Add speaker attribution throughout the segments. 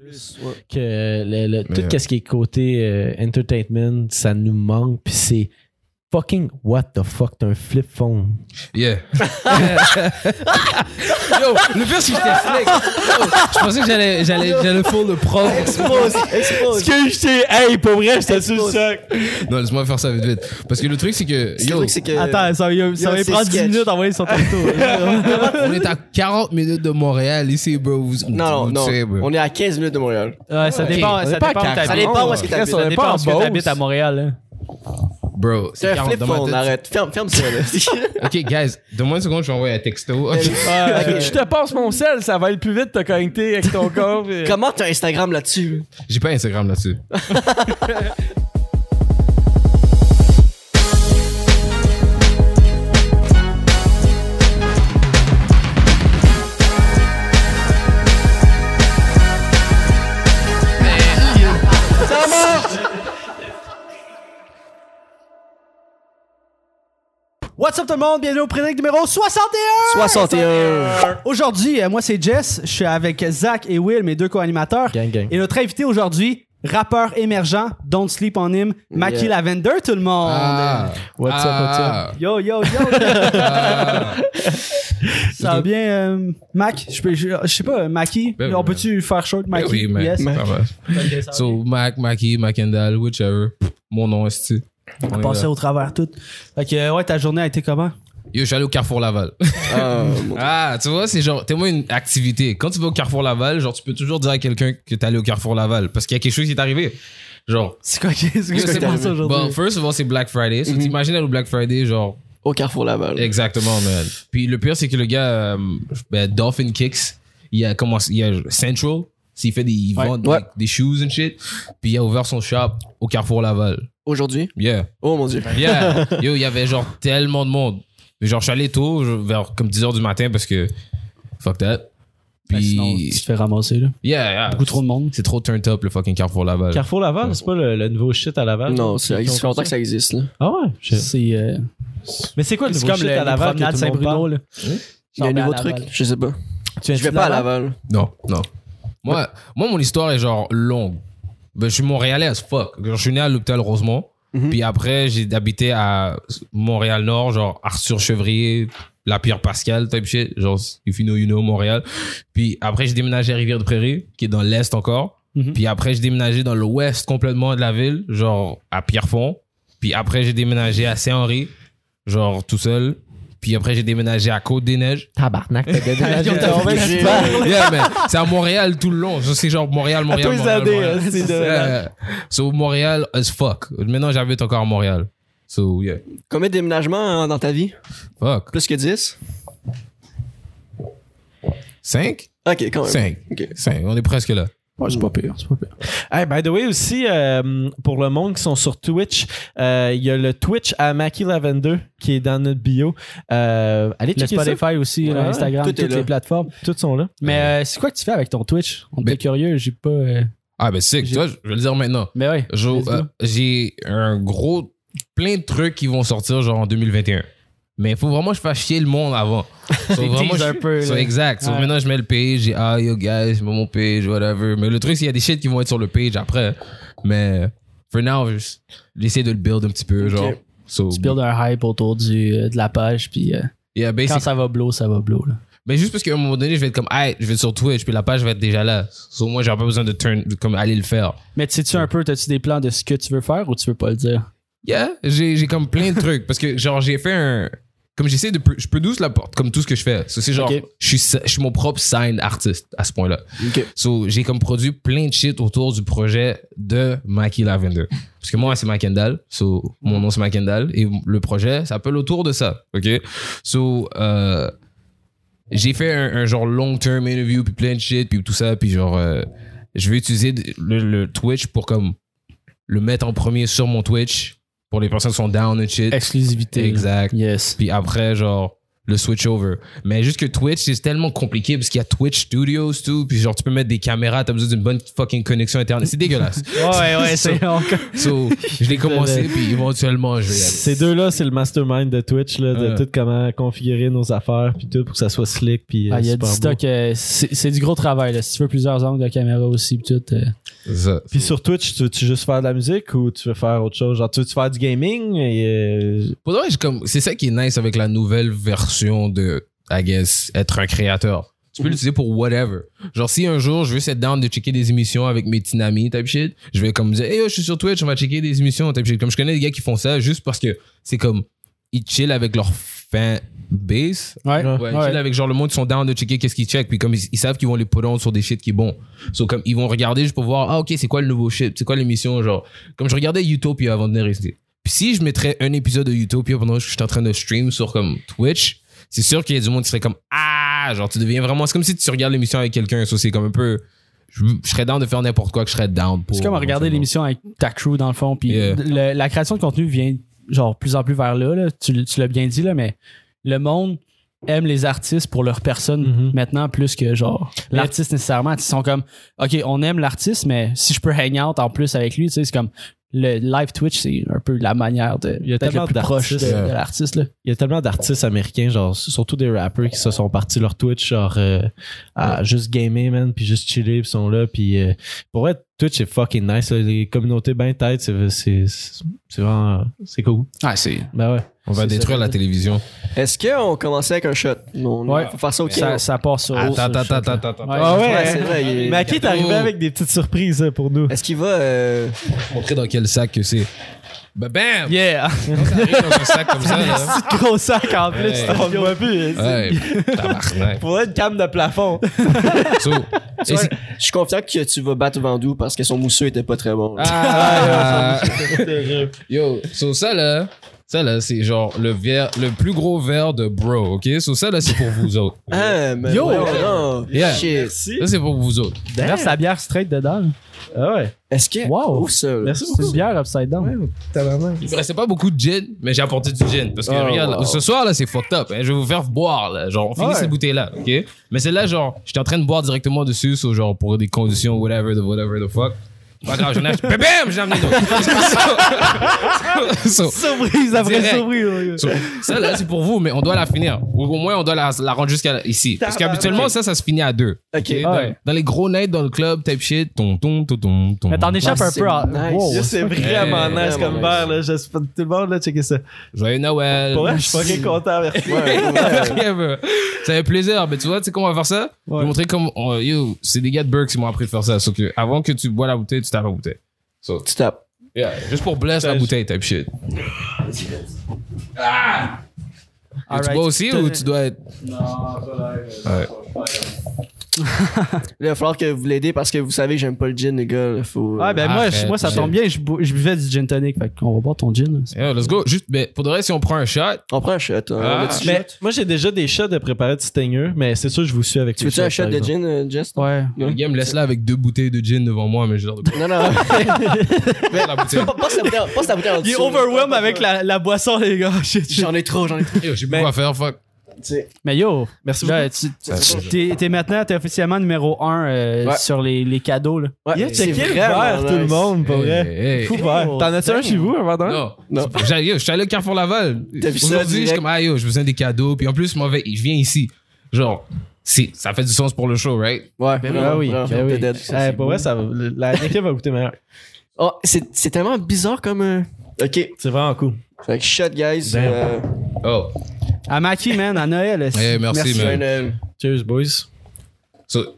Speaker 1: plus que le, le- tout ce qui est côté euh, entertainment, ça nous manque. Puis c'est fucking what the fuck, t'as un flip phone.
Speaker 2: Yeah. Yo, le pire, c'est que j'étais flex. Yo, je pensais que j'allais, j'allais, j'allais full le prof.
Speaker 3: Expose, expose.
Speaker 4: que je t'ai. Hey, pour vrai, j'étais
Speaker 3: sous le
Speaker 4: sac.
Speaker 2: Non, laisse-moi faire ça vite vite. Parce que le truc, c'est que,
Speaker 3: Le
Speaker 2: yo,
Speaker 3: truc, c'est que.
Speaker 4: Attends, ça, va- ça va
Speaker 3: Yo, c'est
Speaker 4: prendre 10
Speaker 3: sketch.
Speaker 4: minutes à envoyer son texto.
Speaker 2: on est à 40 minutes de Montréal ici, bro. Vous,
Speaker 3: Non,
Speaker 2: vous-
Speaker 3: non,
Speaker 2: vous savez, bro.
Speaker 3: non. On est à 15 minutes de Montréal.
Speaker 4: Ouais, ça
Speaker 2: Ok.
Speaker 4: dépend.
Speaker 2: On
Speaker 4: Ça
Speaker 1: est pas
Speaker 4: dépend où
Speaker 1: à
Speaker 4: t'habites.
Speaker 3: Ça dépend où est-ce que
Speaker 4: Chris,
Speaker 3: t'habites.
Speaker 4: Ça
Speaker 3: Ça
Speaker 4: dépend
Speaker 3: dépend
Speaker 4: où est-ce que t'habites à Montréal. hein.
Speaker 2: Bro, c'est
Speaker 3: C'est un
Speaker 2: 40
Speaker 3: flip
Speaker 2: dans ma
Speaker 3: phone,
Speaker 2: tête.
Speaker 3: arrête. Ferme, ferme ça, là.
Speaker 2: Ok, guys, donne-moi une seconde, je vais envoyer un texto. Ok.
Speaker 1: Ah,
Speaker 3: Ok.
Speaker 4: Je te passe mon sel, ça va aller plus vite, t'as connecté avec ton corps. puis-
Speaker 3: Comment t'as Instagram là-dessus?
Speaker 2: J'ai pas Instagram là-dessus.
Speaker 5: What's up tout le monde, bienvenue au Prédic numéro 61!
Speaker 3: 61.
Speaker 5: Aujourd'hui, euh, moi c'est Jess, je suis avec Zach et Will, mes deux co-animateurs.
Speaker 1: Gang, gang.
Speaker 5: Et notre invité aujourd'hui, rappeur émergent, Don't Sleep on Him, Maki
Speaker 3: Yeah.
Speaker 5: Lavender tout le monde!
Speaker 2: Ah,
Speaker 1: What's up, what's up?
Speaker 2: ah,
Speaker 5: Yo, yo, yo!
Speaker 2: ah.
Speaker 5: ça va bien, euh, Mac? Je, peux, je, je sais pas, Maki,
Speaker 2: Ben oui,
Speaker 5: on
Speaker 2: man.
Speaker 5: peut-tu faire short, Maki?
Speaker 2: Ben oui, mais
Speaker 5: Yes.
Speaker 2: ça va. So, Mac, Mackie, Macandal, whichever. Mon nom, est-ce ben
Speaker 5: On passait au travers tout. Fait que, euh, ouais, ta journée a été comment?
Speaker 2: Yo, je suis allé au Carrefour Laval.
Speaker 3: Ah, mon-
Speaker 2: ah, tu vois, c'est genre, t'es moi une activité. Quand tu vas au Carrefour Laval, genre, tu peux toujours dire à quelqu'un que t'es allé au Carrefour Laval parce qu'il y a quelque chose qui est arrivé. Genre,
Speaker 5: C'est quoi qui c'est quoi
Speaker 2: je
Speaker 5: qui
Speaker 2: sais
Speaker 5: s'est
Speaker 2: pas.
Speaker 5: passé aujourd'hui?
Speaker 2: Bon, first of all, c'est Black Friday.
Speaker 3: Mm-hmm.
Speaker 2: So, t'imagines aller au Black Friday, genre,
Speaker 3: Au Carrefour Laval.
Speaker 2: Exactement, man. Puis le pire, c'est que le gars, euh, ben, Dolphin Kicks, il a commencé, il a Central, s'il fait des, il vend
Speaker 3: Ouais.
Speaker 2: like, des shoes and shit. Puis il a ouvert son shop au Carrefour Laval.
Speaker 3: Aujourd'hui?
Speaker 2: Yeah.
Speaker 3: Oh mon dieu.
Speaker 2: Yeah. Yo, il y avait genre tellement de monde. Mais genre, je suis allé tôt, je- vers comme 10 h du matin parce que fuck that.
Speaker 5: Ben, sinon,
Speaker 2: Puis,
Speaker 5: tu te fais ramasser, là.
Speaker 2: yeah, yeah.
Speaker 5: Beaucoup trop de monde.
Speaker 2: C'est trop turned up le fucking Carrefour Laval.
Speaker 1: Carrefour Laval, c'est pas le, le nouveau shit à Laval?
Speaker 3: Non, c'est- ça fait longtemps que ça existe, là.
Speaker 1: Ah ouais? je-
Speaker 5: C'est. euh,
Speaker 1: Mais c'est quoi le
Speaker 5: C'est
Speaker 1: nouveau
Speaker 5: comme
Speaker 1: shit
Speaker 5: le-
Speaker 1: à
Speaker 5: les
Speaker 1: Laval que
Speaker 5: promenades
Speaker 1: tout le monde
Speaker 5: Saint-Bruno,
Speaker 1: parle?
Speaker 5: là.
Speaker 3: Il y a un
Speaker 5: Non, mais
Speaker 3: nouveau
Speaker 5: à
Speaker 3: truc?
Speaker 5: Laval.
Speaker 3: Je sais pas.
Speaker 1: Tu
Speaker 3: Je vais pas à Laval.
Speaker 2: Non, non. Moi, moi, mon histoire est genre longue. Ben, je suis montréalais as fuck. Genre, Je suis né à l'hôpital Rosemont.
Speaker 3: Mhm.
Speaker 2: Puis après, j'ai habité à Montréal-Nord, genre Arthur Chevrier, La Pierre Pascal, type shit. Genre, if you know, you know, Montréal. Puis après, j'ai déménagé à Rivière-de-Prairie, qui est dans l'Est encore.
Speaker 5: Mhm.
Speaker 2: Puis après, j'ai déménagé dans l'Ouest complètement de la ville, genre à Pierrefonds. Puis après, j'ai déménagé à Saint-Henri, genre tout seul. Puis après, j'ai déménagé à Côte-des-Neiges.
Speaker 1: Tabarnak, t'as déménagé.
Speaker 2: Yo,
Speaker 1: Ah ouais,
Speaker 3: J'ai-
Speaker 2: Yeah, mais c'est à Montréal tout le long. Ça, C'est genre Montréal, Montréal,
Speaker 5: tous les
Speaker 2: Montréal.
Speaker 5: années,
Speaker 2: Montréal.
Speaker 5: hein, c'est de-
Speaker 2: Yeah. So, Montréal as fuck. Maintenant, j'habite encore à Montréal. So, yeah.
Speaker 3: Combien de déménagements hein, dans ta vie?
Speaker 2: Fuck.
Speaker 3: Plus que 10?
Speaker 2: 5?
Speaker 3: Ok, quand même.
Speaker 2: 5.
Speaker 3: Ok.
Speaker 2: 5. On est presque là.
Speaker 5: Ouais, c'est pas pire, c'est pas pire.
Speaker 1: Hey, by the way, aussi, euh, pour le monde qui sont sur Twitch, euh, il y a le Twitch à Mackie Lavender qui est dans notre bio. Euh, allez
Speaker 5: Le
Speaker 1: checker ça.
Speaker 5: Spotify aussi,
Speaker 1: Ouais.
Speaker 5: l'Instagram,
Speaker 3: Tout est
Speaker 5: toutes
Speaker 3: là.
Speaker 5: les plateformes.
Speaker 1: Toutes sont là.
Speaker 5: Mais euh, c'est quoi que tu fais avec ton Twitch? On
Speaker 2: Ben-
Speaker 5: était curieux, j'ai pas. euh,
Speaker 2: Ah, ben, sick.
Speaker 5: J'ai-
Speaker 2: Tu vois, je vais le dire maintenant.
Speaker 5: Mais ouais.
Speaker 2: Je-
Speaker 5: let's go.
Speaker 2: euh, J'ai un gros. plein de trucs qui vont sortir, genre en 2021. Mais il faut vraiment que je fasse chier le monde avant. So, vraiment,
Speaker 5: tease
Speaker 2: je-
Speaker 5: un peu,
Speaker 2: so,
Speaker 5: là.
Speaker 2: exact. So,
Speaker 5: Ouais.
Speaker 2: maintenant, je mets le page. J'ai, ah, yo, guys, je mets mon page, whatever. Mais le truc, c'est qu'il y a des shit qui vont être sur le page après. Mais for now, je- j'essaie de le build un petit peu,
Speaker 3: Ok.
Speaker 2: genre. So,
Speaker 5: Tu builds un hype autour du, euh, de la page, puis euh,
Speaker 2: yeah, basic-
Speaker 5: quand ça va blow, ça va blow. Là.
Speaker 2: Mais juste parce qu'à un moment donné, je vais être comme, hey, je vais être sur Twitch, puis la page va être déjà là. So, moi, j'aurais pas besoin de turn, de comme aller le faire.
Speaker 5: Mais tu sais-tu un peu, t'as-tu des plans de ce que tu veux faire ou tu veux pas le dire?
Speaker 2: Yeah, j'ai j'ai comme plein de trucs. Parce que, genre, j'ai fait un. Comme j'essaie de. peu- Je peux douce la porte, comme tout ce que je fais. So, c'est genre,
Speaker 5: Ok.
Speaker 2: je, suis, sa- je suis mon propre sign artiste à ce point-là.
Speaker 3: Ok.
Speaker 2: So, j'ai comme produit plein de shit autour du projet de Mackie Lavender. Parce que moi, c'est Macandal. So, mon nom, c'est Macandal. Et le projet s'appelle autour de ça. OK? So, euh, j'ai fait un, un genre long-term interview, puis plein de shit, puis tout ça. Puis genre, euh, je vais utiliser le, le Twitch pour comme le mettre en premier sur mon Twitch pour les personnes qui sont down and shit.
Speaker 5: Exclusivité.
Speaker 2: Exact.
Speaker 5: Yes.
Speaker 2: Puis après, genre, le switch over. Mais juste que Twitch, c'est tellement compliqué parce qu'il y a Twitch Studios, tout. Puis genre, tu peux mettre des caméras, t'as besoin d'une bonne fucking connexion Internet. C'est dégueulasse.
Speaker 5: Ouais, ouais, c'est encore.
Speaker 2: So, je l'ai commencé, puis éventuellement, je vais y aller.
Speaker 1: Ces deux-là, c'est le mastermind de Twitch, là, de
Speaker 2: Ouais.
Speaker 1: tout comment configurer nos affaires, puis tout, pour que ça soit slick, puis euh,
Speaker 6: Ah, il y a
Speaker 1: super
Speaker 6: du
Speaker 1: beau.
Speaker 6: stock. euh, c'est c'est du gros travail. Là. Si tu veux plusieurs angles de caméra aussi, pis tout. euh,
Speaker 2: Ça.
Speaker 1: Puis sur Twitch, tu veux-tu juste faire de la musique ou tu veux faire autre chose? Genre, tu veux-tu faire du gaming? Et, euh,
Speaker 2: Pour de vrai, j'ai comme- c'est ça qui est nice avec la nouvelle version de, I guess, être un créateur. Tu peux l'utiliser pour whatever. Genre, si un jour je veux set down de checker des émissions avec mes petits amis, type shit, je vais comme dire, hey, yo, je suis sur Twitch, on va checker des émissions, type shit. Comme je connais des gars qui font ça juste parce que c'est comme, ils chill avec leur fan base.
Speaker 6: Ouais.
Speaker 2: Ouais, ils chill avec genre le monde, ils sont down de checker qu'est-ce qu'ils check, puis comme ils, ils savent qu'ils vont les put on sur des shit qui est bon. So, comme, ils vont regarder juste pour voir, ah, ok, c'est quoi le nouveau shit, c'est quoi l'émission, genre. Comme je regardais Utopia avant de venir ici. Puis si je mettrais un épisode de Utopia pendant que je suis en train de stream sur comme Twitch, c'est sûr qu'il y a du monde qui serait comme Ah, genre tu deviens vraiment. C'est comme si tu regardes l'émission avec quelqu'un, ça c'est comme un peu. Je, je serais down de faire n'importe quoi que je serais down pour.
Speaker 6: C'est comme regarder l'émission avec ta crew dans le fond. Puis
Speaker 2: Yeah.
Speaker 6: le- la création de contenu vient genre plus en plus vers là. là. Tu, l- tu l'as bien dit là, mais le monde aime les artistes pour leur
Speaker 2: Mm-hmm.
Speaker 6: personne
Speaker 5: Mm-hmm.
Speaker 1: Mhm.
Speaker 6: maintenant plus que genre l'artiste nécessairement. Ils sont comme ok, on aime l'artiste, mais si je peux hang out en plus avec lui, tu sais, c'est comme le live Twitch, c'est un peu la manière de
Speaker 1: Il y a
Speaker 6: d'être
Speaker 1: tellement
Speaker 6: le plus proche de,
Speaker 1: d'artistes,
Speaker 2: euh.
Speaker 6: de l'artiste là.
Speaker 1: il y a tellement d'artistes américains, genre, surtout des rappers qui se sont partis leur Twitch, genre, euh, à juste gamer, man, puis juste chiller, puis sont là, puis euh, pour être Twitch, c'est fucking nice, là. les communautés bien têtes, c'est, c'est, c'est vraiment, c'est cool.
Speaker 6: Ah c'est
Speaker 1: Ben ouais.
Speaker 2: On va
Speaker 6: C'est
Speaker 2: détruire
Speaker 6: ça.
Speaker 2: la télévision.
Speaker 3: Est-ce qu'on commençait avec un shot? Non,
Speaker 6: Ouais.
Speaker 3: ouais. faut faire ça au
Speaker 6: ça,
Speaker 3: Québec.
Speaker 6: Ah, ça part sur.
Speaker 2: Attends,
Speaker 6: sur le
Speaker 2: attends,
Speaker 6: choc,
Speaker 2: attends,
Speaker 6: là.
Speaker 2: attends, attends.
Speaker 6: Ouais.
Speaker 1: Ah ouais,
Speaker 3: c'est vrai. il-
Speaker 1: Mais à qui t'es arrivé avec des petites surprises euh, pour nous?
Speaker 3: Est-ce qu'il va. euh,
Speaker 2: Montrer dans quel sac que c'est. Bah bam!
Speaker 6: Yeah,
Speaker 2: Ça arrive dans un sac comme ça. là.
Speaker 6: gros sac en plus.
Speaker 2: Hey.
Speaker 1: On le voit plus.
Speaker 2: Ouais, tabarnak.
Speaker 1: Pour être cam de plafond.
Speaker 2: So, et c'est-
Speaker 3: Je suis confiant que tu vas battre Vandou parce que son mousseux était pas très bon.
Speaker 2: Ah,
Speaker 1: terrible.
Speaker 2: Yo, so ça là, ça là, c'est genre le verre, le plus gros verre de bro, ok? So ça là, c'est pour vous autres.
Speaker 3: Ah, mais
Speaker 6: Yo!
Speaker 3: voyons donc.
Speaker 2: Yeah.
Speaker 3: Shit.
Speaker 2: Ça, c'est pour vous autres.
Speaker 6: D'ailleurs, sa bière straight dedans. là.
Speaker 1: Ah ouais.
Speaker 3: Est-ce que.
Speaker 6: Wow.
Speaker 3: Ouf, ça. là.
Speaker 1: Merci
Speaker 6: C'est une
Speaker 1: beaucoup.
Speaker 6: bière upside down.
Speaker 2: Il me restait pas beaucoup de gin, mais j'ai apporté du gin. Parce que
Speaker 3: Oh,
Speaker 2: regarde, là,
Speaker 3: wow.
Speaker 2: ce soir là, c'est fucked up. hein. Je vais vous faire boire là. Genre, on finit
Speaker 5: Ouais.
Speaker 2: cette bouteille là, ok? Mais celle-là, genre, j'étais en train de boire directement dessus, so, genre, pour des conditions, whatever, the whatever the fuck. Pas grave, j'en ai acheté. Bam, bam, j'en ai amené d'autres. So- so-
Speaker 5: Surprise après
Speaker 2: Direct.
Speaker 5: surprise. ouais.
Speaker 2: so- ça là, c'est pour vous, mais on doit la finir. Ou au moins, on doit la, la rendre jusqu'à ici. Parce qu'habituellement, ça, ça se finit à deux.
Speaker 3: Ok.
Speaker 2: Ok, dans-
Speaker 6: Ouais.
Speaker 2: dans, les gros nights dans le club, type shit, ton ton ton ton ton.
Speaker 6: Mais t'en échappes
Speaker 3: Ah,
Speaker 6: un
Speaker 3: c'est
Speaker 6: peu. en-
Speaker 3: nice.
Speaker 6: Wow.
Speaker 1: C'est vraiment
Speaker 3: Hey,
Speaker 1: nice
Speaker 3: vraiment
Speaker 1: comme
Speaker 3: nice.
Speaker 1: verre, là. Je- Tout le monde, là, checker ça.
Speaker 2: Joyeux Noël.
Speaker 1: Pour vrai, je suis fucking content, merci.
Speaker 3: Ouais, ouais.
Speaker 2: Whatever. ça fait plaisir. Mais tu vois, tu sais comment on va faire ça Je vais vous montrer comment. on- yo, c'est des gars de Burke qui m'ont appris de faire ça. Sauf que avant que tu bois la bouteille, tu tapes la bouteille. So,
Speaker 3: Tu tapes.
Speaker 2: yeah, juste pour blesser la bouteille, type shit. Ah! Yo, tu
Speaker 6: Alright.
Speaker 2: bois aussi ou tu dois être.
Speaker 3: Là, il va falloir que vous l'aidez parce que vous savez que j'aime pas le gin, les gars. là, Faut...
Speaker 6: Ah,
Speaker 5: Ouais, ben moi,
Speaker 2: Arrête,
Speaker 5: je- moi, ça
Speaker 2: j'ai-
Speaker 5: tombe bien, je, bou- je buvais du gin tonic.
Speaker 6: Fait qu'on va boire ton gin. là.
Speaker 2: Yo, let's go. Juste, mais pour de vrai, si on prend un shot,
Speaker 3: On prend un shot. hein.
Speaker 2: Ah.
Speaker 3: On a-tu-
Speaker 1: Mais moi, j'ai déjà des shots de préparer de stinger, mais c'est sûr, je vous suis avec
Speaker 3: Tu
Speaker 1: les
Speaker 3: veux-tu un
Speaker 1: shots,
Speaker 3: shot
Speaker 1: par
Speaker 3: de
Speaker 1: exemple.
Speaker 3: gin, euh, Jess?
Speaker 6: Ouais.
Speaker 2: le gars me laisse là avec deux bouteilles de gin devant moi, mais j'ai l'air de
Speaker 3: Non, non.
Speaker 2: boire la bouteille.
Speaker 3: Pas- Passe la bouteille en- passe la bouteille en
Speaker 5: Il est
Speaker 3: dessous.
Speaker 5: overwhelmed avec la, la boisson, les gars. Shit, shit.
Speaker 3: J'en ai trop, j'en ai trop.
Speaker 2: Yo, J'ai beaucoup à faire, fuck.
Speaker 6: Mais yo,
Speaker 5: Merci
Speaker 6: là, tu- tu-
Speaker 2: Ben, Ça fait
Speaker 6: t'es t'es maintenant, t'es officiellement numéro 1
Speaker 3: Ouais.
Speaker 6: sur les, les cadeaux. Là.
Speaker 3: Ouais,
Speaker 1: Il a
Speaker 3: c'est
Speaker 1: checké le
Speaker 3: vraiment
Speaker 1: verre, tout le
Speaker 3: nice.
Speaker 1: monde, pour vrai.
Speaker 2: Hey, hey.
Speaker 1: Fou verre. T'en as-tu un chez vous, un verre d'un?
Speaker 2: Non.
Speaker 3: Non.
Speaker 2: J'ai- yo, Je suis allé au Carrefour Laval.
Speaker 3: T'as vu ça
Speaker 2: Aujourd'hui, je suis
Speaker 3: direct?
Speaker 2: comme, ah yo, j'ai besoin des cadeaux. Puis en plus, mauvais, je viens ici. Genre, c'est- ça fait du sens pour le show, right?
Speaker 3: Ouais,
Speaker 6: Ben
Speaker 3: vraiment,
Speaker 6: oui,
Speaker 3: vraiment,
Speaker 6: ben oui.
Speaker 3: t'es dead.
Speaker 1: Eh, pour vrai, ça, va- le- la gnocchi va goûter meilleur.
Speaker 3: Oh, c'est c'est tellement bizarre comme. euh, Ok.
Speaker 1: C'est vraiment cool.
Speaker 3: Fait que shot, guys.
Speaker 1: Damn.
Speaker 3: Euh,
Speaker 2: Oh.
Speaker 5: À Maki, man, à Noël.
Speaker 2: Hey, merci,
Speaker 3: joyeux
Speaker 2: man.
Speaker 3: Noël.
Speaker 1: Cheers, boys.
Speaker 2: So,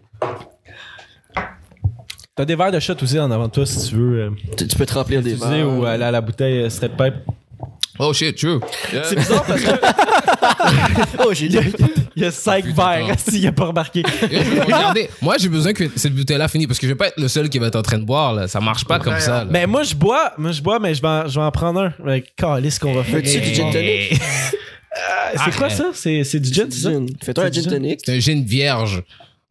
Speaker 1: T'as des verres de shot aussi en avant de toi si tu veux euh,
Speaker 3: Tu tu peux te remplir des
Speaker 1: utiliser
Speaker 3: verres.
Speaker 1: ou aller à la bouteille euh, straight pipe.
Speaker 2: oh shit, true. Yeah.
Speaker 3: Oh, j'ai lu.
Speaker 1: Il y a 5
Speaker 2: Putain, verres,
Speaker 1: s'il a pas remarqué.
Speaker 2: Yo, je vais regarder. Moi, j'ai besoin que cette bouteille-là finisse parce que je vais pas être le seul qui va être en train de boire. Là. Ça marche pas comme ça. là.
Speaker 1: Mais moi, je bois, moi, je bois, mais je vais en, je vais en prendre un. Mais calisse qu'on va faire. Ah,
Speaker 3: Veux-tu du gin tonic?
Speaker 2: Hey.
Speaker 1: C'est quoi ça? C'est c'est du gin, c'est ça?
Speaker 3: Gin. Fais-toi un
Speaker 1: C'est du
Speaker 3: gin
Speaker 1: gin.
Speaker 3: tonic.
Speaker 2: C'est un gin vierge.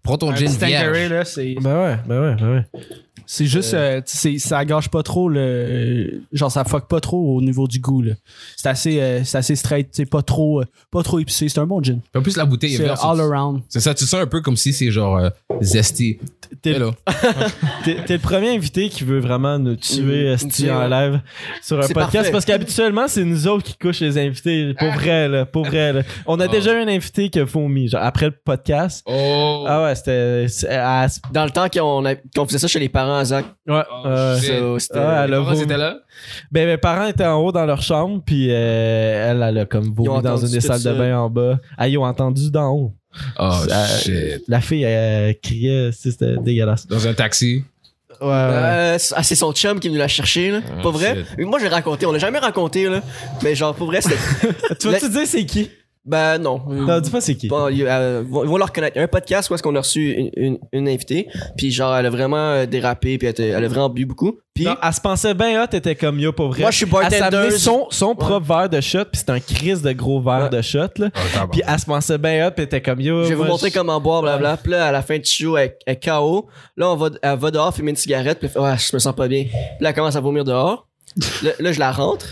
Speaker 2: Prends ton gin vierge.
Speaker 5: là, c'est.
Speaker 1: Ben ouais, ben ouais, ben ouais.
Speaker 6: C'est juste, euh, tu sais, ça gâche pas trop le. euh, genre, ça fuck pas trop au niveau du goût, là. C'est assez, euh, c'est assez straight, c'est pas trop, euh, pas trop épicé. C'est un bon gin.
Speaker 2: En plus, la bouteille est
Speaker 6: C'est
Speaker 2: verte.
Speaker 6: all around.
Speaker 2: C'est ça, tu sens un peu comme si c'est genre euh, zesty.
Speaker 1: T'es-
Speaker 2: Hello.
Speaker 1: T'es t'es le premier invité qui veut vraiment nous tuer
Speaker 3: Mhm.
Speaker 1: esti
Speaker 3: Ouais.
Speaker 1: en live sur un podcast
Speaker 3: C'est parfait. Ah.
Speaker 1: parce qu'habituellement c'est nous autres qui couchent les invités pour vrai là, pour vrai là. On a
Speaker 2: Oh.
Speaker 1: déjà eu un invité qui a vomi genre après le podcast.
Speaker 2: Oh.
Speaker 1: Ah ouais, c'était c'est- à-
Speaker 3: Dans le temps qu'on a- qu'on faisait ça chez les parents à Zach,
Speaker 1: ouais, euh,
Speaker 2: oh, shit.
Speaker 3: ça, c'était-
Speaker 1: Ah, elle a
Speaker 2: Les parents
Speaker 1: vomi.
Speaker 2: étaient là.
Speaker 1: ben mes parents étaient en haut dans leur chambre puis euh, elle elle a comme vomi dans
Speaker 3: entendu
Speaker 1: une des
Speaker 3: tout
Speaker 1: salles
Speaker 3: ça.
Speaker 1: de bain en bas. Ah ils ont entendu d'en haut.
Speaker 2: Oh
Speaker 1: Ça-
Speaker 3: euh,
Speaker 2: shit.
Speaker 1: La fille elle, criait, si, c'était dégueulasse.
Speaker 2: Dans un taxi.
Speaker 1: Ouais, ouais.
Speaker 3: Euh, ah, c'est son chum qui est venu la chercher, là.
Speaker 2: Ah,
Speaker 3: pas vrai?
Speaker 2: shit.
Speaker 3: Mais Moi, j'ai raconté, on l'a jamais raconté, là. Mais genre, pour vrai, c'était.
Speaker 1: Euh, Tu vas-tu dire c'est qui?
Speaker 3: ben non.
Speaker 1: Non, dis pas c'est qui.
Speaker 3: Bon, il- euh, ils vont ils vont le reconnaître. Il y a un podcast où est-ce qu'on a reçu une, une, une invitée, puis genre, elle a vraiment euh, dérapé, puis elle, était- elle a vraiment bu beaucoup. Puis
Speaker 1: Non, elle se pensait bien hot, t'étais comme yo pour vrai.
Speaker 3: moi, je suis
Speaker 1: Elle s'est amené
Speaker 3: bartender.
Speaker 1: son, son propre verre de shot, puis c'était un crise de gros verre de shot, là.
Speaker 2: Oh, tabarnak.
Speaker 1: Puis elle se pensait bien hot, puis elle était comme yo.
Speaker 3: Je vais vous
Speaker 1: Euh, moi,
Speaker 3: montrer comment boire, blablabla. Puis là, à la fin du show, elle, elle est KO. Là, on va, elle va dehors fumer une cigarette. Puis elle fait, ouais, je me sens pas bien. Puis là, elle commence à vomir dehors. là, là, je la rentre.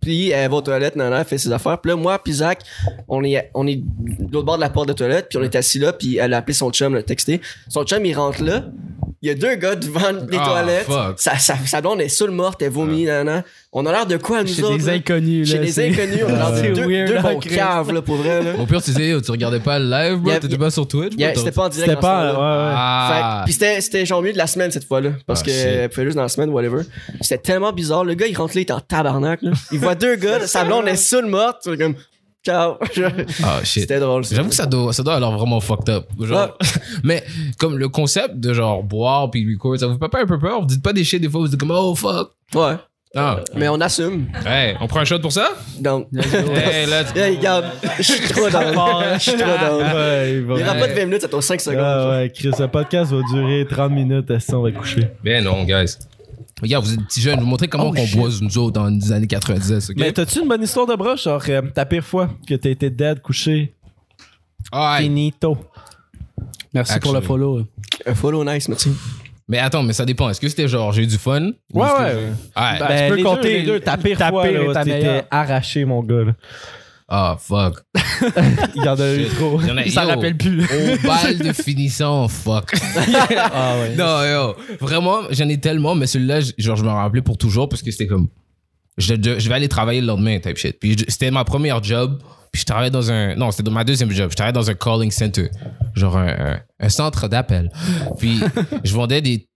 Speaker 3: Puis elle va aux toilettes, nan, nan, elle fait ses affaires. Puis là, moi, puis Zach, on est, on est de l'autre bord de la porte de toilette. Puis on est assis là. Puis elle a appelé son chum, le texté. Son chum, il rentre là. Il y a deux gars devant les
Speaker 2: Ah,
Speaker 3: toilettes.
Speaker 2: fuck.
Speaker 3: Sa, sa, sa blonde est saoule morte, elle vomit, nan, nan. On a l'air de quoi, nous
Speaker 6: Chez
Speaker 3: autres?
Speaker 6: des
Speaker 3: là?
Speaker 6: inconnus,
Speaker 3: Chez
Speaker 6: là.
Speaker 3: des
Speaker 6: c'est-
Speaker 3: inconnus, on a l'air
Speaker 6: C'est
Speaker 3: de deux,
Speaker 6: weird,
Speaker 3: deux
Speaker 6: hein,
Speaker 3: bons
Speaker 6: Chris?
Speaker 3: caves, là, pour vrai, là.
Speaker 2: Au pire, tu disais, tu regardais pas le live,
Speaker 3: Il y
Speaker 2: bro.
Speaker 3: a-
Speaker 2: T'étais pas sur Twitch,
Speaker 3: Il y a-
Speaker 2: bro,
Speaker 3: C'était pas en direct.
Speaker 1: C'était
Speaker 3: dans ce
Speaker 1: pas.
Speaker 3: temps-là.
Speaker 1: ouais, ouais.
Speaker 2: Ah.
Speaker 3: Fait- Puis c'était- c'était genre au milieu de la semaine cette fois-là. Parce
Speaker 2: Ah,
Speaker 3: que
Speaker 2: shit.
Speaker 3: elle pouvait juste dans la semaine, whatever. C'était tellement bizarre. Le gars, il rentre là, il est en tabarnak. Là. Il voit deux gars, là, sa blonde est saoule morte. c'est comme, ciao.
Speaker 2: Ah, shit.
Speaker 3: C'était drôle. ça.
Speaker 2: J'avoue que ça doit, ça doit alors vraiment fucked up. Genre, mais comme le concept de genre boire puis record, ça vous fait pas un peu peur? Vous dites pas des shit des fois, vous dites comme oh fuck.
Speaker 3: Ouais.
Speaker 2: Ah,
Speaker 3: Mais on assume.
Speaker 2: hey, on prend un shot pour ça?
Speaker 3: Donc,
Speaker 2: hey, let's
Speaker 3: là, il regarde. Je suis trop down. Je suis trop down.
Speaker 1: Ouais, il va-
Speaker 3: Il n'y aura
Speaker 2: Ouais.
Speaker 3: pas de 20 minutes, ça tourne 5 secondes.
Speaker 1: Ah ouais, Chris, le podcast va durer 30 minutes, est-ce qu'on va coucher?
Speaker 2: Ben non, guys. Regarde, vous êtes petits jeunes, vous montrez comment qu'on boit nous autres dans les années 90, ok?
Speaker 1: Oh, Mais t'as-tu une bonne histoire de broche, genre euh, ta pire fois que t'as été dead, couché,
Speaker 2: Ah, hey.
Speaker 1: finito?
Speaker 6: Merci pour le
Speaker 2: Actually.
Speaker 6: follow. euh.
Speaker 3: Un follow nice, merci.
Speaker 2: Mais attends, mais ça dépend. Est-ce que c'était genre j'ai eu du fun? Ou est-ce que- Ouais.
Speaker 1: Ben,
Speaker 6: tu peux
Speaker 1: les deux,
Speaker 6: compter
Speaker 1: les deux, ta pire
Speaker 6: ta
Speaker 1: fois,
Speaker 6: pire
Speaker 1: là,
Speaker 6: et ta
Speaker 1: t'étais
Speaker 6: meilleure.
Speaker 1: arraché, mon gars. là.
Speaker 2: Ah, fuck.
Speaker 1: Il y en a eu trop.
Speaker 5: Ben,
Speaker 2: Il y en a-
Speaker 6: Il s'en
Speaker 2: yo,
Speaker 6: rappelle plus.
Speaker 2: Au bal de finissant, fuck.
Speaker 6: Ah ouais.
Speaker 2: Non, yo. Vraiment, j'en ai tellement, mais celui-là, j- genre, je me rappelais pour toujours parce que c'était comme. Je, de- je vais aller travailler le lendemain, type shit. Puis je- c'était ma première job. Puis je travaillais dans un. Non, c'était dans ma deuxième job. Je travaillais dans un calling center. Genre un, un- un centre d'appel. Puis je vendais des.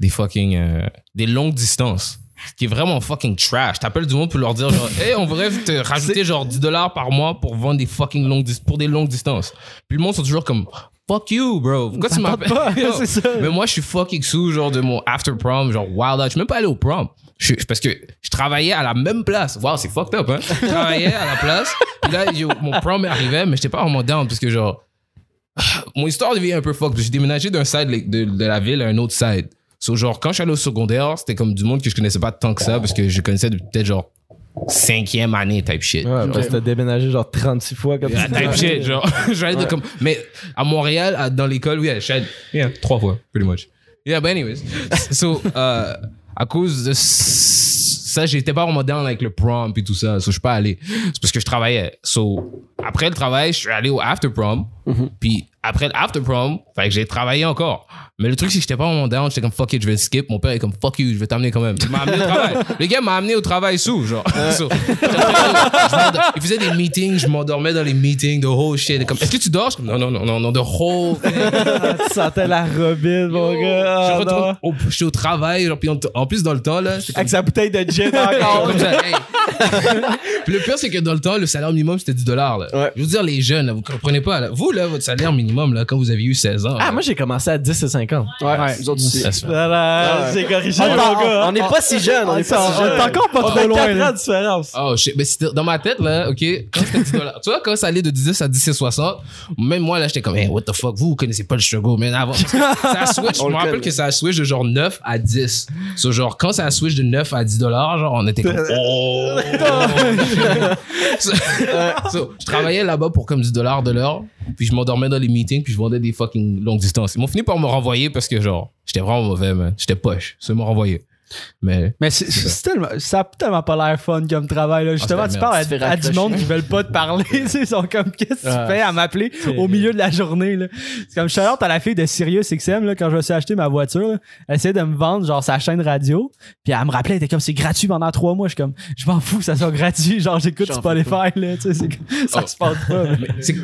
Speaker 2: Des fucking. euh, des longues distances. Ce qui est vraiment fucking trash. T'appelles du monde pour leur dire genre, hey, on voudrait te rajouter genre 10 dollars par mois pour vendre des fucking longues dis- pour des longues distances. Puis le monde sont toujours comme, fuck you, bro. Pourquoi tu m'appelles? Yo.
Speaker 6: C'est ça.
Speaker 2: Mais moi, je suis fucking sous, genre, de mon after prom, genre, wild out. Je suis même pas allé au prom. Je, suis- parce que je travaillais à la même place. Wow, c'est fucked up, hein. Je travaillais à la place. Puis là, yo, mon prom arrivait, mais j'étais pas vraiment down, parce que, genre, mon histoire devient un peu fuck. J'ai déménagé d'un side de, de la ville à un autre side. So, genre, quand je suis allé au secondaire, c'était comme du monde que je connaissais pas tant que ça, parce que je connaissais depuis peut-être, genre, cinquième année type shit.
Speaker 1: Ouais, parce que t'as déménagé genre 36 fois comme
Speaker 2: Ah, type shit, genre. J'allais de comme. Mais à Montréal, à- dans l'école, oui, j'allais. Yeah, trois fois, pretty much. Yeah, but anyways. So, euh, à cause de s- ça, j'étais pas vraiment down avec le prom et tout ça. So, je suis pas allé. C'est parce que je travaillais. So, après le travail, je suis allé au after prom. Puis après le after prom, fait que j'ai travaillé encore. Mais le truc, c'est que j'étais pas vraiment down. J'étais comme fuck it, je vais le skip. Mon père est comme fuck you, je vais t'amener quand même. Il m'a amené au travail. Le gars m'a amené au travail sous, genre. So, je m'endor- il faisait des meetings, je m'endormais dans les meetings, the whole shit. Comme, est-ce que tu dors? Je suis comme, non, non, non, non, non, the whole thing.
Speaker 1: Tu sentais la robine, mon
Speaker 2: Yo,
Speaker 1: gars.
Speaker 2: je
Speaker 1: Ah,
Speaker 2: retourne
Speaker 1: non.
Speaker 2: au, je suis au travail, genre, puis en, en plus, dans le temps, là, j'étais comme,
Speaker 1: Avec sa bouteille de gin
Speaker 2: Hey,
Speaker 1: encore.
Speaker 2: comme ça, hey. Puis le pire, c'est que dans le temps, le salaire minimum, c'était 10 dollars, là.
Speaker 3: Ouais.
Speaker 2: Je veux dire, les jeunes, là, vous comprenez pas, là. Vous, là, votre salaire minimum, là, quand vous avez eu 16 ans. là,
Speaker 1: Ah, moi j'ai commencé à 10 et 50.
Speaker 3: Ouais, nous autres aussi.
Speaker 2: ça se fait.
Speaker 1: Voilà,
Speaker 3: Ouais.
Speaker 1: Ah, j'ai corrigé
Speaker 3: On
Speaker 1: mon gars.
Speaker 3: on- on n'est pas si jeunes, on n'est pas si jeunes.
Speaker 1: encore pas
Speaker 6: trop loin, là.
Speaker 1: ans de différence.
Speaker 2: Oh, shit. Mais c'était- dans ma tête, là, OK, quand c'était 10 tu vois, quand ça allait de 10 à 17,60, même moi, là, j'étais comme, hey, what the fuck, vous, vous connaissez pas le struggle, man. Avant, ça a switch, je
Speaker 3: On
Speaker 2: me
Speaker 3: le
Speaker 2: rappelle
Speaker 3: connaît.
Speaker 2: que ça a switch de genre 9 à 10. So, genre, quand ça a switch de 9 à 10 genre, on était comme, oh. so, so, je travaillais là-bas pour comme 10 de l'heure. Puis je m'endormais dans les meetings, puis je vendais des fucking longues distances. Ils m'ont fini par me renvoyer parce que, genre, j'étais vraiment mauvais, man. J'étais poche. Ils m'ont renvoyé. Mais
Speaker 5: Mais c'est- c'est tellement, ça a tellement pas l'air fun comme travail. Là. Justement,
Speaker 2: c'est
Speaker 5: tu
Speaker 2: la
Speaker 5: parles
Speaker 3: merde.
Speaker 5: à, à
Speaker 3: Tu te fais
Speaker 5: du monde qui veulent pas te parler. tu sais, Ils sont comme, qu'est-ce que
Speaker 1: Ah,
Speaker 5: tu fais à m'appeler au milieu de la journée? là? C'est comme, je suis à la fille de Sirius XM, là, quand je me suis acheté ma voiture, là, elle essayait de me vendre genre sa chaîne radio. Puis elle me rappelait, elle était comme, c'est gratuit pendant trois mois. Je suis comme, je m'en fous que ça soit gratuit. Genre, j'écoute
Speaker 3: J'en veux
Speaker 5: Spotify. Là, tu sais, c'est comme- ça
Speaker 2: Oh.
Speaker 5: se passe pas. là.
Speaker 2: c'est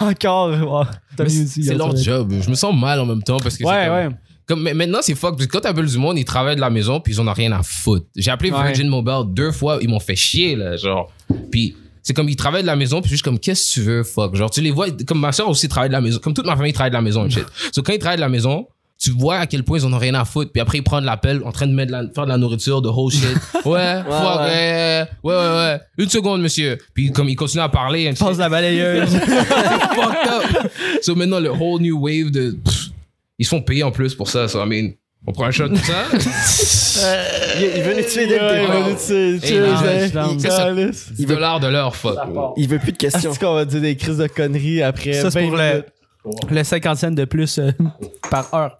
Speaker 5: Encore, wow,
Speaker 2: mais
Speaker 5: t'as mis
Speaker 2: c'est-
Speaker 5: aussi,
Speaker 2: c'est
Speaker 5: là,
Speaker 2: leur
Speaker 5: ça.
Speaker 2: job. Je me sens mal en même temps parce que c'est
Speaker 6: Ouais,
Speaker 2: comme-
Speaker 6: ouais.
Speaker 2: Comme, mais maintenant, c'est fuck. parce que Quand t'appelles du monde, ils travaillent de la maison, puis ils en ont rien à foutre. J'ai appelé
Speaker 6: Ouais.
Speaker 2: Virgin Mobile deux fois, ils m'ont fait chier, là, genre. Puis c'est comme, ils travaillent de la maison, puis je suis comme, qu'est-ce que tu veux, fuck? Genre, tu les vois, comme ma soeur aussi travaille de la maison, comme toute ma famille travaille de la maison, et shit. so, quand ils travaillent de la maison, tu vois à quel point ils en ont rien à foutre, puis après ils prennent l'appel en train de mettre de la- faire de la nourriture, de whole shit. Ouais, fuck,
Speaker 3: ouais.
Speaker 2: ouais. ouais, ouais, ouais. Une seconde, monsieur. Puis comme ils continuent à parler, and shit.
Speaker 5: Passe la balayeuse.
Speaker 2: fucked up. So maintenant, le whole new wave de. pff, ils se font payer en plus pour ça. So, I mean, on prend un shot de ça.
Speaker 3: Il, il veut nous tuer dès le
Speaker 2: il veut
Speaker 3: départ.
Speaker 2: nous C'est ça.
Speaker 3: Il
Speaker 2: 10
Speaker 3: veut-
Speaker 2: dollars de l'heure, fuck.
Speaker 3: Il veut plus de questions.
Speaker 4: Est-ce qu'on va dire des crises de conneries après
Speaker 5: Ça, c'est
Speaker 4: 20
Speaker 5: pour le,
Speaker 4: minutes?
Speaker 5: le 50 cents de plus euh, par heure.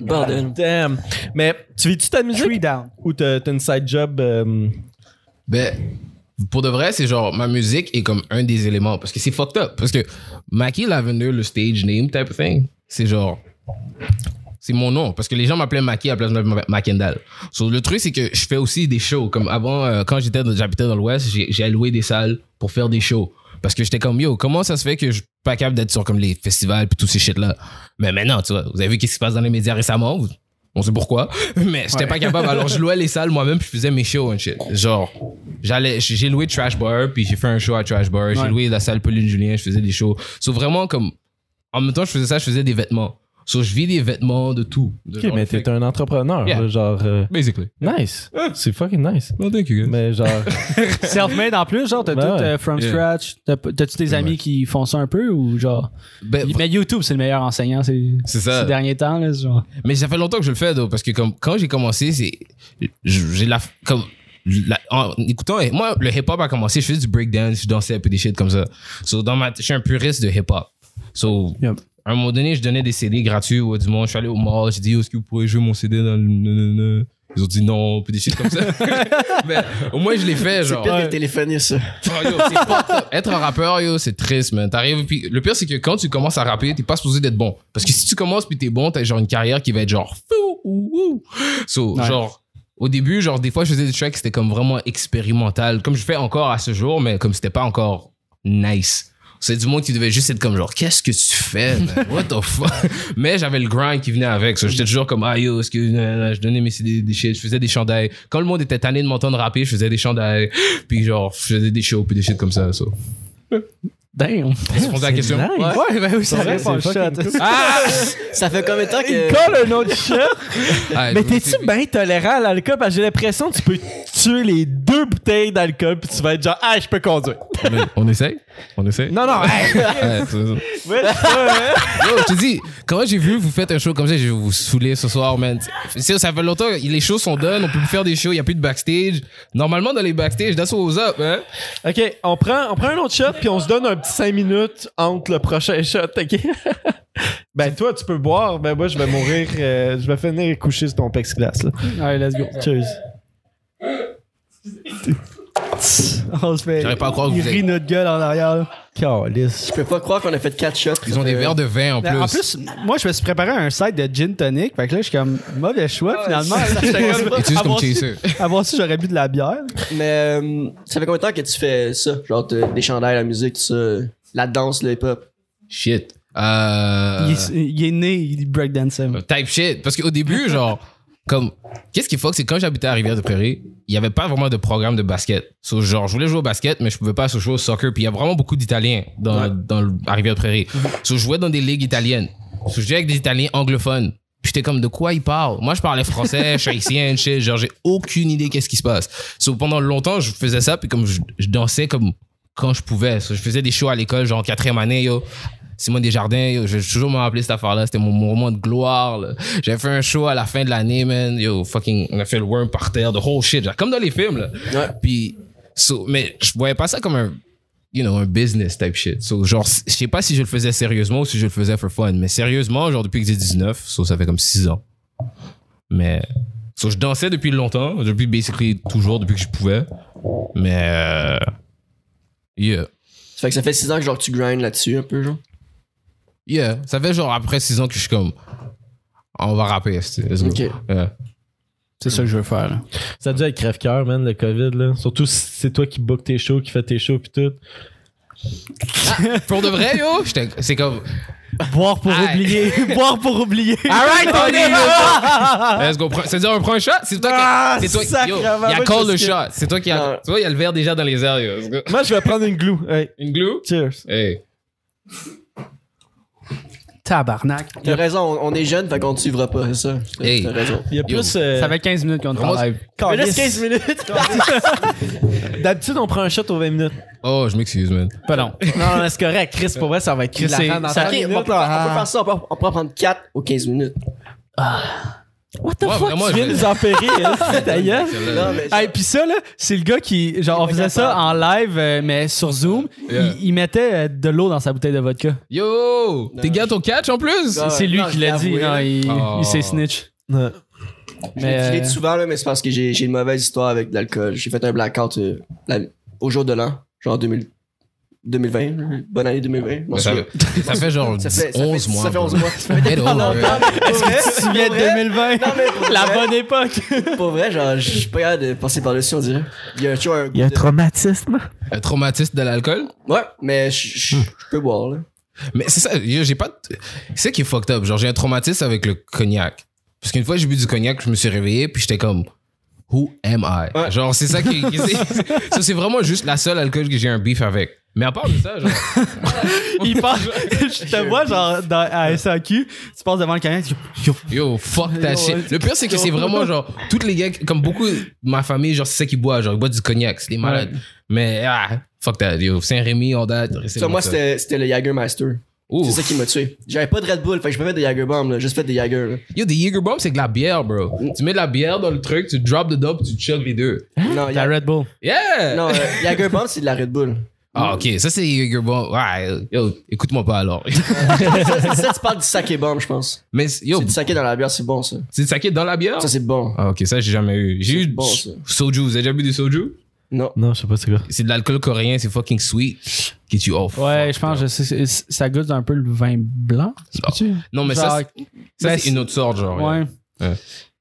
Speaker 3: Bordel.
Speaker 4: Damn. Mais tu vis-tu ta musique
Speaker 5: Three down.
Speaker 4: ou t'as t'as une side job euh,
Speaker 2: Ben, pour de vrai, c'est genre ma musique est comme un des éléments parce que c'est fucked up. Parce que Mackie Lavender, le stage name type of thing, c'est genre. C'est mon nom parce que les gens m'appelaient Mackie à la place de Ma- Mackendall. So, le truc, c'est que je fais aussi des shows. Comme avant, euh, quand j'étais dans- j'habitais dans l'Ouest, j'ai j'ai alloué des salles pour faire des shows. Parce que j'étais comme, yo, comment ça se fait que je suis pas capable d'être sur comme les festivals puis tous ces shit-là? Mais maintenant, tu vois, vous avez vu qu'est-ce qui se passe dans les médias récemment? Vous- On sait pourquoi. Mais j'étais pas capable. Alors, je louais les salles moi-même puis je faisais mes shows and shit. Genre, j'allais, j'ai j'ai loué Trash Bar puis j'ai fait un show à Trash Bar. J'ai loué la salle Pauline Julien, je faisais des shows. So, vraiment, comme, en même temps, je faisais ça, je faisais des vêtements. So, je vis des vêtements de tout. De
Speaker 1: Ok,
Speaker 2: genre,
Speaker 1: mais
Speaker 2: fait-
Speaker 1: t'es un entrepreneur,
Speaker 2: Yeah.
Speaker 1: là, genre. euh,
Speaker 2: Basically.
Speaker 1: nice.
Speaker 4: Ah.
Speaker 1: C'est fucking nice.
Speaker 2: Well, thank you, guys.
Speaker 1: Mais genre.
Speaker 5: Self-made en plus, genre, t'as
Speaker 1: Ben ouais.
Speaker 5: tout euh, from
Speaker 2: Yeah.
Speaker 5: scratch. T'as- T'as-tu des amis qui font ça un peu ou genre.
Speaker 2: Ben,
Speaker 5: Mais YouTube, c'est le meilleur enseignant ces,
Speaker 2: C'est ça.
Speaker 5: ces derniers temps, là. ce Genre.
Speaker 2: Mais ça fait longtemps que je le fais, though, parce que comme, quand j'ai commencé, c'est. J'ai la. Comme, la- en écoutant, eh, moi, le hip-hop a commencé, je faisais du breakdance, je dansais un peu des shit comme ça. So, dans ma, je suis un puriste de hip-hop. So,
Speaker 5: Yep.
Speaker 2: à un moment donné, je donnais des CD gratuits au du monde. Je suis allé au mall, j'ai dit, est-ce que vous pourrez jouer mon CD dans le. nanana? Ils ont dit non, puis des shit comme ça. Mais au moins, je l'ai fait,
Speaker 3: C'est
Speaker 2: genre.
Speaker 3: pire que le téléphoniste, ça.
Speaker 2: Oh, yo, c'est fucked up. être un rappeur, yo, c'est triste, man. T'arrives, puis le pire, c'est que quand tu commences à rapper, t'es pas supposé d'être bon. Parce que si tu commences puis t'es bon, t'as genre une carrière qui va être genre fou, ou, ou. So,
Speaker 5: Ouais.
Speaker 2: genre, au début, genre, des fois, je faisais des tracks, c'était comme vraiment expérimental, comme je fais encore à ce jour, mais comme c'était pas encore nice. C'est du monde qui devait juste être comme genre, qu'est-ce que tu fais, man? What the fuck? Mais j'avais le grind qui venait avec. So, J'étais toujours comme, ah yo, est-ce que euh, je donnais mes CD, des shit, je faisais des chandails. Quand le monde était tanné de m'entendre rapper, je faisais des chandails. Puis genre, je faisais des shows, puis des shit comme ça. So.
Speaker 5: Damn.
Speaker 2: Est-ce qu'on a la question?
Speaker 1: nice.
Speaker 5: Ouais, ben oui, ça
Speaker 1: vrai,
Speaker 5: répond
Speaker 1: c'est
Speaker 5: au shot.
Speaker 1: fucking
Speaker 4: Ah!
Speaker 3: Ça fait combien de temps que.
Speaker 4: Colle un autre chat.
Speaker 2: Ah,
Speaker 4: Mais
Speaker 2: je-
Speaker 4: t'es-tu bien tolérant à l'alcool? Parce que j'ai l'impression que tu peux tuer les deux bouteilles d'alcool puis tu vas être genre, ah, je peux conduire.
Speaker 2: On essaye? On essaye?
Speaker 4: Non, non, hey,
Speaker 2: Ouais, c'est ça.
Speaker 4: ouais, c'est ça, hein?
Speaker 2: Yo, je te dis, quand j'ai vu vous faites un show comme ça, je vais vous saouler ce soir, man. C'est- Ça fait longtemps, les shows sont done, on peut plus faire des shows, il n'y a plus de backstage. Normalement, dans les backstage, that's what's up, hein?
Speaker 4: Ok, on prend, on prend un autre shot puis on se donne un petit 5 minutes entre le prochain shot, ok? ben, toi, tu peux boire, ben, moi, je vais mourir, euh, je vais finir coucher sur ton plexiglas, là.
Speaker 5: Allez, let's go.
Speaker 4: Cheers.
Speaker 5: On se fait.
Speaker 2: J'aurais pas à croire que
Speaker 5: il
Speaker 2: vous
Speaker 5: rit
Speaker 2: êtes-
Speaker 5: notre gueule en arrière, là.
Speaker 4: Calice.
Speaker 3: Je peux pas croire qu'on a fait 4 shots. Euh,
Speaker 2: Ils ont des verres de vin en plus.
Speaker 5: Ben, En plus, moi, je me suis préparé un site de gin tonic. Fait que là, je suis comme, mauvais choix,
Speaker 6: Ah,
Speaker 5: finalement.
Speaker 2: Et tu es juste comme
Speaker 5: avoir, su,
Speaker 2: chaser.
Speaker 5: avoir su, j'aurais bu de la bière.
Speaker 3: Mais euh, ça fait combien de temps que tu fais ça? Genre t'as des chandails, la musique, tout ça. La danse, le hip-hop.
Speaker 2: Shit. Euh...
Speaker 5: Il, est, il est né, il breakdancing.
Speaker 2: type shit. Parce qu'au début, genre, comme, qu'est-ce qu'il faut que c'est quand j'habitais à Rivière-de-Prairie, il n'y avait pas vraiment de programme de basket. So, genre, je voulais jouer au basket, mais je pouvais pas so, jouer au soccer. Puis il y a vraiment beaucoup d'Italiens dans, dans le- à Rivière-de-Prairie. So, je jouais dans des ligues italiennes. So, je jouais avec des Italiens anglophones. Puis J'étais comme de quoi ils parlent. Moi, je parlais français, je suis haïtien, shit. Genre, j'ai aucune idée qu'est-ce qui se passe. So, pendant longtemps, je faisais ça, puis comme je, je dansais comme quand je pouvais. So, je faisais des shows à l'école, genre en quatrième année, yo. Simon Desjardins, yo, je vais toujours me rappeler cette affaire-là. C'était mon mon moment de gloire. là. J'avais fait un show à la fin de l'année, man. Yo, fucking, on a fait le worm par terre, the whole shit. genre, comme dans les films, là.
Speaker 3: Ouais.
Speaker 2: Puis, so, mais je voyais pas ça comme un you know, un business type shit. So, genre, je sais pas si je le faisais sérieusement ou si je le faisais for fun, mais sérieusement, genre, depuis que j'ai 19, so, ça fait comme 6 ans. Mais, so, je dansais depuis longtemps, depuis basically toujours, depuis que je pouvais. Mais, euh, yeah.
Speaker 3: Ça fait que ça fait 6 ans que genre tu grindes là-dessus un peu, genre.
Speaker 2: Yeah. Ça fait genre après 6 ans que je suis comme, on va rapper, c'est- let's go.
Speaker 3: Ok.
Speaker 2: Yeah.
Speaker 6: C'est ça que je veux faire. là.
Speaker 1: Ça a dû être crève-cœur, man, le COVID, là. Surtout si c'est toi qui book tes shows, qui fais tes shows, pis tout.
Speaker 2: Pour de vrai, yo, j'étais- c'est comme,
Speaker 5: Boire pour
Speaker 2: Aïe.
Speaker 5: oublier. Boire pour oublier. Ah!
Speaker 2: Alright, Tony! Let's go. prends- C'est-à-dire, on prend un shot? C'est toi qui. c'est toi qui. Yo, il a
Speaker 4: sacrément,
Speaker 2: call le
Speaker 4: je sais.
Speaker 2: shot. C'est toi qui. A,
Speaker 3: Non.
Speaker 2: tu vois, il y a le verre déjà dans les airs. yo. Let's go.
Speaker 4: Moi, je vais prendre une glue. Hey,
Speaker 2: Une glue?
Speaker 4: cheers.
Speaker 2: Hey.
Speaker 6: Tabarnak.
Speaker 3: T'as raison, on, on est jeune, fait qu'on te suivra pas, c'est ça. T'as-
Speaker 2: Hey.
Speaker 3: T'as raison.
Speaker 4: Il y a
Speaker 2: Yo.
Speaker 4: plus. euh,
Speaker 6: Ça fait 15 minutes qu'on est en
Speaker 2: Comment-
Speaker 6: live.
Speaker 4: calice.
Speaker 3: Mais là, c'est 15 minutes.
Speaker 4: D'habitude, on prend un shot aux 20 minutes.
Speaker 2: Oh, je m'excuse, man.
Speaker 6: Pas long.
Speaker 4: Non, mais Ah, c'est correct. Chris, pour vrai, ça va être Chris.
Speaker 6: C'est- ça-
Speaker 3: Ok, on, peut, on peut faire ça, on peut, on peut en prendre 4 ou 15 minutes.
Speaker 5: What the
Speaker 2: Ouais,
Speaker 5: fuck?
Speaker 2: vraiment,
Speaker 5: tu viens
Speaker 2: je-
Speaker 5: de nous empêcher, hein, ta gueule?
Speaker 3: Non, mais
Speaker 5: Hey, puis ça, là, c'est le gars qui. Genre, on faisait ça en live, euh, mais sur Zoom.
Speaker 2: Yeah.
Speaker 5: Il, il mettait euh, de l'eau dans sa bouteille de vodka.
Speaker 2: Yo! T'es gars ton catch en plus?
Speaker 3: Ah,
Speaker 6: C'est lui
Speaker 3: non,
Speaker 6: qui
Speaker 3: je
Speaker 6: l'a dit.
Speaker 3: l'avoue,
Speaker 6: non,
Speaker 3: là.
Speaker 6: il
Speaker 2: Oh.
Speaker 6: il s'est snitch.
Speaker 4: Ouais.
Speaker 6: Mais,
Speaker 3: Je l'ai
Speaker 6: euh,
Speaker 3: dit souvent, là, mais c'est parce que j'ai j'ai une mauvaise histoire avec de l'alcool. J'ai fait un blackout euh, la- au jour de l'an, genre 2000 2020. Bonne année 2020. je m'en
Speaker 2: Ça,
Speaker 3: souviens.
Speaker 2: ça fait genre
Speaker 3: Ça fait- ça fait-
Speaker 2: 11 mois.
Speaker 3: Ça fait
Speaker 2: bro.
Speaker 3: 11 mois.
Speaker 2: Get over it.
Speaker 3: Est-ce que
Speaker 5: Tu viens de 2020.
Speaker 3: Non, mais pour
Speaker 5: La
Speaker 3: vrai-
Speaker 5: bonne époque.
Speaker 3: Pour vrai, genre, je suis pas capable de passer par-dessus, on dirait. Il y a toujours un. de-
Speaker 4: traumatisme.
Speaker 2: Un traumatisme euh, de l'alcool?
Speaker 3: Ouais, mais je- je je peux boire, là.
Speaker 2: Mais c'est ça, yo, j'ai pas. de- C'est ça qui est fucked up. Genre, j'ai un traumatisme avec le cognac. Parce qu'une fois, j'ai bu du cognac, je me suis réveillé, puis j'étais comme. Who am I?
Speaker 3: Ouais.
Speaker 2: Genre, c'est ça qui. qui- c'est- ça, c'est vraiment juste la seule alcool que j'ai un beef avec. Mais à part de ça, genre.
Speaker 5: Il passe. Je te vois, genre, dans- à SAQ. Tu passes devant le camion. tu-
Speaker 2: Yo, fuck ta
Speaker 5: Yo,
Speaker 2: shit. Le pire, c'est que c'est vraiment genre, toutes les gars, comme beaucoup de ma famille, genre, c'est ça qu'ils boivent. Genre, ils boivent du cognac, c'est des malades. Mais, ah, fuck that. Yo, Saint-Rémy, on date.
Speaker 3: Ça, moi, c'était c'était le Jagermeister. C'est ça qui m'a tué. J'avais pas de Red Bull, fait que je peux mettre des Jagerbomb, là. Juste fait des Jager, là.
Speaker 2: Yo, des Jaeger Bombs, c'est de la bière, bro. Tu mets de la bière dans le truc, tu drop the dope, tu chug les deux.
Speaker 3: Non,
Speaker 6: La
Speaker 3: Ya-
Speaker 6: Red Bull.
Speaker 2: Yeah!
Speaker 3: non, euh, Jagerbomb, c'est de la Red Bull.
Speaker 2: Ah, ok, ça, c'est Jaeger Bomb. Ouais, yo, écoute-moi pas alors.
Speaker 3: ça, ça, tu parles du saké bomb, je pense.
Speaker 2: Mais, yo,
Speaker 3: C'est du saké dans la bière, c'est bon, ça.
Speaker 2: c'est du saké dans la bière?
Speaker 3: Ça, c'est bon.
Speaker 2: Ah, ok, ça, j'ai jamais eu. J'ai eu
Speaker 3: bon,
Speaker 2: du
Speaker 3: ça.
Speaker 2: soju. Vous avez déjà bu du soju?
Speaker 3: Non.
Speaker 1: Non, je sais pas c'est quoi.
Speaker 2: C'est de l'alcool coréen, c'est fucking sweet. Qui tu off.
Speaker 6: Ouais, je pense, je sais, c'est- c'est- ça goûte un peu le vin blanc. c'est-tu?
Speaker 2: Non, mais
Speaker 6: Genre-
Speaker 2: ça, c'est- ça,
Speaker 6: ben,
Speaker 2: c'est une autre sorte, genre.
Speaker 6: Ouais.
Speaker 2: Ouais.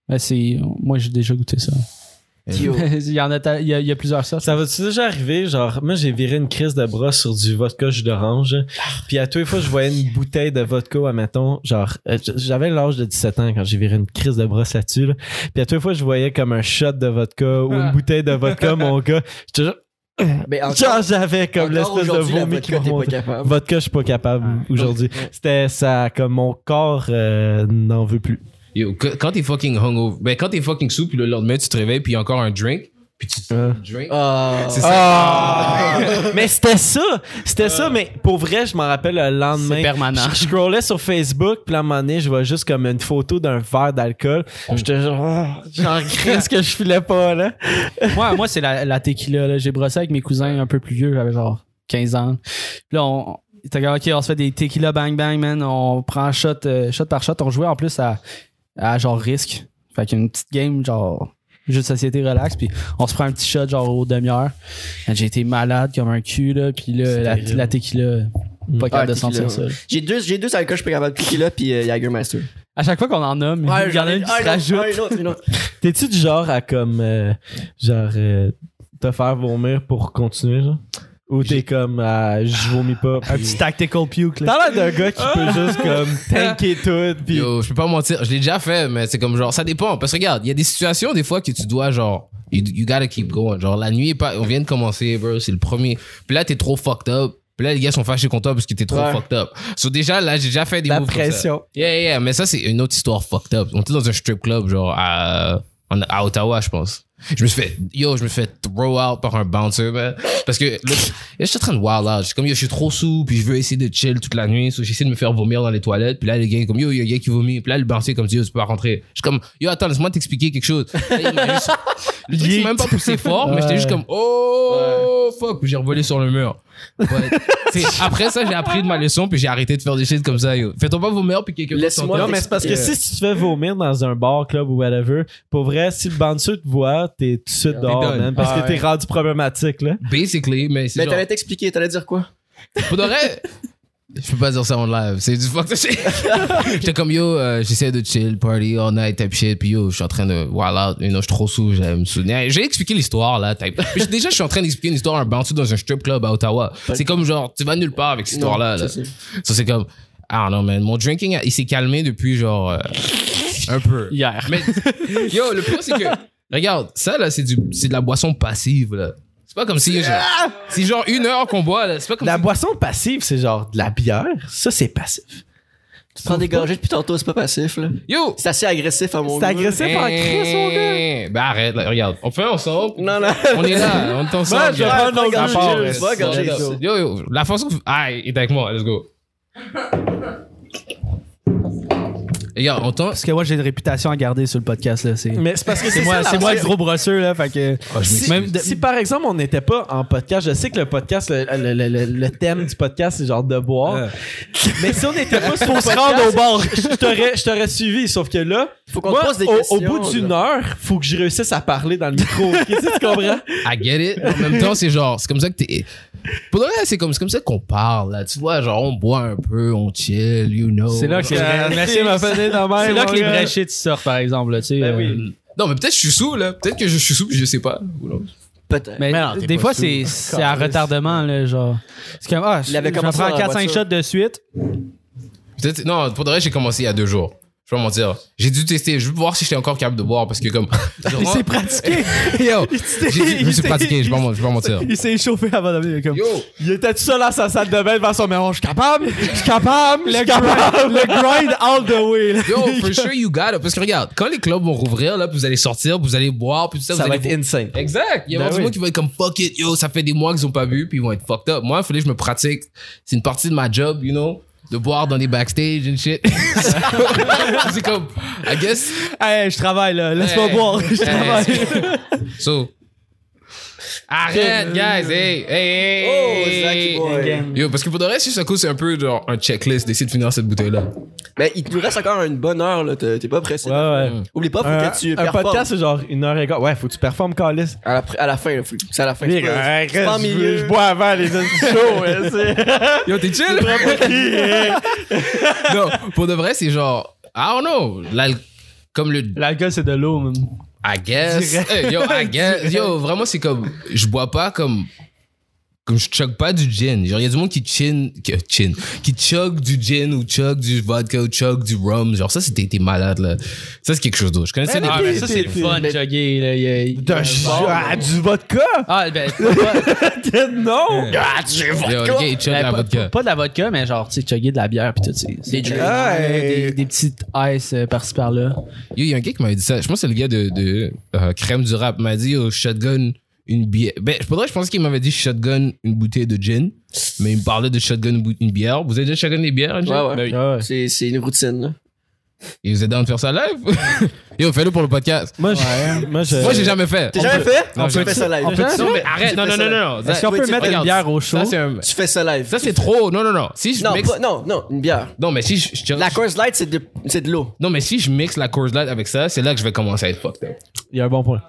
Speaker 6: Ben, c'est, moi, j'ai déjà goûté ça.
Speaker 2: Oh.
Speaker 3: Yo.
Speaker 6: il, y en a, ta- il y a, il y a plusieurs sortes.
Speaker 1: Ça va-tu déjà arriver? Genre, moi, j'ai viré une crise de bras sur du vodka jus d'orange. Puis à tous les fois, je voyais une bouteille de vodka, admettons. Genre, euh, j- j'avais l'âge de 17 ans quand j'ai viré une crise de bras là-dessus. là. Puis à tous les fois, je voyais comme un shot de vodka ou une bouteille de vodka, mon gars. J'étais genre,
Speaker 3: Mais
Speaker 1: genre, j'avais comme
Speaker 3: encore
Speaker 1: l'espèce de
Speaker 3: aujourd'hui, la
Speaker 1: vomi qui me
Speaker 3: vodka, t'es pas
Speaker 1: remontait.
Speaker 3: capable.
Speaker 1: Vodka, je suis pas capable aujourd'hui. C'était ça, comme mon corps euh, n'en veut plus.
Speaker 2: Yo, que- quand t'es fucking hungover, ben quand t'es fucking sous, puis le lendemain tu te réveilles, puis encore un drink, puis tu drink.
Speaker 3: Ah.
Speaker 2: C'est ça.
Speaker 1: mais c'était ça. C'était ça, mais pour vrai, je m'en rappelle le lendemain.
Speaker 6: C'est permanent.
Speaker 1: Je, je scrollais sur Facebook, puis à un moment donné, je vois juste comme une photo d'un verre d'alcool. J'étais genre, Ah, j'en ce que je filais pas, là.
Speaker 6: moi, moi c'est la, la tequila. là. J'ai brossé avec mes cousins un peu plus vieux, j'avais genre 15 ans. Puis là, on. T'as comme, OK, on se fait des tequila bang bang, man. On prend shot, euh, shot par shot. On jouait en plus à, à genre risque. Fait qu'une petite game, genre, jeu de société relax. Puis on se prend un petit shot, genre, aux demi-heures. J'ai été malade comme un cul, là. Puis là, la, la tequila, pas capable de
Speaker 3: Ah, tequila,
Speaker 6: sentir ça.
Speaker 3: ouais.
Speaker 6: là.
Speaker 3: J'ai deux, j'ai deux alcools, je suis pas capable. Tequila puis euh, Jagermeister.
Speaker 6: À chaque fois qu'on en nomme, il y en a une qui
Speaker 3: Ah,
Speaker 6: se
Speaker 3: une autre,
Speaker 6: rajoute.
Speaker 3: ah, une autre, une autre.
Speaker 1: T'es-tu du genre à comme, euh, genre, euh, te faire vomir pour continuer, genre? Ou t'es comme, ah, je vomis pas.
Speaker 5: Un
Speaker 1: puis-
Speaker 5: petit tactical puke, là.
Speaker 1: T'as l'air d'un gars qui peut juste comme tanker tout, puis
Speaker 2: Yo, je peux pas mentir, je l'ai déjà fait, mais c'est comme genre ça dépend. Parce que regarde, il y a des situations des fois que tu dois genre, you, you gotta keep going. Genre la nuit est pas, on vient de commencer, bro, c'est le premier. Puis là t'es trop fucked up. Puis là les gars sont fâchés contre toi parce que t'es trop
Speaker 3: Ouais.
Speaker 2: fucked up. So déjà là j'ai déjà fait des
Speaker 1: la
Speaker 2: moves comme ça.
Speaker 1: pression.
Speaker 2: Yeah, yeah, mais ça, c'est une autre histoire fucked up. On était dans un strip club, genre, à, en- à Ottawa, je pense. Je me suis fait, yo, je me suis fait throw out par un bouncer, man. Parce que, là, je suis en train de wild out. Je suis comme, yo, je suis trop sous, puis je veux essayer de chill toute la nuit. So, j'essaie de me faire vomir dans les toilettes. Puis là, les gars, ils sont comme, yo, il y a un gars qui vomit. Puis là, le bouncer, est comme, yo, tu peux pas rentrer. Je suis comme, yo, attends, laisse-moi t'expliquer quelque chose. Là, il m'a juste- Le truc, c'est même pas poussé fort, mais j'étais juste comme, oh, fuck, puis j'ai revolé sur le mur. Ouais. T'sais, après ça, j'ai appris de ma leçon, puis j'ai arrêté de faire des shit comme ça. yo. Faites-en pas vos murs, puis quelqu'un d'autre
Speaker 3: Laisse-moi
Speaker 2: s'en
Speaker 1: Non,
Speaker 2: tape.
Speaker 1: mais c'est parce que si tu te fais vomir dans un bar, club ou whatever, pour vrai, si le bandit te voit, t'es tout de suite dehors,
Speaker 2: done.
Speaker 1: man, parce
Speaker 4: Ah
Speaker 1: que t'es rendu problématique, là.
Speaker 2: Basically, mais c'est
Speaker 3: Mais
Speaker 2: genre,
Speaker 3: t'allais t'expliquer, t'allais dire quoi?
Speaker 2: pour de vrai, je peux pas dire ça en live. C'est du fuck shit. J'étais comme, yo, euh, j'essaie de chill, party all night, type shit, puis yo, je suis en train de, voilà, you know, je suis trop sous, j'aime me souvenir. J'ai expliqué l'histoire, là, type. Puis déjà, je suis en train d'expliquer une histoire à un bandit dans un strip club à Ottawa. C'est comme genre, tu vas nulle part avec cette histoire-là, là.
Speaker 3: Ça, c'est-
Speaker 2: Ça, c'est comme. Ah non, man. Mon drinking, il s'est calmé depuis genre. euh, un peu.
Speaker 6: Hier.
Speaker 2: Mais. Yo, le pire, c'est que. Regarde, ça, là, c'est, du, c'est de la boisson passive, là. C'est pas comme si. genre- c'est genre une heure qu'on boit, là. C'est pas comme
Speaker 1: La
Speaker 2: si-
Speaker 1: boisson passive, c'est genre de la bière. Ça, c'est passif.
Speaker 3: Tu prends des gorgées depuis tantôt, c'est pas passif, là.
Speaker 2: Yo!
Speaker 3: C'est assez agressif à mon
Speaker 1: C'est
Speaker 3: goût.
Speaker 1: agressif en crise, mon gars.
Speaker 2: Eh, Ben arrête, là, regarde. On fait ensemble.
Speaker 3: Non, non.
Speaker 2: On est là, on est ensemble.
Speaker 1: Ben, je vais
Speaker 2: gars.
Speaker 5: Ah
Speaker 1: prendre l'autre
Speaker 3: Ouais, regarde,
Speaker 1: part,
Speaker 3: je-
Speaker 1: là.
Speaker 3: je vois, regarde, j'ai-
Speaker 2: Yo, yo, la façon que. Ah, il est avec moi, let's go. Regarde, on tente.
Speaker 6: Parce que moi, j'ai une réputation à garder sur le podcast. là. C'est
Speaker 1: Mais c'est parce que c'est
Speaker 6: moi,
Speaker 1: ça,
Speaker 6: c'est
Speaker 1: la-
Speaker 6: moi le gros brosseur. Là, fait que...
Speaker 1: Si,
Speaker 6: Même de-
Speaker 1: si, par exemple on n'était pas en podcast, je sais que le podcast, le, le- le- le- le thème du podcast c'est genre de boire. Mais si on n'était pas sur le podcast, je je t'aurais, je t'aurais suivi. Sauf que là,
Speaker 3: Faut qu'on
Speaker 1: moi,
Speaker 3: te pose des
Speaker 1: au,
Speaker 3: questions.
Speaker 1: au bout d'une
Speaker 3: là.
Speaker 1: heure, faut que je réussisse à parler dans le micro. Qu'est-ce que tu comprends?
Speaker 2: I get it. En même temps, c'est genre, c'est comme ça que t'es. Pour le reste, c'est comme, c'est comme ça qu'on parle, là. Tu vois, genre, on boit un peu, on chill, you know.
Speaker 6: C'est là que,
Speaker 1: Merci, ma fenêtre dans ma
Speaker 6: c'est là que les vrais
Speaker 1: brèches
Speaker 6: shit sortent, par exemple. là, tu sais,
Speaker 1: Ben
Speaker 6: euh,
Speaker 1: oui.
Speaker 2: Non, mais peut-être que je suis sous, là. Peut-être que je suis sous, puis je sais pas. Who knows?
Speaker 3: Peut-être.
Speaker 6: Mais
Speaker 2: Mais non, t'es
Speaker 6: des
Speaker 2: pas
Speaker 6: fois,
Speaker 2: sous.
Speaker 6: c'est c'est à retardement, là, genre. C'est comme, ah,
Speaker 3: Il avait
Speaker 6: j'en
Speaker 3: commencé
Speaker 6: prends
Speaker 3: dans la
Speaker 6: 4-5
Speaker 3: voiture.
Speaker 6: shots de suite.
Speaker 2: Peut-être, non, pour le reste, j'ai commencé il y a deux jours. Je vais pas mentir. J'ai dû tester. Je veux voir si j'étais encore capable de boire parce que comme.
Speaker 6: Il s'est pratiqué.
Speaker 2: Yo, j'ai dû- je me suis pratiqué. Je vais pas men- je vais pas mentir.
Speaker 6: Il s'est échauffé avant d'amener. Comme...
Speaker 2: Yo,
Speaker 1: Il était tout seul dans sa salle de bain devant son mélange. Je suis capable! Je suis capable! Je suis capable!
Speaker 6: Le grind all the way. là.
Speaker 2: yo, for sure you got it. Parce que regarde, quand les clubs vont rouvrir, là, puis vous allez sortir, puis vous allez boire, puis tout ça,
Speaker 1: Ça
Speaker 2: vous
Speaker 1: va
Speaker 2: allez
Speaker 1: être insane.
Speaker 2: Exact. Il y a
Speaker 1: Ben
Speaker 2: beaucoup de
Speaker 1: oui.
Speaker 2: gens qui vont être comme fuck it, yo, ça fait des mois qu'ils ont pas bu, puis ils vont être fucked up. Moi, il fallait que je me pratique. C'est une partie de ma job, you know, de boire dans des backstage and shit. c'est comme, I guess.
Speaker 6: Hey, je travaille, là. Laisse-moi
Speaker 2: Hey.
Speaker 6: boire. Je
Speaker 2: Hey.
Speaker 6: travaille. Euh,
Speaker 2: So. Arrête, guys, hey, hey,
Speaker 3: Oh,
Speaker 2: hey.
Speaker 3: Zach boy.
Speaker 2: Yo, parce que pour de reste, juste à cause, c'est un peu genre un checklist d'essayer de finir cette bouteille-là.
Speaker 3: Mais il te nous reste encore une bonne heure, là. T'es t'es pas pressé.
Speaker 1: Ouais, ouais.
Speaker 3: Oublie pas, faut
Speaker 1: Un,
Speaker 3: que tu
Speaker 1: un
Speaker 3: performes.
Speaker 1: podcast, c'est genre une heure et quart. Ouais, faut que tu performes, Calis.
Speaker 3: À la, pr- à la fin, là, faut- c'est à la fin. c'est pas-
Speaker 1: Arrête,
Speaker 3: c'est pas en
Speaker 1: je veux-
Speaker 3: milieu.
Speaker 1: je bois avant les autres shows. hein, c'est-
Speaker 2: Yo, t'es chill? non, pour de vrai, c'est genre, I don't know, l'al- comme le
Speaker 6: L'alcool, c'est de l'eau, même.
Speaker 2: I guess. Eh, yo, I guess. Yo, vraiment, c'est comme. Je bois pas comme. Comme je chug pas du gin. Genre, il y a du monde qui chin. Qui, euh, chin, qui chug du gin ou chug du vodka ou chug du rum. Genre, ça, c'était t'es malade, là. Ça, c'est quelque chose d'autre. Je connaissais des-
Speaker 6: Ah, mais ça,
Speaker 1: t'es-
Speaker 6: c'est le fun, jogger. Là. Il y a- il y a-
Speaker 1: De- Ah, du vodka?
Speaker 6: Ah, ben, pas, pas-
Speaker 1: non!
Speaker 2: Yo, le gars, il chug
Speaker 6: ben,
Speaker 2: la
Speaker 6: pas-
Speaker 2: vodka.
Speaker 6: pas de la vodka, mais genre, tu sais, chugger de la bière, puis tout, tu sais. c'est-
Speaker 3: drinks.
Speaker 6: Ouais,
Speaker 1: Hey.
Speaker 6: Des, des petites ice euh, par-ci par-là.
Speaker 2: Yo, il y a un gars qui m'avait dit ça. Je pense que c'est le gars de, de euh, Crème du Rap. Il m'a dit, yo, shotgun, une bière. Ben, je pourrais, je pense qu'il m'avait dit shotgun, une bouteille de gin. Mais il me parlait de shotgun, une bou- une bière. Vous avez déjà shotgun des bières? Angel?
Speaker 3: Ouais, ouais.
Speaker 2: Ben oui.
Speaker 3: C'est c'est une routine, là.
Speaker 2: Et vous êtes down de faire ça live? Yo, fais-le pour le podcast.
Speaker 1: Moi, je- moi, je.
Speaker 2: Moi, j'ai jamais fait.
Speaker 3: Euh, T'as jamais fait?
Speaker 2: Non,
Speaker 3: tu
Speaker 2: je-
Speaker 3: fais ça live.
Speaker 6: on peut-
Speaker 2: Non, mais arrête. Non, non, non, non. non.
Speaker 6: Est-ce qu'on
Speaker 2: Ça,
Speaker 6: peut
Speaker 3: tu-
Speaker 6: mettre
Speaker 2: regarde,
Speaker 6: une bière au chaud?
Speaker 2: c'est un-
Speaker 3: Tu fais ça live.
Speaker 2: Ça, c'est trop. Non, non, non. Si je
Speaker 3: Non,
Speaker 2: mixe.
Speaker 3: pas- non, non, une bière.
Speaker 2: Non, mais si je. je-
Speaker 3: La course light, c'est de, c'est de l'eau.
Speaker 2: Non, mais si je mixe la course light avec ça, c'est là que je vais commencer à être fucked up.
Speaker 1: Il y a un bon point.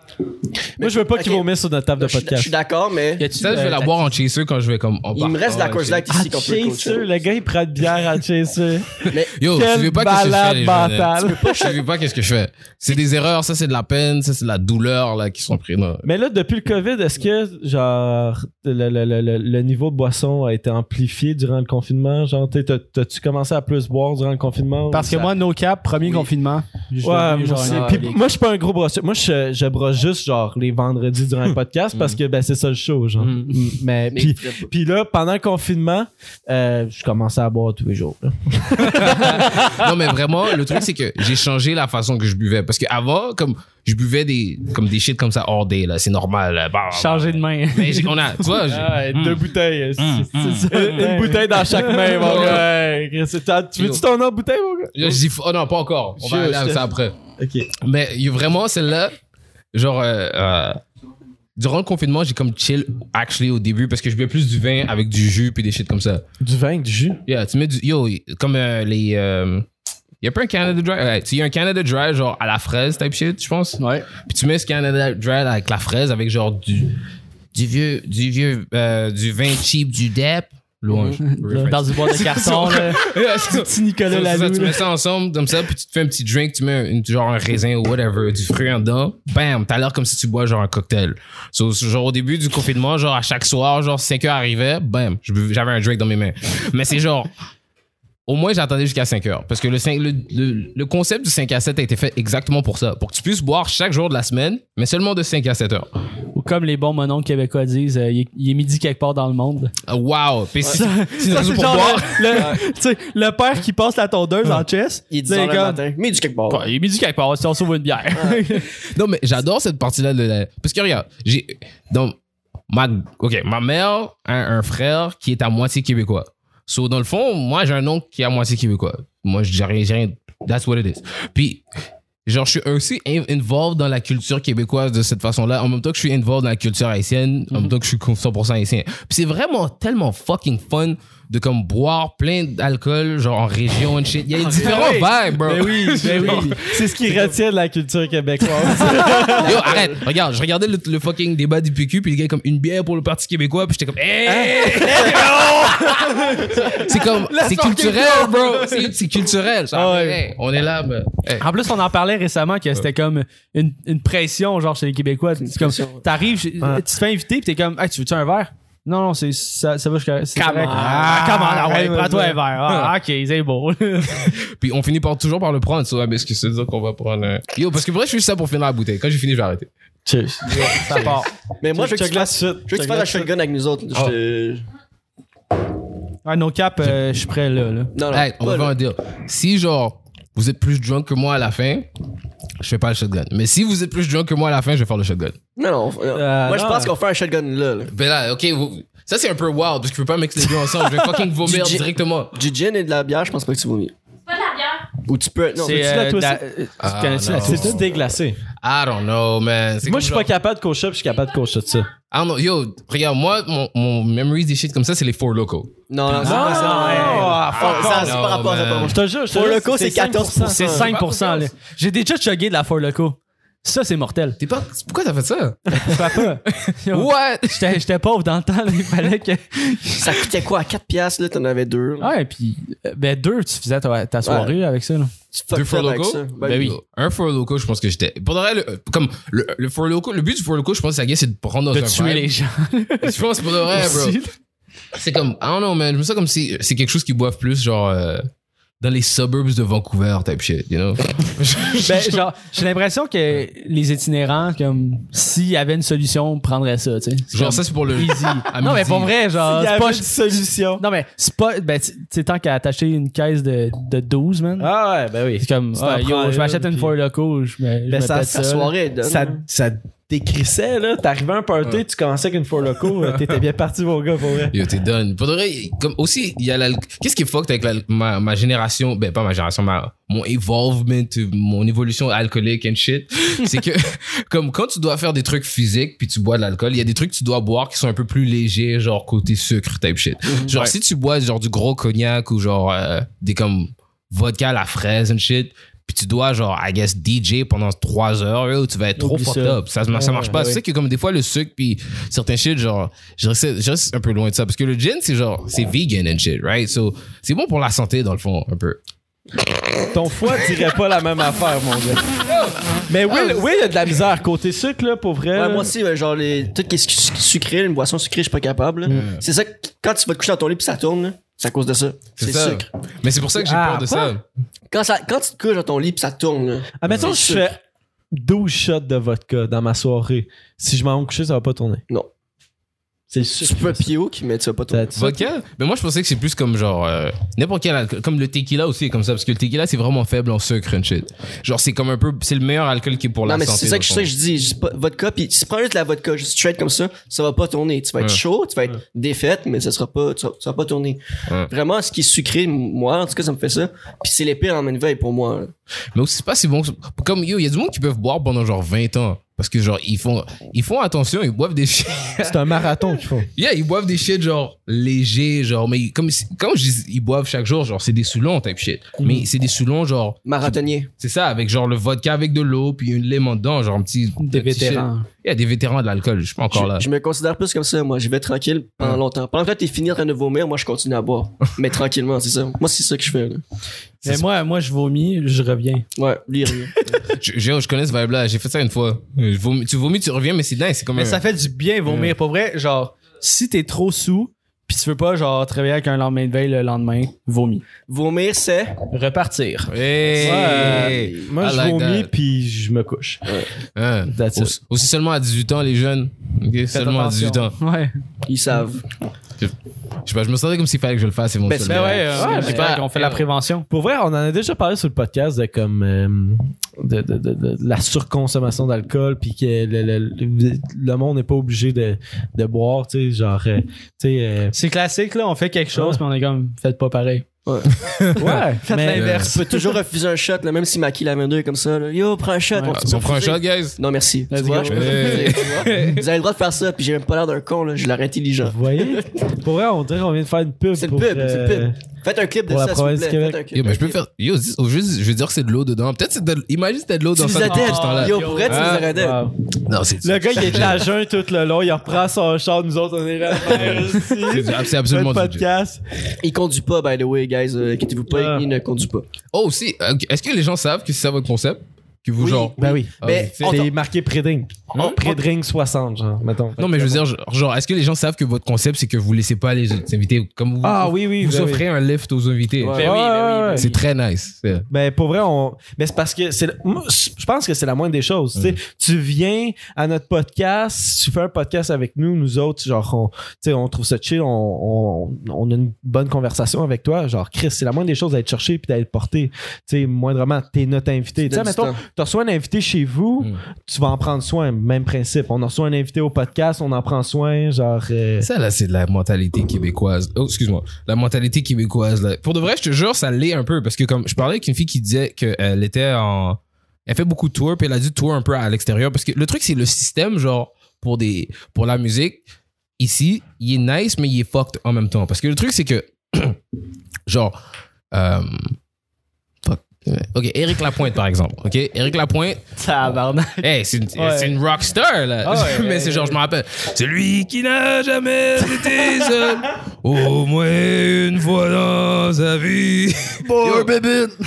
Speaker 1: Moi, je veux pas qu'ils
Speaker 3: Ok.
Speaker 1: vont mettre sur notre table de
Speaker 3: Je suis- Je
Speaker 1: podcast.
Speaker 3: suis d'accord, mais
Speaker 6: Y a-tu
Speaker 2: Ça, je vais
Speaker 6: euh,
Speaker 2: la boire en chaser quand je vais comme.
Speaker 3: il me reste de la course light ici qu'on peut
Speaker 1: Chaser,
Speaker 3: coacher.
Speaker 1: le gars, il prend de bière à Chaser.
Speaker 3: Mais
Speaker 2: Yo, tu veux
Speaker 1: Quelle
Speaker 2: pas qu'est-ce que je fais,
Speaker 1: balade
Speaker 2: les gens, là.
Speaker 1: mentale.
Speaker 2: Tu veux pas qu'est-ce que je fais. C'est des erreurs, ça, c'est de la peine, ça, c'est de la douleur, là, qui sont prises. là.
Speaker 1: Mais là, depuis le COVID, est-ce que, genre, le, le- le- le- le niveau de boisson a été amplifié durant le confinement? Genre, t'es- t'as- t'as-tu commencé à plus boire durant le confinement?
Speaker 6: Parce
Speaker 1: Ou
Speaker 6: que
Speaker 1: ça-
Speaker 6: moi, no cap, premier confinement. je
Speaker 1: Ouais, moi
Speaker 6: l'ai eu, genre,
Speaker 1: aussi.
Speaker 6: un-
Speaker 1: Puis moi, je suis pas un gros brosseur. Moi, je, je brosse juste, genre, les vendredis durant le podcast parce que, ben, c'est ça le show, genre.
Speaker 6: Mm.
Speaker 1: Mm. Mais,
Speaker 3: mais-
Speaker 1: puis puis là, pendant le confinement, euh, je commençais à boire tous les jours. là.
Speaker 2: non mais vraiment le truc c'est que j'ai changé la façon que je buvais parce que avant comme je buvais des comme des shit comme ça all day là c'est normal là. Bah, bah,
Speaker 6: Changer de main.
Speaker 2: mais j'ai- on a tu vois j'ai-
Speaker 6: Ah,
Speaker 2: Mm.
Speaker 1: bouteilles.
Speaker 2: c'est-
Speaker 1: Une, une bouteille dans chaque main, mon
Speaker 2: Ouais.
Speaker 1: gars. Hey, Chris, t'as- Tu veux-tu ton autre bouteille, mon gars?
Speaker 2: Là, je dis oh non pas encore on va
Speaker 1: Je-
Speaker 2: aller à
Speaker 1: je-
Speaker 2: ça après
Speaker 1: Ok.
Speaker 2: mais il y a vraiment celle-là genre, euh, euh, durant le confinement, j'ai comme chill, actually, au début, parce que je buvais plus du vin avec du jus puis des shit comme ça.
Speaker 1: Du vin, du jus.
Speaker 2: Yeah, tu mets du. Yo, comme euh, les. Il y a pas un Canada Dry. Ouais, tu y a un Canada Dry, genre à la fraise type shit, je pense.
Speaker 6: Ouais.
Speaker 2: Puis tu mets ce Canada Dry avec la fraise, avec genre du. Du vieux. Du vieux. euh, du vin cheap, du DEP. Louange.
Speaker 6: Dans du bois de carton, là.
Speaker 2: Yeah, c'est ça.
Speaker 6: Petit Nicolas
Speaker 2: C'est ça,
Speaker 6: Laloux.
Speaker 2: tu
Speaker 6: là.
Speaker 2: mets ça ensemble comme ça, puis tu te fais un petit drink, tu mets un- genre un raisin ou whatever, du fruit en dedans. Bam, t'as l'air comme si tu bois genre un cocktail. So, so, genre au début du confinement, genre à chaque soir, genre 5 heures arrivait, bam, je buvais- j'avais un drink dans mes mains. Mais c'est genre au moins, j'attendais jusqu'à 5 heures. Parce que le, cinq- le, le- le concept du 5 à 7 a été fait exactement pour ça. Pour que tu puisses boire chaque jour de la semaine, mais seulement de 5 à 7 heures.
Speaker 6: Ou comme les bons mononcles québécois disent, euh, il est- il est midi quelque part dans le monde.
Speaker 2: Ah, Wow! Puis si- si
Speaker 6: Ça,
Speaker 2: t'as tout
Speaker 6: c'est
Speaker 2: pour
Speaker 6: genre
Speaker 2: boire,
Speaker 6: le, le- tu sais, le père qui passe la tondeuse en chess.
Speaker 3: Il est
Speaker 6: tu
Speaker 3: 10
Speaker 6: sais,
Speaker 3: heures le
Speaker 6: comme,
Speaker 3: matin. Mais du quelque part.
Speaker 6: Bah, il est midi quelque part, si on s'ouvre une bière.
Speaker 2: Non, mais j'adore cette partie-là. de la- Parce que regarde, j'ai. Donc, ma... ok, ma mère a un frère qui est à moitié québécois. So, dans le fond, moi, j'ai un oncle qui est à moitié québécois. Moi, j'ai rien, j'ai rien. That's what it is. Puis, genre, je suis aussi in- involved dans la culture québécoise de cette façon-là. En même temps que je suis involved dans la culture haïtienne, en même temps que je suis 100% haïtien. Puis, c'est vraiment tellement fucking fun de comme boire plein d'alcool, genre en région and shit. Il y a des différents vibes, bro.
Speaker 4: C'est ce qui retient de la culture québécoise.
Speaker 2: Yo, arrête. Regarde, je regardais le, le fucking débat du PQ, puis le gars est comme une bière pour le Parti québécois, puis j'étais comme, hey! Hein? c'est comme, c'est culturel, bro. C'est c'est culturel. ça. Hey, on est là, mais, hey.
Speaker 6: En plus, on en parlait récemment que c'était comme une, une pression, genre chez les Québécois. C'est comme, t'arrives, je- tu te fais inviter, pis t'es comme, hey, tu veux-tu un verre? Non, non, c'est, ça, ça va jusqu'à. c'est correct. Ah, comment, ah, ouais, prends-toi un verre. Ah, ok, c'est beau.
Speaker 2: Puis on finit par, toujours par le prendre, ça, mais ce qui se dit qu'on va prendre un... Yo, parce que vrai, je suis ça pour finir la bouteille. Quand j'ai fini, je vais arrêter.
Speaker 6: ça part.
Speaker 3: Mais moi, je veux que
Speaker 4: Check
Speaker 3: tu
Speaker 4: la
Speaker 3: fasses.
Speaker 4: suite.
Speaker 3: Je veux que tu fasses la shotgun avec nous autres. Je te-
Speaker 6: Ah, nos caps, euh, je suis prêt là, là.
Speaker 3: Non, non.
Speaker 2: Hey, on
Speaker 3: pas
Speaker 2: va faire
Speaker 3: là.
Speaker 2: un deal. Si, genre, vous êtes plus drunk que moi à la fin, je fais pas le shotgun. Mais si vous êtes plus drunk que moi à la fin, je vais faire le shotgun.
Speaker 3: Non, non. on-
Speaker 6: Euh,
Speaker 3: Moi, je
Speaker 6: non.
Speaker 3: pense qu'on fait un shotgun là. là.
Speaker 2: Ben là, ok, vous- ça c'est un peu wild, parce que je peux pas mixer les deux ensemble. Je vais fucking vomir
Speaker 3: Du gin-
Speaker 2: directement.
Speaker 3: Du gin et de la bière, je pense pas que tu vomis.
Speaker 7: Pas de la bière.
Speaker 3: Ou tu peux. Non,
Speaker 6: C'est,
Speaker 4: la
Speaker 6: euh,
Speaker 4: Twisted?
Speaker 6: la- euh,
Speaker 2: Ah,
Speaker 6: tu connais-tu la
Speaker 2: non.
Speaker 6: Twisted?
Speaker 4: C'est déglacé.
Speaker 2: I don't know, man. C'est
Speaker 4: Moi,
Speaker 2: comme
Speaker 4: je suis
Speaker 2: genre-
Speaker 4: pas capable de coach up, je suis capable de coach up ça.
Speaker 2: I don't know. Yo, regarde, moi, mon, mon memories des shit comme ça, c'est les Four Locos.
Speaker 3: non, non, c'est pas ça.
Speaker 4: Ah,
Speaker 3: Ah, Ça, c'est
Speaker 2: non,
Speaker 3: par rapport à ça.
Speaker 2: man.
Speaker 3: pas moi.
Speaker 4: Je te jure, je te
Speaker 3: Pour
Speaker 4: jure,
Speaker 3: le coup, c'est 14%.
Speaker 6: C'est 5%. là. J'ai déjà chugué de la Four Loco. Ça, c'est mortel.
Speaker 2: T'es pas. Pourquoi t'as fait ça?
Speaker 6: Papa.
Speaker 2: What?
Speaker 6: J'étais j'étais pauvre dans le temps, là, il fallait que.
Speaker 3: Ça coûtait quoi? 4 piastres, là, t'en avais deux.
Speaker 2: Ah,
Speaker 3: là.
Speaker 6: Ouais, puis euh, ben deux, tu faisais ta, ta soirée là, avec ça. Là.
Speaker 3: Tu
Speaker 2: Deux
Speaker 3: fucked
Speaker 2: Four
Speaker 3: up avec
Speaker 2: Locos?
Speaker 3: ça.
Speaker 2: Ben oui. Un Four Loco, je pense que j'étais. Pour de vrai, le- comme le, le Four Loco, le but du Four Loco, je pense, que la gueule, c'est de prendre dans
Speaker 6: De
Speaker 2: un
Speaker 6: tuer
Speaker 2: vibe.
Speaker 6: les gens. Ah,
Speaker 2: Je pense pour de vrai, bro.
Speaker 6: aussi.
Speaker 2: C'est comme, I don't know, man. Je me sens comme si c'est quelque chose qu'ils boivent plus, genre, euh, dans les suburbs de Vancouver, type shit, you know?
Speaker 6: Ben, genre, j'ai l'impression que les itinérants, comme s'il y avait une solution, prendraient ça, tu sais. C'est
Speaker 2: genre,
Speaker 6: comme
Speaker 2: ça, c'est pour le.
Speaker 6: easy.
Speaker 2: à
Speaker 6: non, mais
Speaker 2: midi.
Speaker 6: pour vrai, genre,
Speaker 4: Il y
Speaker 6: c'est
Speaker 4: avait
Speaker 6: pas.
Speaker 4: une solution.
Speaker 6: Non, mais c'est pas. Ben, tu tu sais, tant qu'à attacher une caisse de, de 12, man.
Speaker 4: Ah ouais, ben oui.
Speaker 6: C'est comme,
Speaker 4: Tu t'en
Speaker 6: ah,
Speaker 4: prends
Speaker 6: yo, je m'achète
Speaker 4: une,
Speaker 6: une
Speaker 4: puis-
Speaker 6: Four Loco, je me, je
Speaker 4: Ben,
Speaker 6: me
Speaker 4: ça-
Speaker 6: pète
Speaker 4: ça
Speaker 3: La
Speaker 6: ça, là.
Speaker 3: soirée, elle donne.
Speaker 4: Ça, ça décrissait, là. T'arrivais à un party, tu commençais avec une four loco, euh, t'étais bien parti, mon gars, pour vrai.
Speaker 2: Yo, t'es done. Pour de vrai, comme aussi, il y a la. Qu'est-ce qui est fucked avec la- ma, ma génération, ben pas ma génération, ma, mon evolvement, mon évolution alcoolique and shit, c'est que, comme quand tu dois faire des trucs physiques puis tu bois de l'alcool, il y a des trucs que tu dois boire qui sont un peu plus légers, genre côté sucre type shit. Genre, si tu bois genre du gros cognac ou genre euh, des comme vodka à la fraise and shit, puis tu dois genre, I guess, DJ pendant trois heures, yo, tu vas être trop
Speaker 6: Oublie
Speaker 2: fucked
Speaker 6: ça.
Speaker 2: up. Ça, ça marche pas.
Speaker 6: ouais,
Speaker 2: C'est
Speaker 6: ouais.
Speaker 2: ça que comme des fois le sucre puis certains shit, genre, je reste, je reste un peu loin de ça parce que le gin, c'est genre, c'est vegan and shit, right? So, c'est bon pour la santé dans le fond, un peu.
Speaker 4: Ton foie dirait pas la même affaire, mon gars. Mais oui, le- oui, il y a de la misère. Côté sucre, là, pour vrai.
Speaker 3: Ouais,
Speaker 1: Euh.
Speaker 4: là.
Speaker 3: moi aussi, ouais, genre, les, tout ce qui est sucré, une boisson sucrée, je suis pas capable. là. C'est ça, que quand tu vas te coucher dans ton lit puis ça tourne, là, c'est à cause de ça.
Speaker 2: C'est
Speaker 3: C'est
Speaker 2: ça.
Speaker 3: sucre.
Speaker 2: Mais c'est pour ça que j'ai
Speaker 4: Ah,
Speaker 2: peur
Speaker 4: pas-
Speaker 2: de ça.
Speaker 3: Quand, ça, quand tu te couches dans ton lit puis ça tourne, là,
Speaker 4: Ah, mettons, je
Speaker 3: c'est
Speaker 4: fais 12 shots de vodka dans ma soirée. Si je m'en vais me coucher, ça va pas tourner.
Speaker 3: Non.
Speaker 4: C'est le
Speaker 3: tu
Speaker 4: sucre.
Speaker 3: peux pioque, mais tu vas pas tourner.
Speaker 4: Ça- ça-
Speaker 2: Vodka? Mais moi, je pensais que c'est plus comme genre, euh, n'importe quel alcool. Comme le tequila aussi est comme ça, parce que le tequila, c'est vraiment faible en sucre and shit. Genre, c'est comme un peu, c'est le meilleur alcool qui est pour
Speaker 3: Non,
Speaker 2: la
Speaker 3: mais
Speaker 2: santé.
Speaker 3: c'est ça
Speaker 2: dans
Speaker 3: que je
Speaker 2: le
Speaker 3: sais,
Speaker 2: fond.
Speaker 3: je dis, je dis pas, vodka, puis si tu prends juste de la vodka, juste straight comme ça, ça va pas tourner. Tu vas être
Speaker 2: Ouais.
Speaker 3: chaud, tu vas être défaite, mais ça sera pas, tu vas, tu vas pas tourner.
Speaker 2: Ouais.
Speaker 3: Vraiment, ce qui est sucré, moi, en tout cas, ça me fait ça. Puis c'est les pires en même veille pour moi. là.
Speaker 2: Mais aussi, c'est pas si bon. que- Comme, yo, il y a du monde qui peuvent boire pendant genre 20 ans. Parce que genre, ils font, ils font attention, ils boivent des shit.
Speaker 1: C'est un marathon qu'ils font.
Speaker 2: Yeah, ils boivent des shit genre légers, genre, mais comme, quand je dis ils boivent chaque jour, genre, c'est des soulons type shit. Mais c'est des soulons genre,
Speaker 3: Marathonnier.
Speaker 2: c'est ça, avec genre le vodka avec de l'eau, puis une lémon dedans, genre un petit.
Speaker 6: Des
Speaker 2: un petit shit.
Speaker 6: vétérans.
Speaker 2: Il y a des vétérans de l'alcool, je suis pas encore là.
Speaker 3: Je, je me considère plus comme ça, moi. Je vais tranquille pendant longtemps. Pendant que toi, t'es fini en train de vomir, moi, je continue à boire. Mais tranquillement, c'est ça. Moi, c'est ça que je fais. là.
Speaker 6: Mais moi, moi, je vomis, je reviens.
Speaker 3: Ouais, lui, il rit.
Speaker 2: Je, je- je connais ce vibe-là, j'ai fait ça une fois. Euh, Je vomis- tu vomis, tu reviens, mais c'est dingue, c'est comme
Speaker 6: Mais
Speaker 2: un-
Speaker 6: ça fait du bien vomir. Pour vrai, genre, si t'es trop sous, puis tu veux pas, genre, travailler avec un lendemain de veille le lendemain, vomis.
Speaker 3: Vomir, c'est.
Speaker 6: Repartir.
Speaker 2: Hey!
Speaker 1: Ouais, Moi,
Speaker 2: I
Speaker 1: je
Speaker 2: like
Speaker 1: vomis
Speaker 2: that.
Speaker 1: puis je me couche.
Speaker 2: Hein.
Speaker 6: That's it.
Speaker 2: Aussi, aussi seulement à 18 ans, les jeunes. Ok, seulement à 18 ans.
Speaker 6: Ouais.
Speaker 3: Ils savent.
Speaker 2: Je sais pas, je me sentais comme s'il fallait que je le fasse
Speaker 3: Ben,
Speaker 2: éventuellement.
Speaker 6: Mais ouais,
Speaker 2: Ouais,
Speaker 6: euh,
Speaker 2: j'ai
Speaker 6: c'est
Speaker 2: pas-
Speaker 6: vrai qu'on fait la prévention.
Speaker 1: Pour vrai, on en a déjà parlé sur le podcast de comme euh, de, de- de- de- de la surconsommation d'alcool, puis que le, le- le- le monde n'est pas obligé de, de boire, tu sais, genre, euh, tu sais, euh,
Speaker 6: C'est classique, là, on fait quelque chose, mais on est comme, faites pas pareil.
Speaker 1: ouais, mais
Speaker 2: l'inverse.
Speaker 3: Tu Euh, peux toujours refuser un shot, là, même si Maki la 22 est comme ça. là. Yo, prends un shot.
Speaker 6: Ouais.
Speaker 3: on
Speaker 2: Si
Speaker 3: peut
Speaker 2: on prend Ah, un
Speaker 3: refuser.
Speaker 2: shot, guys.
Speaker 3: Non, merci. Tu
Speaker 6: Let's
Speaker 3: vois,
Speaker 6: go.
Speaker 3: je peux
Speaker 2: Hey.
Speaker 3: refuser, tu vois. Vous avez le droit de faire ça, puis j'ai même pas l'air d'un con, là. J'ai l'air intelligent.
Speaker 1: vous voyez, pour vrai, on dirait qu'on vient de faire une pub.
Speaker 3: C'est le
Speaker 1: pour,
Speaker 3: pub, c'est le
Speaker 1: euh,
Speaker 3: pub. Faites un clip de
Speaker 1: pour la
Speaker 3: ça, s'il vous
Speaker 1: province
Speaker 3: plaît.
Speaker 1: du Québec.
Speaker 3: Faites un clip.
Speaker 2: Yo, mais je peux faire. Yo, dis- au juste, je vais dire que c'est de l'eau dedans. Peut-être c'est de Imagine c'était de l'eau
Speaker 3: Tu
Speaker 2: dans
Speaker 3: nous
Speaker 2: ça pendant ce
Speaker 3: aides.
Speaker 2: temps-là.
Speaker 3: Yo, pour être, tu
Speaker 2: Ah.
Speaker 3: nous aides.
Speaker 2: Non, c'est
Speaker 1: Le gars, il est à jeun tout le long, il reprend son char, nous autres, on est là.
Speaker 2: c'est du- c'est
Speaker 1: Le
Speaker 2: absolument du jeu.
Speaker 1: podcast.
Speaker 3: Il conduit pas, by the way, guys. euh, Inquiétez-vous pas,
Speaker 1: Ah.
Speaker 3: il ne conduit pas.
Speaker 2: Oh, si. euh, Est-ce que les gens savent que c'est ça votre concept Que vous,
Speaker 3: Oui.
Speaker 2: genre.
Speaker 1: Ben oui.
Speaker 2: Ah,
Speaker 3: Mais
Speaker 2: c'est-
Speaker 3: on-
Speaker 1: C'est marqué pré-drink. Pré-drink 60, genre, mettons.
Speaker 2: Non, mais je veux dire, genre, genre, est-ce que les gens savent que votre concept, c'est que vous laissez pas les autres invités comme vous.
Speaker 1: Ah oui, oui.
Speaker 2: Vous
Speaker 1: ben oui.
Speaker 2: offrez un lift aux invités.
Speaker 3: Ouais.
Speaker 1: Ben oui, ben oui, ben oui.
Speaker 2: C'est très nice. C'est-
Speaker 1: Mais Ben, pour vrai, on. Mais c'est parce que c'est. le- moi, Je pense que c'est la moindre des choses. tu sais. Tu viens à notre podcast, tu fais un podcast avec nous, nous autres, genre, on, tu sais, on trouve ça chill, on, on, on a une bonne conversation avec toi. Genre, Chris, c'est la moindre des choses d'aller te chercher puis d'aller te porter. Tu sais, moindrement, t'es notre invité. Tu sais,
Speaker 3: donnes du
Speaker 1: mettons,
Speaker 3: temps.
Speaker 1: tu reçois un invité chez vous,
Speaker 2: Mm.
Speaker 1: tu vas en prendre soin. Même principe. On en reçoit un invité au podcast, on en prend soin. Genre. euh,
Speaker 2: Ça, là, c'est de la mentalité québécoise. Oh, excuse-moi. La mentalité québécoise, là. Pour de vrai, je te jure, ça l'est un peu. Parce que comme je parlais avec une fille qui disait qu'elle était en. Elle fait beaucoup de tours, puis elle a dû tour un peu à l'extérieur. Parce que le truc, c'est le système, genre, pour, des, pour la musique, ici, il est nice, mais il est fucked en même temps. Parce que le truc, c'est que. genre. euh, fuck. Ok, Eric Lapointe, par exemple. Ok, Eric Lapointe,
Speaker 6: Tabarnak.
Speaker 2: Hey, c'est une, c'est une rockstar, là. mais c'est genre, je me rappelle. Celui qui n'a jamais été seul, au moins une fois dans sa vie. Yo.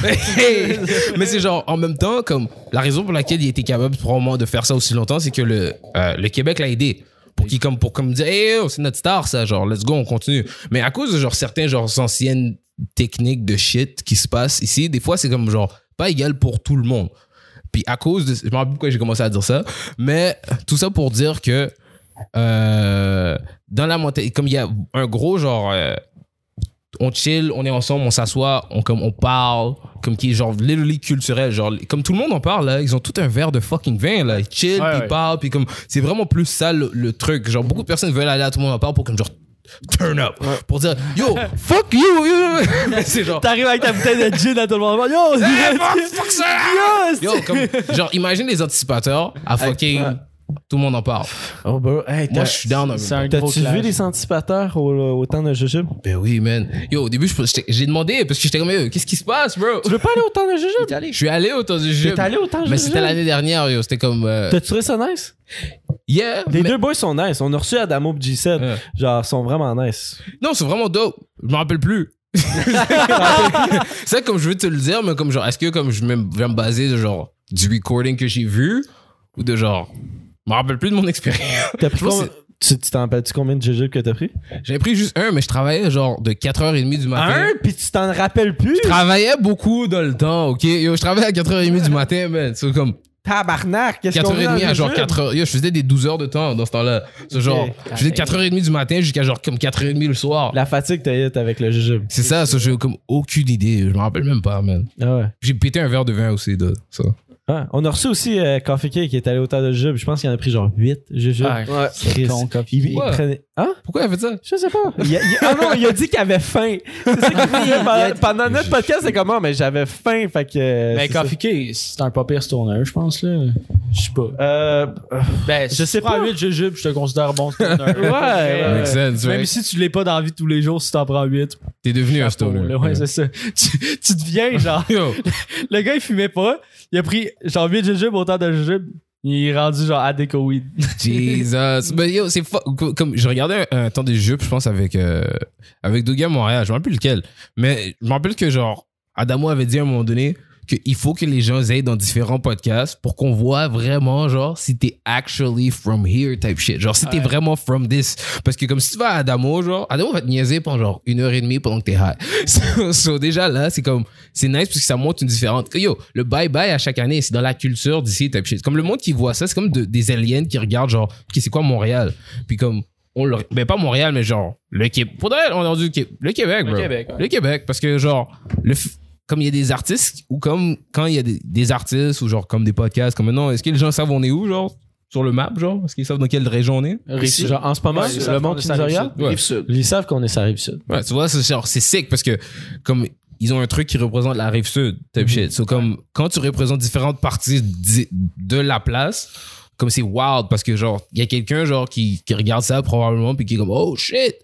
Speaker 2: Hey. mais c'est genre, en même temps, comme la raison pour laquelle il était capable probablement de faire ça aussi longtemps, c'est que le, euh, le Québec l'a aidé. Pour qu'il comme pour comme dire hey, yo, c'est notre star ça genre let's go on continue mais à cause de genre certains genre anciennes techniques de shit qui se passent ici des fois c'est comme genre pas égal pour tout le monde puis à cause de. Je me rappelle plus pourquoi j'ai commencé à dire ça. Mais tout ça pour dire que euh, dans la montée, comme il y a un gros genre. euh, on chill, on est ensemble, on s'assoit, on, comme, on parle, comme qui est genre literally culturel. Genre, comme tout le monde en parle, là, ils ont tout un verre de fucking vin, là. Ils chill, puis ils parlent, puis comme. C'est vraiment plus ça le, le truc. Genre, beaucoup de personnes veulent aller à tout le monde en parle pour comme genre. Turn up pour dire yo fuck you, you. Mais c'est genre
Speaker 5: T'arrives avec ta bouteille de gin à tout le monde. Yo!
Speaker 2: Hey, fuck, fuck ça! Yo, comme, genre, imagine les anticipateurs à fucking. Tout le monde en parle.
Speaker 1: oh, bro, hey,
Speaker 2: Moi,
Speaker 1: t'as-
Speaker 2: je suis down.
Speaker 6: C'est un gros
Speaker 1: T'as-tu vu
Speaker 6: clash.
Speaker 1: les anticipateurs au, au temps de Jujube?
Speaker 2: Ben oui, man. Yo, au début, je- j'étais- j'ai demandé parce que j'étais comme, Yo, qu'est-ce qui se passe, bro?
Speaker 1: Tu veux pas aller au temps de Jujube?
Speaker 2: Je suis allé au temps du jeu.
Speaker 1: T'es allé au temps de
Speaker 2: Mais
Speaker 1: Jujube?
Speaker 2: c'était l'année dernière, yo. C'était comme. euh,
Speaker 1: T'as trouvé ça nice?
Speaker 2: yeah.
Speaker 1: Les
Speaker 2: mais- Euh.
Speaker 1: deux boys sont nice. On a reçu Adamo pis G7.
Speaker 2: Ouais.
Speaker 1: Genre, sont vraiment nice.
Speaker 2: Non, c'est vraiment dope. Je m'en rappelle plus. c'est comme je veux te le dire, mais comme genre, est-ce que comme je vais me je vais me baser de genre du recording que j'ai vu ou de genre. Je me rappelle plus de mon expérience.
Speaker 1: T'as pris
Speaker 2: Je pense
Speaker 1: combien- Tu tu t'en rappelles-tu combien de jujubes que t'as pris?
Speaker 2: J'avais pris juste un, mais je travaillais genre de 4h30 du matin.
Speaker 1: puis tu t'en rappelles plus?
Speaker 2: Je travaillais beaucoup dans le temps, ok? Yo, je travaillais à 4h30 du matin, man. C'est comme
Speaker 1: Tabarnak! Qu'est-ce qu'on a
Speaker 2: 4h30 à genre 4h. Yo, je faisais des 12 heures de temps dans ce temps-là. C'est genre, je
Speaker 6: Ah,
Speaker 2: faisais de 4h30 du matin jusqu'à genre comme 4h30 le soir.
Speaker 1: La fatigue t'as hit avec le jujube.
Speaker 2: C'est ça, ça, j'ai comme aucune idée. Je me rappelle même pas, man.
Speaker 1: Ah ouais.
Speaker 2: J'ai pété un verre de vin aussi, de ça.
Speaker 1: Ouais. On a reçu aussi euh, Coffee Cake qui est allé au temps de jujube. Je pense qu'il en a pris genre 8 jujubes.
Speaker 6: Ah,
Speaker 3: Ouais.
Speaker 1: Chris.
Speaker 6: Ton
Speaker 1: Il,
Speaker 6: coffee.
Speaker 1: il
Speaker 2: Ouais.
Speaker 1: prenait. Hein?
Speaker 2: Pourquoi elle a fait ça?
Speaker 1: Je sais pas. Il a- il- ah non, il a dit qu'il avait faim. C'est ça qu'il faisait pendant, pendant notre podcast. C'est comment? Mais j'avais ah, faim. Fait que.
Speaker 6: Mais
Speaker 1: c'est ça.
Speaker 6: Coffee Cake, c'est un pas pire tourneur, je pense, là. Je sais pas.
Speaker 4: Euh,
Speaker 6: Ben, je sais pas. 8 jujubes, je te considère bon. c'est un-
Speaker 4: ouais.
Speaker 2: Makes sense,
Speaker 6: Euh, Même
Speaker 2: ouais.
Speaker 6: si tu l'es pas dans la vie de tous les jours, si t'en prends 8.
Speaker 2: T'es devenu un stoner.
Speaker 6: Ouais, ouais, c'est ça. Tu, tu deviens genre.
Speaker 2: Yo,
Speaker 6: Le gars, il fumait pas. Il a pris genre 8 jujubes, autant de jujubes. Il est rendu genre addict au weed.
Speaker 2: Jesus. Mais yo, c'est fo- Comme je regardais un, un temps des jeux, je pense, avec, euh, avec deux gars à Montréal. Je me rappelle plus lequel. Mais je me rappelle que, genre, Adamo avait dit à un moment donné qu'il faut que les gens aillent dans différents podcasts pour qu'on voit vraiment, genre, si t'es actually from here type shit. Genre, si t'es vraiment from this. Parce que, comme si tu vas à Adamo, genre, Adamo va te niaiser pendant, genre, une heure et demie pendant que t'es high. so, so, déjà, là, c'est comme, c'est nice parce que ça montre une différente. Yo, le bye-bye à chaque année, c'est dans la culture d'ici, type shit. Comme le monde qui voit ça, c'est comme de- des aliens qui regardent, genre, qui c'est quoi Montréal? Puis comme, on le. Mais pas Montréal, mais genre, le Québec. Faudrait, on a rendu le Québec, le Québec, bro.
Speaker 6: Québec, ouais.
Speaker 2: Le Québec, parce que, genre, le. f- Comme il y a des artistes, ou comme quand il y a des, des artistes, ou genre comme des podcasts, comme non, est-ce que les gens savent on est où, genre, sur le map, genre? Est-ce qu'ils savent dans quelle région on est?
Speaker 1: Rive- genre, en ce moment,
Speaker 3: Ouais, ils
Speaker 1: le
Speaker 3: savent
Speaker 1: monde
Speaker 3: qu'on
Speaker 1: qui
Speaker 3: est
Speaker 1: nous
Speaker 3: sur la rive
Speaker 1: regarde,
Speaker 2: Ouais.
Speaker 3: Rive sud.
Speaker 1: ils savent qu'on est sur la rive sud.
Speaker 2: Ouais, tu vois, c'est genre, c'est sick parce que, comme, ils ont un truc qui représente la rive sud, type shit. So, comme, quand tu représentes différentes parties di- de la place, comme c'est wild parce que, genre, il y a quelqu'un, genre, qui, qui regarde ça probablement puis qui est comme, oh shit!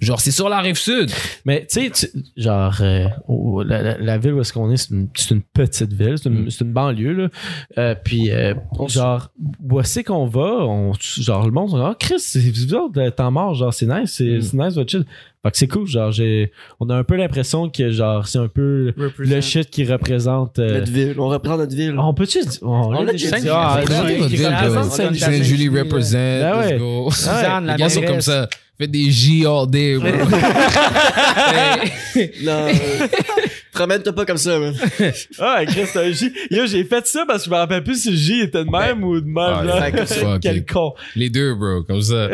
Speaker 2: Genre, c'est sur la rive sud!
Speaker 1: Mais tu sais, tu- genre, euh, au- la, la- la ville où est-ce qu'on est, c'est une, c'est une petite ville, c'est une, c'est une banlieue, là. Euh, puis, euh, genre, où est-ce qu'on va? On, genre, le monde, on dit, Ah, Chris, c'est bizarre, t'en mort, genre, c'est nice, c'est
Speaker 2: Mm.
Speaker 1: c'est nice, votre shit. Fait que c'est cool, genre, j'ai- on a un peu l'impression que, genre, c'est un peu le shit qui représente. euh,
Speaker 3: Notre ville. On reprend notre ville.
Speaker 1: on peut-tu. On,
Speaker 3: l'a
Speaker 1: dit-
Speaker 3: déjà dit.
Speaker 1: Ah,
Speaker 3: On
Speaker 1: ouais,
Speaker 3: l'a
Speaker 1: ouais,
Speaker 3: dit.
Speaker 1: ouais.
Speaker 2: Saint-Julie represent,
Speaker 1: Ben ouais.
Speaker 2: let's go.
Speaker 6: Suzanne, la
Speaker 2: Les gars sont
Speaker 6: mairesse.
Speaker 2: comme ça. Faites des J all day, bro. Hey,
Speaker 3: Non. Promène-toi pas comme ça, man.
Speaker 4: Ah, Chris, c'est un J. Yo, j'ai fait ça parce que je me rappelle plus si le J était de même ou de même.
Speaker 2: Ah,
Speaker 4: là.
Speaker 2: fuck, fuck,
Speaker 4: Quel
Speaker 2: ok.
Speaker 4: con.
Speaker 2: Les deux, bro, comme ça.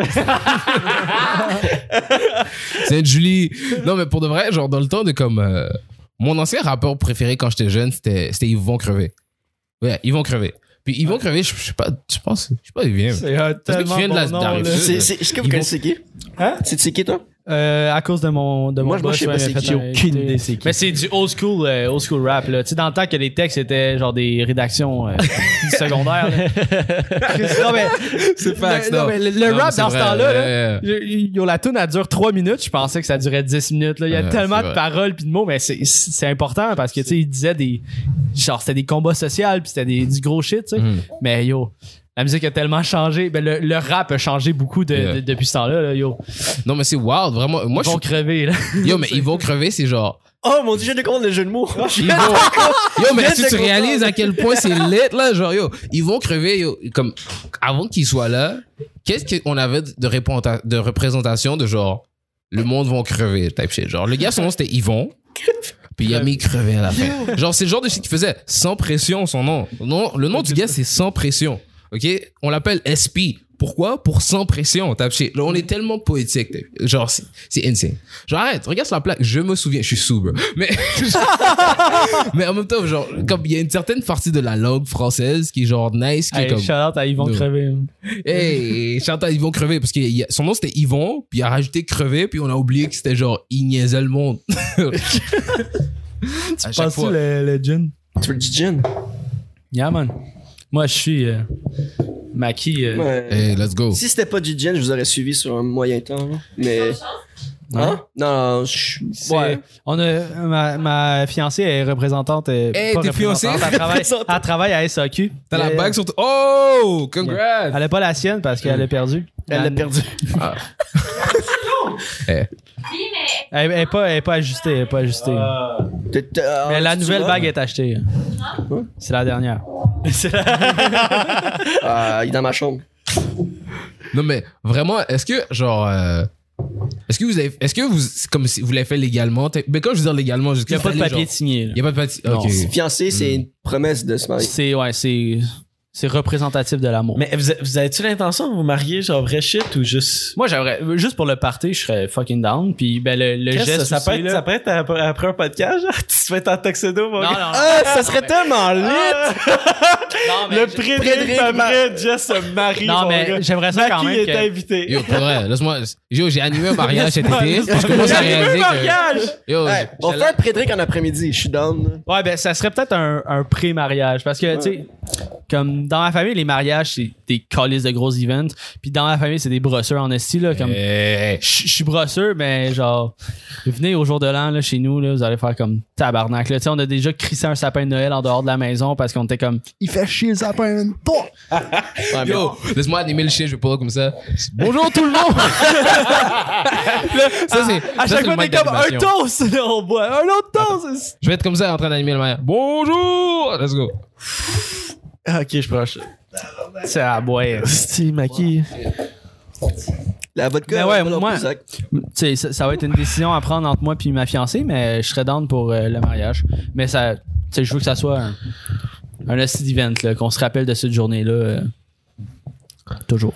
Speaker 2: Sainte-Julie. Non, mais pour de vrai, genre, dans le temps de comme. euh, mon ancien rappeur préféré quand j'étais jeune, c'était c'était Yvon Crevé. Ouais, Yvon Crevé. Puis Yvon Crevé, je je sais pas, je pense, je sais pas, il vient.
Speaker 6: C'est
Speaker 2: Parce
Speaker 6: un
Speaker 2: que tu
Speaker 6: tellement
Speaker 2: viens de la-
Speaker 6: bon nom,
Speaker 2: de la rive
Speaker 6: là.
Speaker 2: sud.
Speaker 3: C'est- c'est- Est-ce que vous
Speaker 2: Ils
Speaker 3: connaissez qui?
Speaker 6: Hein?
Speaker 3: C'est c'est qui, toi?
Speaker 6: Euh, à cause de mon de
Speaker 3: Moi,
Speaker 6: mon
Speaker 3: moi, je sais
Speaker 6: boss,
Speaker 3: pas
Speaker 6: ouais,
Speaker 3: c'est
Speaker 6: fait
Speaker 3: qui,
Speaker 6: un-
Speaker 1: Aucune idée, c'est qui.
Speaker 6: Mais c'est du old school, euh, old school rap. Là. Tu sais, dans le temps que les textes étaient genre des rédactions euh, du secondaire. là. non, mais,
Speaker 2: C'est facts,
Speaker 6: le, non,
Speaker 2: non.
Speaker 6: mais le, le
Speaker 2: Non, mais
Speaker 6: rap
Speaker 2: c'est
Speaker 6: dans
Speaker 2: vrai,
Speaker 6: ce temps-là, là,
Speaker 2: ouais, ouais.
Speaker 6: je- yo, la tune elle dure 3 minutes. Je pensais que ça durait 10 minutes. Là. Il y a
Speaker 2: Ouais,
Speaker 6: tellement
Speaker 2: c'est
Speaker 6: de
Speaker 2: vrai.
Speaker 6: paroles puis de mots, mais c'est- c'est important parce que tu sais, il disait des. Genre, c'était des combats sociaux puis c'était des- du gros shit, tu sais.
Speaker 2: Mhm.
Speaker 6: Mais yo. La musique a tellement changé. Ben, le, le rap a changé beaucoup de-
Speaker 2: Yeah.
Speaker 6: de- depuis ce temps-là. là, yo.
Speaker 2: Non, mais c'est wild, vraiment. Moi,
Speaker 6: Ils vont
Speaker 2: je
Speaker 6: crever. Là.
Speaker 2: suis. Yo, mais Yvon Crevé, c'est genre.
Speaker 3: Oh mon dieu, j'ai découvert le jeu de mots.
Speaker 1: Ah.
Speaker 2: Ils vont- Yo, mais
Speaker 3: Viens
Speaker 2: si
Speaker 3: de
Speaker 2: tu
Speaker 3: comprendre.
Speaker 2: réalises à quel point c'est lit, là, genre, yo, ils vont crever, yo, comme, avant qu'ils soient là, qu'est-ce qu'on avait de, réponta- de représentation de genre, le monde vont crever, type shit. Genre, le gars, son nom, c'était Yvon. Puis il a mis crever à la fin. Genre, c'est le genre de shit qu'il faisait. Sans pression, son nom. Non, le nom du gars, c'est sans pression. OK? On l'appelle SP. Pourquoi? Pour sans pression, type shit. Là, on est tellement poétique. type. Genre, c'est- c'est insane. Genre, arrête, regarde sur la plaque. Je me souviens, je suis sobre. Mais. Mais en même temps, genre, comme il y a une certaine partie de la langue française qui est genre nice, qui est
Speaker 6: Hey,
Speaker 2: comme.
Speaker 6: shout-out à Yvon
Speaker 2: No.
Speaker 6: Crevé.
Speaker 2: Hey, Chantal, ils vont crever. Parce que il y a- son nom c'était Yvon, puis il a rajouté crever, puis on a oublié que c'était genre il niaisait le monde. à chaque
Speaker 6: Passes-tu
Speaker 2: fois.
Speaker 6: le, le gin?
Speaker 3: Tu veux du gin?
Speaker 6: Yeah, man. Moi, je suis euh, Maki. euh,
Speaker 3: Ouais.
Speaker 2: Hey, let's go.
Speaker 3: Si c'était pas du gin, je vous aurais suivi sur un moyen temps. là. Mais. Hein? Non, non, je
Speaker 6: c'est-
Speaker 3: Ouais.
Speaker 6: On a, ma, ma fiancée est représentante. euh,
Speaker 2: Hey,
Speaker 6: pas
Speaker 2: t'es fiancée?
Speaker 6: représentante, Elle travaille, elle travaille à SAQ.
Speaker 2: T'as la
Speaker 6: Elle-
Speaker 2: bague sur toi. Oh, congrats!
Speaker 6: Elle n'a pas la sienne parce qu'elle l'a perdue.
Speaker 3: Elle l'a perdu.
Speaker 6: Elle n'est pas, elle est pas ajustée. Elle est pas ajustée.
Speaker 3: T'es- t'es- ah,
Speaker 6: Mais la
Speaker 3: tu
Speaker 6: nouvelle
Speaker 3: vois?
Speaker 6: bague est achetée. C'est la dernière.
Speaker 3: Ah, il est dans ma chambre.
Speaker 2: Non, mais vraiment, est-ce que, genre. euh, Est-ce que vous avez. Est-ce que vous. c'est Comme si vous l'avez fait légalement. t'es- Mais quand je veux dire légalement, je
Speaker 6: Il n'y a pas de papier de signé. là.
Speaker 2: Il n'y a pas de papier.
Speaker 6: Non,
Speaker 2: Ok.
Speaker 3: Fiancé, c'est une promesse de se marier.
Speaker 6: C'est ouais, c'est c'est représentatif de l'amour.
Speaker 1: Mais vous, vous avez-tu l'intention de vous marier, genre, vrai shit ou juste.
Speaker 6: Moi, j'aimerais euh, juste pour le party, je serais fucking down. Puis ben le, le
Speaker 1: Chris,
Speaker 6: geste
Speaker 1: ça, ça peut
Speaker 6: aussi,
Speaker 1: être,
Speaker 6: là-
Speaker 1: ça peut être après après un podcast, genre, tu te fais ton tuxedo, mon
Speaker 6: Non,
Speaker 1: gars.
Speaker 6: non,
Speaker 3: Ah, ça serait tellement lit!
Speaker 6: non, Ah, mais
Speaker 1: Le
Speaker 6: je-
Speaker 1: Prédric
Speaker 3: Prédric
Speaker 1: après Jess se marie,
Speaker 6: non,
Speaker 1: mon gars.
Speaker 6: mais j'aimerais ça quand
Speaker 1: Maki
Speaker 6: même.
Speaker 1: est
Speaker 6: Que...
Speaker 1: invité.
Speaker 2: Yo, pour vrai, laisse-moi. Yo, j'ai animé un mariage cet été. puis Je commence à réaliser que. Yo,
Speaker 3: Hey, on fait un Prédric en après-midi, je suis down.
Speaker 6: Ouais, ben ça serait peut-être un, un pré-mariage. Parce que, tu sais, Comme dans ma famille, les mariages, c'est des calices de gros events. Puis dans ma famille, c'est des brosseurs en esti, là. Comme,
Speaker 2: Eh,
Speaker 6: je je suis brosseur, mais genre, venez au jour de l'an, là, chez nous, là, vous allez faire comme tabarnak, là. Tu sais, on a déjà crissé un sapin de Noël en dehors de la maison parce qu'on était comme,
Speaker 5: Il fait chier le sapin. Pouah!
Speaker 2: Yo, laisse-moi animer le chien, je vais pas comme ça.
Speaker 6: bonjour tout le monde!
Speaker 2: Ça, c'est.
Speaker 6: À
Speaker 2: ça,
Speaker 6: chaque
Speaker 2: c'est le
Speaker 6: fois, t'es
Speaker 2: manque
Speaker 6: comme un
Speaker 2: d'animation.
Speaker 6: toast! On boit un autre toast!
Speaker 2: Je vais être comme ça en train d'animer le maire. Bonjour! Let's go.
Speaker 4: Ok, je proche.
Speaker 6: C'est à boire.
Speaker 4: Steve Maki.
Speaker 3: La vodka,
Speaker 6: Mais
Speaker 3: elle
Speaker 6: ouais,
Speaker 3: va pas dans
Speaker 6: moi-
Speaker 3: le sac.
Speaker 6: Tu sais, ça, ça va être une décision à prendre entre moi puis ma fiancée, mais je serais down pour euh, le mariage. Mais ça, tu sais, je veux que ça soit un, un hostie d'event, là, qu'on se rappelle de cette journée-là. euh, toujours.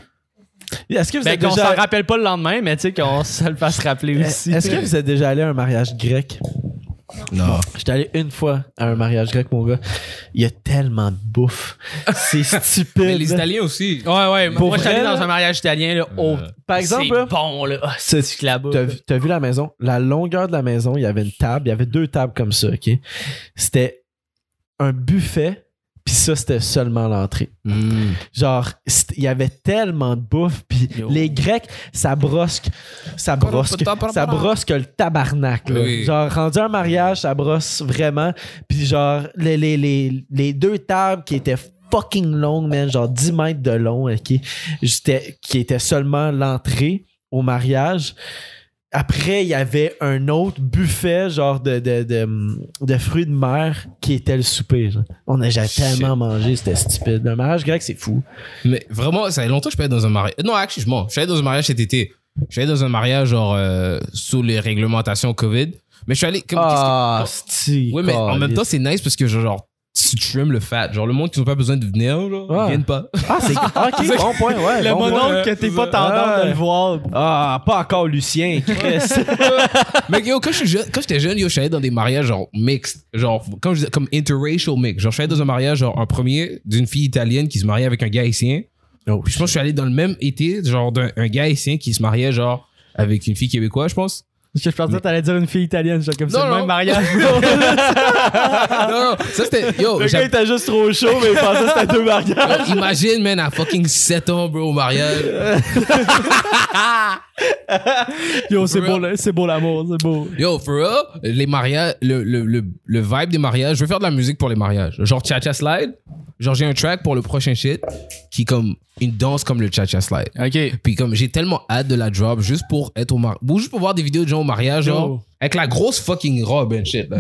Speaker 1: Est-ce que vous
Speaker 6: Ben,
Speaker 1: êtes
Speaker 6: qu'on
Speaker 1: déjà- Euh,
Speaker 6: s'en rappelle pas le lendemain, mais tu sais, qu'on se le fasse rappeler aussi.
Speaker 1: Est-ce que vous êtes déjà allé à un mariage grec?
Speaker 2: Non.
Speaker 1: J'étais allé une fois à un mariage grec, mon gars. Il y a tellement de bouffe. C'est
Speaker 2: Mais
Speaker 1: stupide.
Speaker 2: les Italiens aussi.
Speaker 6: Ouais, ouais.
Speaker 1: Pour
Speaker 6: moi, je suis allé
Speaker 1: vrai,
Speaker 6: dans
Speaker 1: là?
Speaker 6: un mariage italien, là, oh,
Speaker 1: Par exemple,
Speaker 6: c'est
Speaker 1: là,
Speaker 6: bon, là. Ah,
Speaker 1: c'est-
Speaker 6: c'est que là-bas.
Speaker 1: T'as vu- t'as vu la maison? La longueur de la maison, il y avait une table, il y avait deux tables comme ça, OK? C'était un buffet, puis ça, c'était seulement l'entrée.
Speaker 6: Mm.
Speaker 1: Genre, c't- il y avait tellement de bouffe, puis
Speaker 6: Yo.
Speaker 1: les Grecs, ça brosque, ça brosque, ça brosque le tabarnak. là.
Speaker 2: Oui.
Speaker 1: Genre, rendu un mariage, ça brosse vraiment. Puis genre, les, les, les, les deux tables qui étaient fucking longues, man, genre 10 mètres de long, ok, j'étais- qui était seulement l'entrée au mariage. Après, il y avait un autre buffet, genre de, de, de, de fruits de mer, qui était le souper. genre. On a déjà
Speaker 2: Shit.
Speaker 1: tellement mangé, c'était stupide. Le mariage grec, c'est fou.
Speaker 2: Mais vraiment, ça fait longtemps que je suis pas allé dans un mariage. Non, actually, je mens. Je suis allé dans un mariage cet été. Je suis allé dans un mariage, genre, euh, sous les réglementations COVID. Mais je suis allé. Comme,
Speaker 1: Ah,
Speaker 2: qu'est-ce
Speaker 1: sti.
Speaker 2: que- Ouais, mais en même
Speaker 1: calice.
Speaker 2: temps, c'est nice parce que, genre, si tu aimes le fat, genre, le monde qui n'a pas besoin de venir, genre,
Speaker 1: Ouais.
Speaker 2: ils viennent pas.
Speaker 1: Ah, c'est. Ok, bon point, ouais.
Speaker 6: le
Speaker 1: bon point.
Speaker 6: mononcle que t'es pas tentant de le voir.
Speaker 1: Ah, pas encore Lucien.
Speaker 2: Mais yo, quand je suis jeune- quand j'étais jeune, yo, je suis allé dans des mariages genre mixtes, genre comme je disais, comme interracial mix. Genre, je suis allé dans un mariage genre un premier d'une fille italienne qui se mariait avec un gars haïtien.
Speaker 1: Oh,
Speaker 2: Puis je pense que je suis allé dans le même été, genre d'un un gars haïtien qui se mariait genre avec une fille québécoise, je pense.
Speaker 6: Parce que je pensais que t'allais dire une fille italienne, genre comme
Speaker 2: Non,
Speaker 6: c'est le
Speaker 2: non.
Speaker 6: même mariage. bro.
Speaker 2: non, non, ça c'était yo.
Speaker 1: Ah. Le gars
Speaker 2: j'avais-
Speaker 1: était juste trop chaud, mais il pensait que c'était deux mariages.
Speaker 2: yo, Imagine, man, à fucking 7 ans, bro, au mariage.
Speaker 6: Yo, c'est
Speaker 2: For
Speaker 6: beau, le- c'est beau l'amour, c'est beau.
Speaker 2: Yo, for real, les mariages, le, le, le, le vibe des mariages, je veux faire de la musique pour les mariages. Genre cha-cha slide. Genre, j'ai un track pour le prochain shit qui est comme une danse comme le cha-cha slide.
Speaker 6: Ok.
Speaker 2: Puis comme j'ai tellement hâte de la drop juste pour être au mariage. Ou juste pour voir des vidéos de gens au mariage, genre,
Speaker 6: Yo.
Speaker 2: avec la grosse fucking robe and shit. là.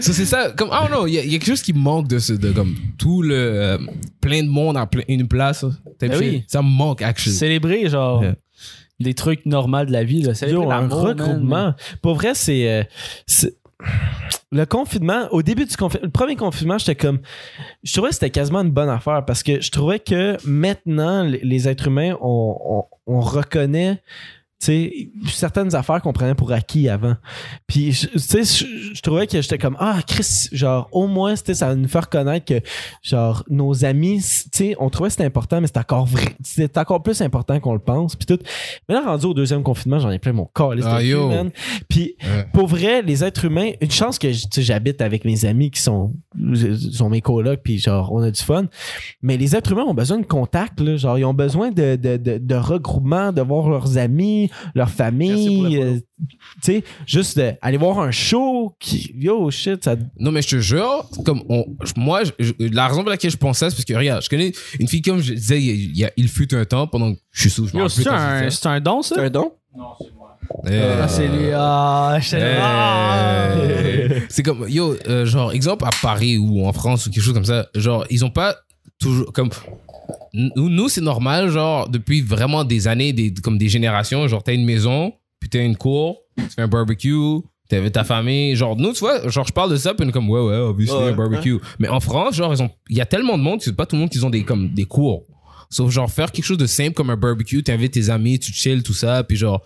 Speaker 2: So, c'est ça, comme, I don't know, il y, a il y a quelque chose qui me manque de ce, de comme tout le. euh, plein de monde à plein- une place. type
Speaker 6: Ben
Speaker 2: shit.
Speaker 6: oui.
Speaker 2: Ça me manque, actually.
Speaker 6: Célébrer, genre,
Speaker 2: Yeah.
Speaker 6: des trucs normaux de la vie, là. Célébrer
Speaker 1: Yo, un
Speaker 6: l'amour, man.
Speaker 1: regroupement. Pour vrai, c'est. euh, c'est- Le confinement, au début du confinement, le premier confinement, j'étais comme. Je trouvais que c'était quasiment une bonne affaire parce que je trouvais que maintenant, les- les êtres humains, on, on- on reconnaît tu sais, certaines affaires qu'on prenait pour acquis avant. Puis, je- tu sais, je, je trouvais que j'étais comme, ah, Chris, genre, au moins, tu sais, ça va nous faire connaître que, genre, nos amis, tu sais, on trouvait que c'était important, mais c'était encore vrai, c'était encore plus important qu'on le pense, puis tout. Mais là, rendu au deuxième confinement, j'en ai plein mon corps,
Speaker 2: Ah, yo.
Speaker 1: Puis,
Speaker 2: Ouais.
Speaker 1: pour vrai, les êtres humains, une chance que, tu sais, j'habite avec mes amis qui sont, sont mes colocs, puis genre, on a du fun. Mais les êtres humains ont besoin de contact, là. Genre, ils ont besoin de, de, de, de regroupement, de voir leurs amis, leur famille. euh, Tu sais, juste de aller voir un show qui. Yo, shit, ça.
Speaker 2: Non, mais je te jure, comme on, je- moi, je- je- la raison pour laquelle je pense ça, c'est parce que, regarde, je connais une fille comme je disais, il, y a- il y a- il fut un temps pendant que je suis sous, je me
Speaker 6: Yo,
Speaker 2: rappelle
Speaker 6: c'est
Speaker 2: plus quand
Speaker 6: un,
Speaker 2: j'ai dit
Speaker 6: c'est un don, ça?
Speaker 3: C'est un don?
Speaker 2: ça. Euh,
Speaker 6: Ah, c'est lui. Ah, je sais- Ah.
Speaker 2: Hey. C'est comme, yo, euh, genre, exemple à Paris ou en France ou quelque chose comme ça, genre, ils ont pas toujours, comme, nous, nous, c'est normal, genre, depuis vraiment des années, des, comme des générations, genre, t'as une maison, puis t'as une cour, tu fais un barbecue, t'avais ta famille, genre, nous, tu vois, genre, je parle de ça, puis on est comme, ouais, ouais, obviously,
Speaker 3: Ouais,
Speaker 2: un barbecue. Mais en France, genre, ils ont- il y a tellement de monde, c'est pas tout le monde qui ont des, comme, des cours. Sauf genre faire quelque chose de simple comme un barbecue, t'invites tes amis, tu chill, tout ça, puis genre,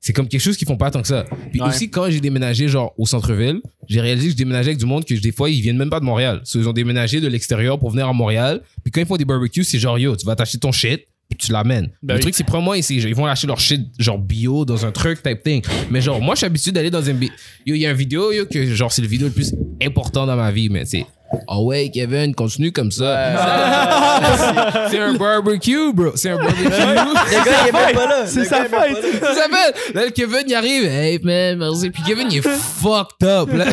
Speaker 2: c'est comme quelque chose qu'ils font pas tant que ça. Puis
Speaker 6: Ouais.
Speaker 2: aussi, quand j'ai déménagé, genre, au centre-ville, j'ai réalisé que je déménageais avec du monde que des fois, ils viennent même pas de Montréal. So, ils ont déménagé de l'extérieur pour venir à Montréal. Puis quand ils font des barbecues, c'est genre, yo, tu vas t'acheter ton shit, tu l'amènes. le
Speaker 6: Ben oui.
Speaker 2: truc, c'est prends-moi ici. Ils vont lâcher leur shit, genre bio, dans un truc, type thing. Mais genre, moi, je suis habitué d'aller dans un. bi- Yo, il y a un vidéo, yo, que genre, c'est le vidéo le plus important dans ma vie, mais c'est. Ah ouais, Kevin, continue comme ça. C'est- c'est un barbecue, bro. C'est un barbecue.
Speaker 3: Le gars, il est même pas là.
Speaker 8: C'est
Speaker 3: Le
Speaker 8: sa
Speaker 3: gars, il est même
Speaker 8: fête.
Speaker 3: pas là.
Speaker 2: Ça s'appelle. Là, le Kevin, il arrive. Hey, man, merci. Puis Kevin, il est fucked up. là.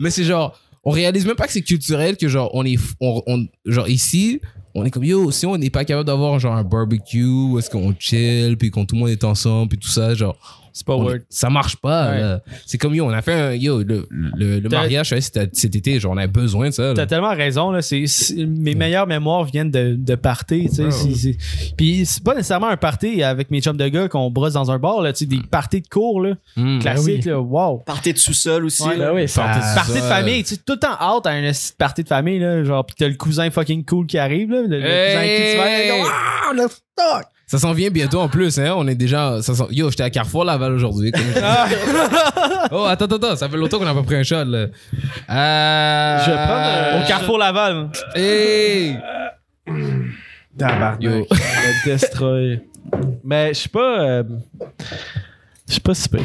Speaker 2: Mais c'est genre, on réalise même pas que c'est culturel, que genre, on est. On, on- genre, ici, on est comme yo, si on n'est pas capable d'avoir genre un barbecue, où est-ce qu'on chill, puis quand tout le monde est ensemble, puis tout ça, genre.
Speaker 6: C'est pas
Speaker 2: on-
Speaker 6: word.
Speaker 2: ça marche pas. là. C'est comme yo, on a fait un. Yo, le, le, le
Speaker 5: T'as-
Speaker 2: mariage, ouais, c'était cet été, genre, on a besoin de ça. là.
Speaker 5: T'as tellement raison, là. c'est c'est- mes meilleures mémoires viennent de, de parties, tu sais.
Speaker 2: Oh.
Speaker 5: c'est- c'est- Puis c'est pas nécessairement un party avec mes chums de gars qu'on brosse dans un bar, là, tu sais,
Speaker 2: Ah.
Speaker 5: des parties de cours, là,
Speaker 2: Mm.
Speaker 5: classiques, là. Wow!
Speaker 3: Partez de sous-sol aussi. là.
Speaker 5: oui,
Speaker 2: Party de
Speaker 5: partie de
Speaker 2: sol.
Speaker 5: famille, tu sais, tout le temps out à un partie de famille, là, genre, pis t'as le cousin fucking cool qui arrive, là, le, le cousin avec qui tu vas, là,
Speaker 2: Hey!
Speaker 5: genre,
Speaker 2: Ça s'en vient bientôt en plus, hein. On est déjà. ça s'en- Yo, j'étais à Carrefour Laval aujourd'hui. comme je dis. oh, attends, attends, attends. Ça fait longtemps qu'on n'a pas pris un shot, là. Euh,
Speaker 5: Je euh, prends au Carrefour Laval.
Speaker 2: Hey! Yo.
Speaker 1: Le destroy. Mais je suis pas. euh, je suis pas si pire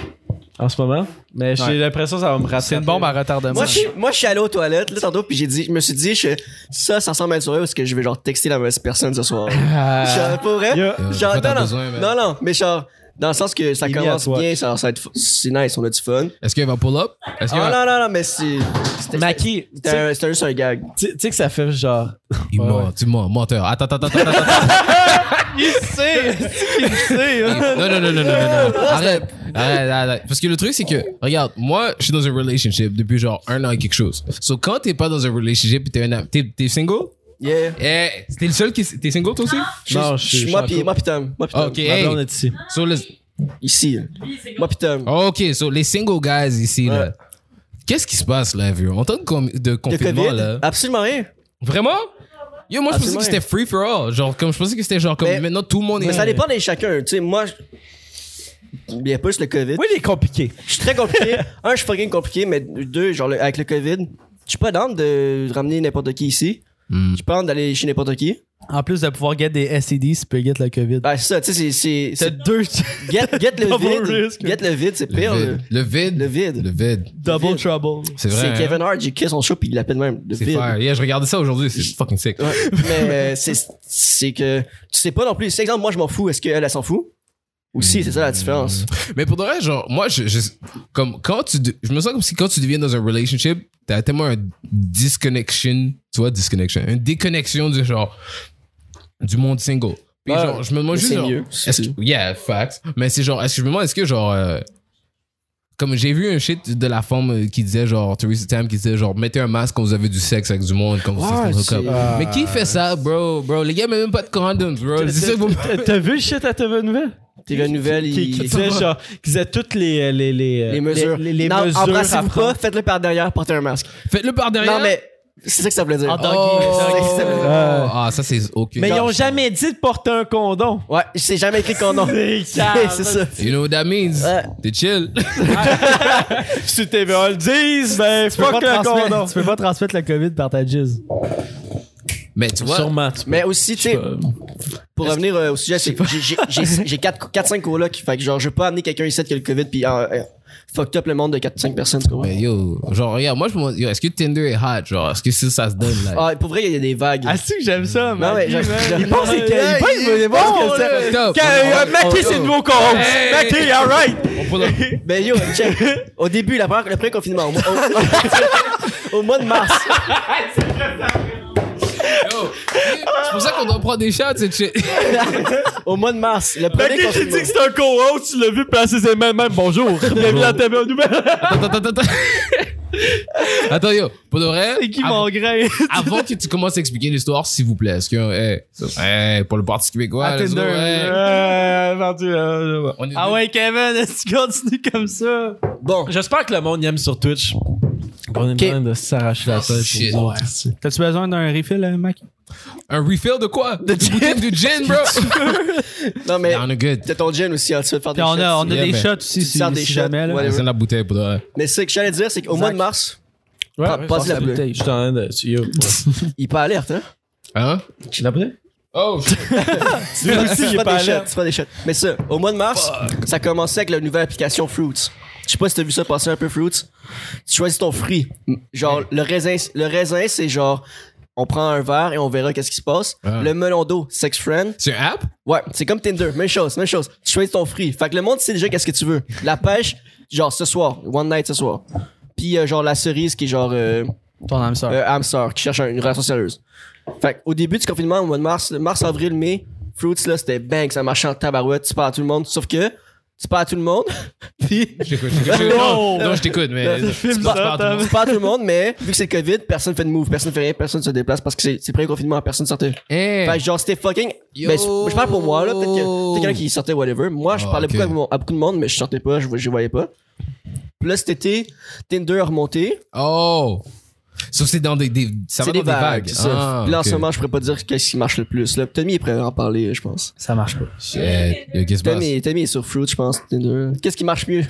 Speaker 1: en ce moment. Mais j'ai l'impression que ça va me rattraper.
Speaker 5: C'est une bombe à retardement.
Speaker 3: Moi, je suis- moi, je suis allé aux toilettes, là, tantôt, puis j'ai dit, je me suis dit, je- ça, ça ressemble à une soirée parce que je vais, genre, texter la mauvaise personne ce soir.
Speaker 1: Ah.
Speaker 3: Genre, pour vrai?
Speaker 1: Yeah.
Speaker 2: Euh,
Speaker 3: Genre,
Speaker 2: toi, t'as
Speaker 3: non, non,
Speaker 2: besoin, man.
Speaker 3: non, non, mais genre, dans le sens que ça
Speaker 1: Il est mis à
Speaker 3: commence
Speaker 1: toi.
Speaker 3: bien, ça, ça va être, fu- c'est nice, on a du fun.
Speaker 2: Est-ce qu'il va pull up? Est-ce
Speaker 3: Oh
Speaker 2: qu'il va.
Speaker 3: non, non, non, mais c'est. c'était-
Speaker 1: Maki, tu
Speaker 3: C'était un- c'était juste un gag.
Speaker 1: sais- tu sais que ça fait genre.
Speaker 2: Il ment, tu mens, menteur. Attends, attends, attends, attends, attends. Non, non, non, non, non, non, non. Arrête. Arrête, arrête. Parce que le truc, c'est que, regarde, moi, je suis dans une relationship depuis genre un an et quelque chose. So, quand t'es pas dans une relationship et t'es un. am- T'es t'es single?
Speaker 3: Yeah.
Speaker 2: Eh, t'es le seul qui. T'es single, toi aussi?
Speaker 1: Non,
Speaker 3: Je suis- moi,
Speaker 1: en
Speaker 3: pis,
Speaker 1: couple.
Speaker 3: moi, pis Tom. Moi, pis Tom.
Speaker 2: Ah, Ok,
Speaker 1: Ma
Speaker 2: hey.
Speaker 1: blonde est ici.
Speaker 2: So, let's-
Speaker 3: Ici. là. Moi, pis Tom.
Speaker 2: OK, so les single guys ici, là. Qu'est-ce qui se passe, là, vieux? En temps de, com- de
Speaker 3: De
Speaker 2: confinement,
Speaker 3: COVID.
Speaker 2: là.
Speaker 3: Absolument rien.
Speaker 2: Vraiment? Yo, moi, je pensais
Speaker 3: Absolument.
Speaker 2: que c'était free for all. Genre, comme, je pensais que c'était genre comme
Speaker 3: Mais-
Speaker 2: maintenant tout le monde est.
Speaker 3: Mais ça dépend des chacun. Tu sais, moi, je- il y a plus le COVID.
Speaker 1: Oui, il est compliqué.
Speaker 3: Je suis très compliqué. Un, je suis fucking compliqué, mais deux, genre, le- avec le COVID, je suis pas down de ramener n'importe qui ici.
Speaker 2: Hmm.
Speaker 3: Je suis pas down d'aller chez n'importe qui.
Speaker 5: En plus de pouvoir get des STD, tu peux get la COVID.
Speaker 3: Ben, c'est ça, tu sais, c'est- c'est.
Speaker 5: C'est
Speaker 3: c'est-
Speaker 5: deux
Speaker 3: Get, get le
Speaker 5: Double
Speaker 3: vide.
Speaker 5: risk.
Speaker 3: Get le vide, c'est
Speaker 2: Le
Speaker 3: pire. Le,
Speaker 2: vide. Le vide.
Speaker 3: le vide.
Speaker 2: Le vide.
Speaker 5: double trouble.
Speaker 2: C'est vrai.
Speaker 3: C'est
Speaker 2: hein?
Speaker 3: Kevin Hart, j'ai kiss son show, puis il l'appelle même. Le
Speaker 2: C'est
Speaker 3: vide.
Speaker 2: fire. Yeah, je regardais ça aujourd'hui. C'est fucking sick.
Speaker 3: Ouais, mais euh, c'est c'est que tu sais pas non plus. C'est exemple, moi je m'en fous. Est-ce qu'elle elle, s'en fout? Ou si, c'est ça la différence.
Speaker 2: Mais pour de vrai, genre, moi, je, je- comme, quand tu, de- je me sens comme si quand tu deviens dans un relationship, t'as tellement un disconnection, tu vois, disconnection, une déconnexion du genre, du monde single. Puis
Speaker 3: Ouais,
Speaker 2: genre, je me demande
Speaker 3: mais
Speaker 2: juste,
Speaker 3: c'est
Speaker 2: genre,
Speaker 3: mieux,
Speaker 2: est-ce
Speaker 3: c'est-
Speaker 2: que, yeah, facts. Mais c'est genre, est-ce que je me demande, est-ce que genre, euh, comme j'ai vu un shit de la femme euh, qui disait genre, Theresa Tam qui disait genre, mettez un masque quand vous avez du sexe avec du monde, quand vous
Speaker 3: Ouais,
Speaker 2: êtes en hookup.
Speaker 3: c'est-
Speaker 2: Mais qui fait ça, bro, bro? Les gars, mais même pas de condoms, bro. C'est ça que vous-
Speaker 1: T'as- T'as vu le shit à TV Nouvelle?
Speaker 3: T'es la nouvelle,
Speaker 1: Qui, qui
Speaker 3: il...
Speaker 1: disait genre. Qui disait toutes les. euh, Les, les,
Speaker 3: les mesures.
Speaker 1: Les, les
Speaker 3: non,
Speaker 1: mesures. à
Speaker 3: embrassez-vous pas,
Speaker 1: prendre.
Speaker 3: faites-le par derrière, portez un masque.
Speaker 2: Faites-le par derrière.
Speaker 3: Non, mais c'est ça que ça voulait dire.
Speaker 5: En tant
Speaker 2: Oh,
Speaker 3: c'est ça que ça veut
Speaker 1: dire.
Speaker 2: Ah, ça, c'est OK.
Speaker 1: Mais ils ont jamais dit de porter un condom.
Speaker 3: Ouais, c'est jamais écrit qu'on C'est ça.
Speaker 2: You know what that means?
Speaker 3: Ouais.
Speaker 2: T'es chill.
Speaker 1: Si TVA le disent, ben fuck le condom.
Speaker 5: Tu peux pas transmettre la COVID par ta jizz.
Speaker 2: Mais tu vois,
Speaker 1: Sûrement, tu
Speaker 3: Mais aussi, tu sais, pour revenir euh, au sujet, c'est que j'ai- j'ai- j'ai j'ai 4-5 colocs. Fait que genre, je veux pas amener quelqu'un ici qui a le COVID, puis euh, euh, fucked up le monde de 4-5 personnes, tu comprends?
Speaker 2: mais yo, genre, regarde, moi, je me demande, yo, est-ce que Tinder est hot? Genre, est-ce que ça, ça se donne, là?
Speaker 3: Ah, pour vrai, il y a des vagues.
Speaker 5: Ah, si que j'aime ça,
Speaker 3: non, mais genre,
Speaker 1: Il pense que il pense que c'est bon, là.
Speaker 2: Top.
Speaker 1: Quand- euh, Macky, c'est le nouveau co-host.
Speaker 2: Hey.
Speaker 1: Macky, alright.
Speaker 2: On peut-
Speaker 3: Ben yo, check. Au début, la première, le premier confinement, au, au- au mois de mars.
Speaker 2: Yo, c'est pour ça qu'on doit prendre des shots, cette shit.
Speaker 3: Au mois de mars, le premier
Speaker 1: Macky, j'ai
Speaker 3: confinement.
Speaker 1: dit que c'est un co-host, tu l'as vu passer ses mains de même. Bonjour. Bienvenue à TVA Nouvelle.
Speaker 2: Attends, attends, attends. Attends, yo, pour de vrai. av- Avant que tu commences à expliquer l'histoire, s'il vous plaît, est-ce que, hey, hey, pour le Parti québécois,
Speaker 5: À
Speaker 2: Ah, let's go,
Speaker 5: Tinder,
Speaker 2: hey.
Speaker 1: Euh, vendu, euh, ouais.
Speaker 2: On est-
Speaker 5: Ah ouais, Kevin, est-ce que tu continues comme ça?
Speaker 3: Bon,
Speaker 1: J'espère que le monde y aime sur Twitch. On est
Speaker 3: Ok.
Speaker 1: besoin de s'arracher la tête.
Speaker 2: Shit.
Speaker 1: pour voir si-
Speaker 5: T'as-tu besoin d'un refill, euh, Mac?
Speaker 2: Un refill de quoi? De gin. Du gin, bro.
Speaker 3: non mais,
Speaker 2: Yeah, On est good.
Speaker 3: t'as ton gin aussi, hein, tu veux faire des
Speaker 5: Puis on
Speaker 3: shots,
Speaker 5: a, on
Speaker 3: si-
Speaker 5: a
Speaker 2: Yeah,
Speaker 5: des
Speaker 2: ben,
Speaker 5: shots aussi,
Speaker 3: tu
Speaker 5: si,
Speaker 3: te sers des
Speaker 5: si
Speaker 3: shots,
Speaker 5: jamais. Là.
Speaker 3: whatever.
Speaker 2: C'est la bouteille, pour de vrai.
Speaker 3: Mais ce que j'allais dire, c'est qu'au mois de mars,
Speaker 1: Ouais,
Speaker 3: Pa-
Speaker 1: ouais,
Speaker 3: passe
Speaker 1: je
Speaker 3: la
Speaker 1: suis en
Speaker 3: bleue.
Speaker 1: train de- je suis en train de. yo.
Speaker 3: il pas alerte, hein?
Speaker 2: Hein?
Speaker 1: Tu l'as pris?
Speaker 2: Oh, shit.
Speaker 1: Lui aussi, il
Speaker 3: C'est
Speaker 1: est
Speaker 3: pas
Speaker 1: pas
Speaker 3: des shots,
Speaker 1: alerte.
Speaker 3: c'est pas des shots. Mais ça, au mois de mars, ça commençait avec la nouvelle application Fruits. Je sais pas si t'as vu ça passer un peu Fruits. Tu choisis ton fruit. Genre, le raisin, le raisin, c'est genre, on prend un verre et on verra qu'est-ce qui se passe.
Speaker 2: Ah.
Speaker 3: Le melon d'eau, sex friend.
Speaker 2: c'est une app?
Speaker 3: Ouais, c'est comme Tinder. Même chose, même chose. Tu choisis ton fruit. Fait que le monde sait déjà qu'est-ce que tu veux. La pêche, genre ce soir. One night ce soir. Puis euh, genre la cerise qui est genre... euh,
Speaker 6: Ton âme sœur.
Speaker 3: euh,
Speaker 2: Ah.
Speaker 3: âme sœur, qui cherche un- une relation sérieuse. Fait au début du confinement, au mois de mars, mars, avril, mai, Fruits, là, c'était bang, ça marchait en tabarouette, tu parles à tout le monde, sauf que tu parles à tout le monde, puis
Speaker 2: Je t'écoute. je t'écoute. Non, non, je t'écoute, mais.
Speaker 3: Le
Speaker 2: tu parles- tu parles à tout le monde.
Speaker 3: tu parles à tout le monde, mais vu que c'est le COVID, personne fait de move, personne fait rien, personne se déplace parce que c'est c'est le premier confinement, personne sortait.
Speaker 2: Eh,
Speaker 3: Fait que genre, c'était fucking.
Speaker 2: Yo.
Speaker 3: Ben, c'est- je parle pour moi, là. Peut-être que peut-être qu'il y en a qui sortait, whatever. Moi, je
Speaker 2: Ah,
Speaker 3: parlais
Speaker 2: ok.
Speaker 3: beaucoup à mon- à beaucoup de monde, mais je sortais pas, je, je voyais pas. Puis là, cet été, Tinder a remonté.
Speaker 2: Oh! Sauf que c'est dans des, des- ça va
Speaker 3: C'est
Speaker 2: dans
Speaker 3: des vagues. c'est ça.
Speaker 2: Ah,
Speaker 3: Puis là, en ce
Speaker 2: ok.
Speaker 3: moment, je pourrais pas dire qu'est-ce qui marche le plus. Là. Tommy est prêt à en parler, je pense.
Speaker 6: Ça marche pas.
Speaker 2: Shit. Yo, qu'est-ce qui se passe?
Speaker 3: Tommy, Tommy est sur Fruit, je pense. Tinder. Qu'est-ce qui marche mieux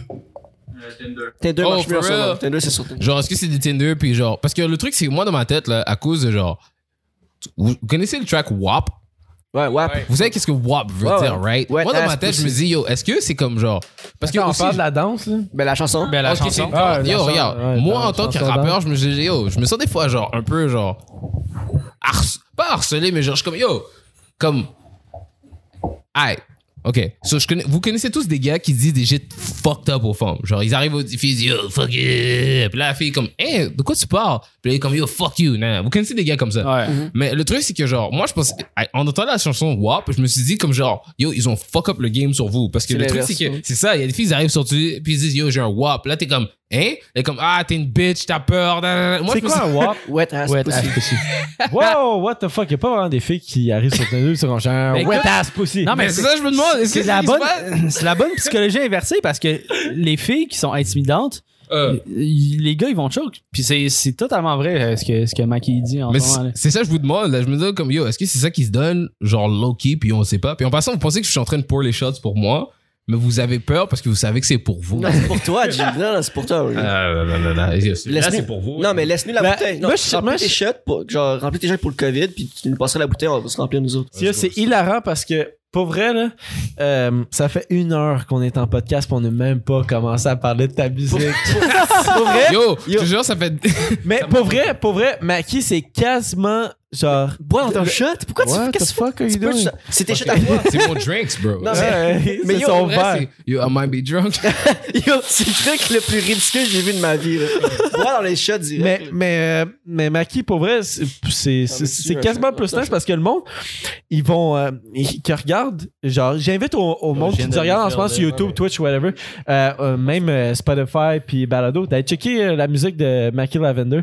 Speaker 3: Tinder. Tinder
Speaker 2: Oh,
Speaker 3: marche mieux en
Speaker 2: for
Speaker 3: ce moment.
Speaker 2: real?
Speaker 3: Tinder, c'est sur Tinder.
Speaker 2: Genre, est-ce que c'est des Tinder, puis genre... Parce que le truc, c'est que moi, dans ma tête, là, à cause de genre... Vous vous connaissez le track WAP?
Speaker 3: Ouais, WAP.
Speaker 2: Vous savez qu'est-ce que WAP veut
Speaker 3: Ouais,
Speaker 2: dire,
Speaker 3: ouais.
Speaker 2: right?
Speaker 3: Ouais, ah,
Speaker 2: moi, dans ma
Speaker 3: ass
Speaker 2: tête, je me
Speaker 3: pussy.
Speaker 2: dis, yo, est-ce que c'est comme genre... Parce que
Speaker 1: on
Speaker 2: aussi,
Speaker 1: parle de la danse, là.
Speaker 3: Ben, la chanson.
Speaker 6: Ben, la
Speaker 2: Ok, c'est-
Speaker 6: chanson.
Speaker 1: Ah, la
Speaker 2: yo,
Speaker 1: chan-
Speaker 2: regarde,
Speaker 1: ouais,
Speaker 2: moi
Speaker 1: la
Speaker 2: en tant que
Speaker 1: chanson hein.
Speaker 2: rappeur, je me dis, yo, je me sens des fois genre un peu genre harce- pas harcelé, mais genre je suis comme yo, comme aïe. Ok, so, je connais, vous connaissez tous des gars qui disent des shit fucked up aux femmes. Genre, ils arrivent aux filles, ils disent, yo, fuck you. Puis là, la fille est comme, hey, de quoi tu parles? Puis là, il est comme, yo, fuck you. Nan, nan. Vous connaissez des gars comme ça.
Speaker 6: Ouais.
Speaker 2: Mais le truc, c'est que genre, moi, je pense, en entendant la chanson WAP, je me suis dit comme genre, yo, ils ont fuck up le game sur vous. Parce que
Speaker 3: C'est
Speaker 2: le truc,
Speaker 3: l'inverse,
Speaker 2: c'est que,
Speaker 3: ouais.
Speaker 2: c'est ça, il y a des filles qui arrivent sur tu, puis ils disent, yo, j'ai un WAP. Là, t'es comme, hein? T'es comme, ah, t'es une bitch, t'as peur. nan, nan, nan. Moi,
Speaker 1: C'est
Speaker 2: je me
Speaker 1: quoi un WAP?
Speaker 3: Wet ass
Speaker 9: Wet
Speaker 3: pussy.
Speaker 9: ass pussy. wow, what the fuck? Y a pas vraiment des filles qui arrivent sur Tinder sur un genre
Speaker 6: Ben,
Speaker 9: wet
Speaker 6: écoute-
Speaker 9: ass pussy.
Speaker 6: Non,
Speaker 2: mais c'est ça, je me demande, est-ce que
Speaker 6: c'est la
Speaker 2: c'est ce qui se
Speaker 6: bonne, c'est la bonne psychologie inversée parce que les filles qui sont intimidantes,
Speaker 2: suis- Euh,
Speaker 6: y- les gars ils vont choke. Puis c'est, c'est totalement vrai euh, ce que ce que Maki dit en
Speaker 2: Mais
Speaker 6: ce moment. là.
Speaker 2: c'est c'est ça, je vous demande. Là, je me dis comme, yo, est-ce que c'est ça qui se donne, genre low-key, puis on sait pas. Puis en passant, vous pensez que je suis en train de pour les shots pour moi, mais vous avez peur parce que vous savez que c'est pour vous.
Speaker 3: Non, c'est pour toi, Jim. Non, non, c'est pour toi. oui.
Speaker 2: Ah, non, non, non, non. Là,
Speaker 3: Laisse-nous-
Speaker 2: c'est pour vous.
Speaker 3: Non, mais laisse-nous la
Speaker 1: Ben,
Speaker 3: bouteille. Non,
Speaker 1: moi, je-
Speaker 3: remplis
Speaker 1: moi,
Speaker 3: tes
Speaker 1: je-
Speaker 3: shots pour, genre, remplis tes shots pour le COVID, puis tu nous passeras la bouteille, on va se remplir nous autres.
Speaker 1: Tu vois, c'est hilarant parce que, pour vrai, là, euh, ça fait une heure qu'on est en podcast et on n'a même pas commencé à parler de ta musique. pour vrai,
Speaker 2: Yo, je
Speaker 1: Yo.
Speaker 2: te jure, ça fait.
Speaker 1: mais pour vrai, pour vrai, Maki, c'est quasiment genre.
Speaker 3: Bois dans ton shot. Pourquoi tu fais
Speaker 1: What the
Speaker 3: qu'est-ce que
Speaker 1: fuck are you
Speaker 3: tu fais?
Speaker 1: doing?
Speaker 3: C'est tes shots à toi.
Speaker 2: c'est mon drinks, bro.
Speaker 3: Non,
Speaker 1: Ouais,
Speaker 3: mais
Speaker 1: c'est son
Speaker 3: yo,
Speaker 2: Pour vrai,
Speaker 1: verre.
Speaker 2: c'est- Yo, I might be drunk.
Speaker 3: Yo, C'est le truc le plus ridicule que j'ai vu de ma vie. là. Bois dans les shots direct.
Speaker 1: Mais, mais, euh, mais Maki, pour vrai, c'est- c'est c'est- c'est quasiment plus nice parce que le monde, ils vont, euh, ils- qui regardent, genre, j'invite au, au monde qui nous regarde en ce moment sur YouTube, Twitch, whatever, euh, euh, même euh, Spotify puis Balado, d'aller checker euh, la musique de Maki Lavender.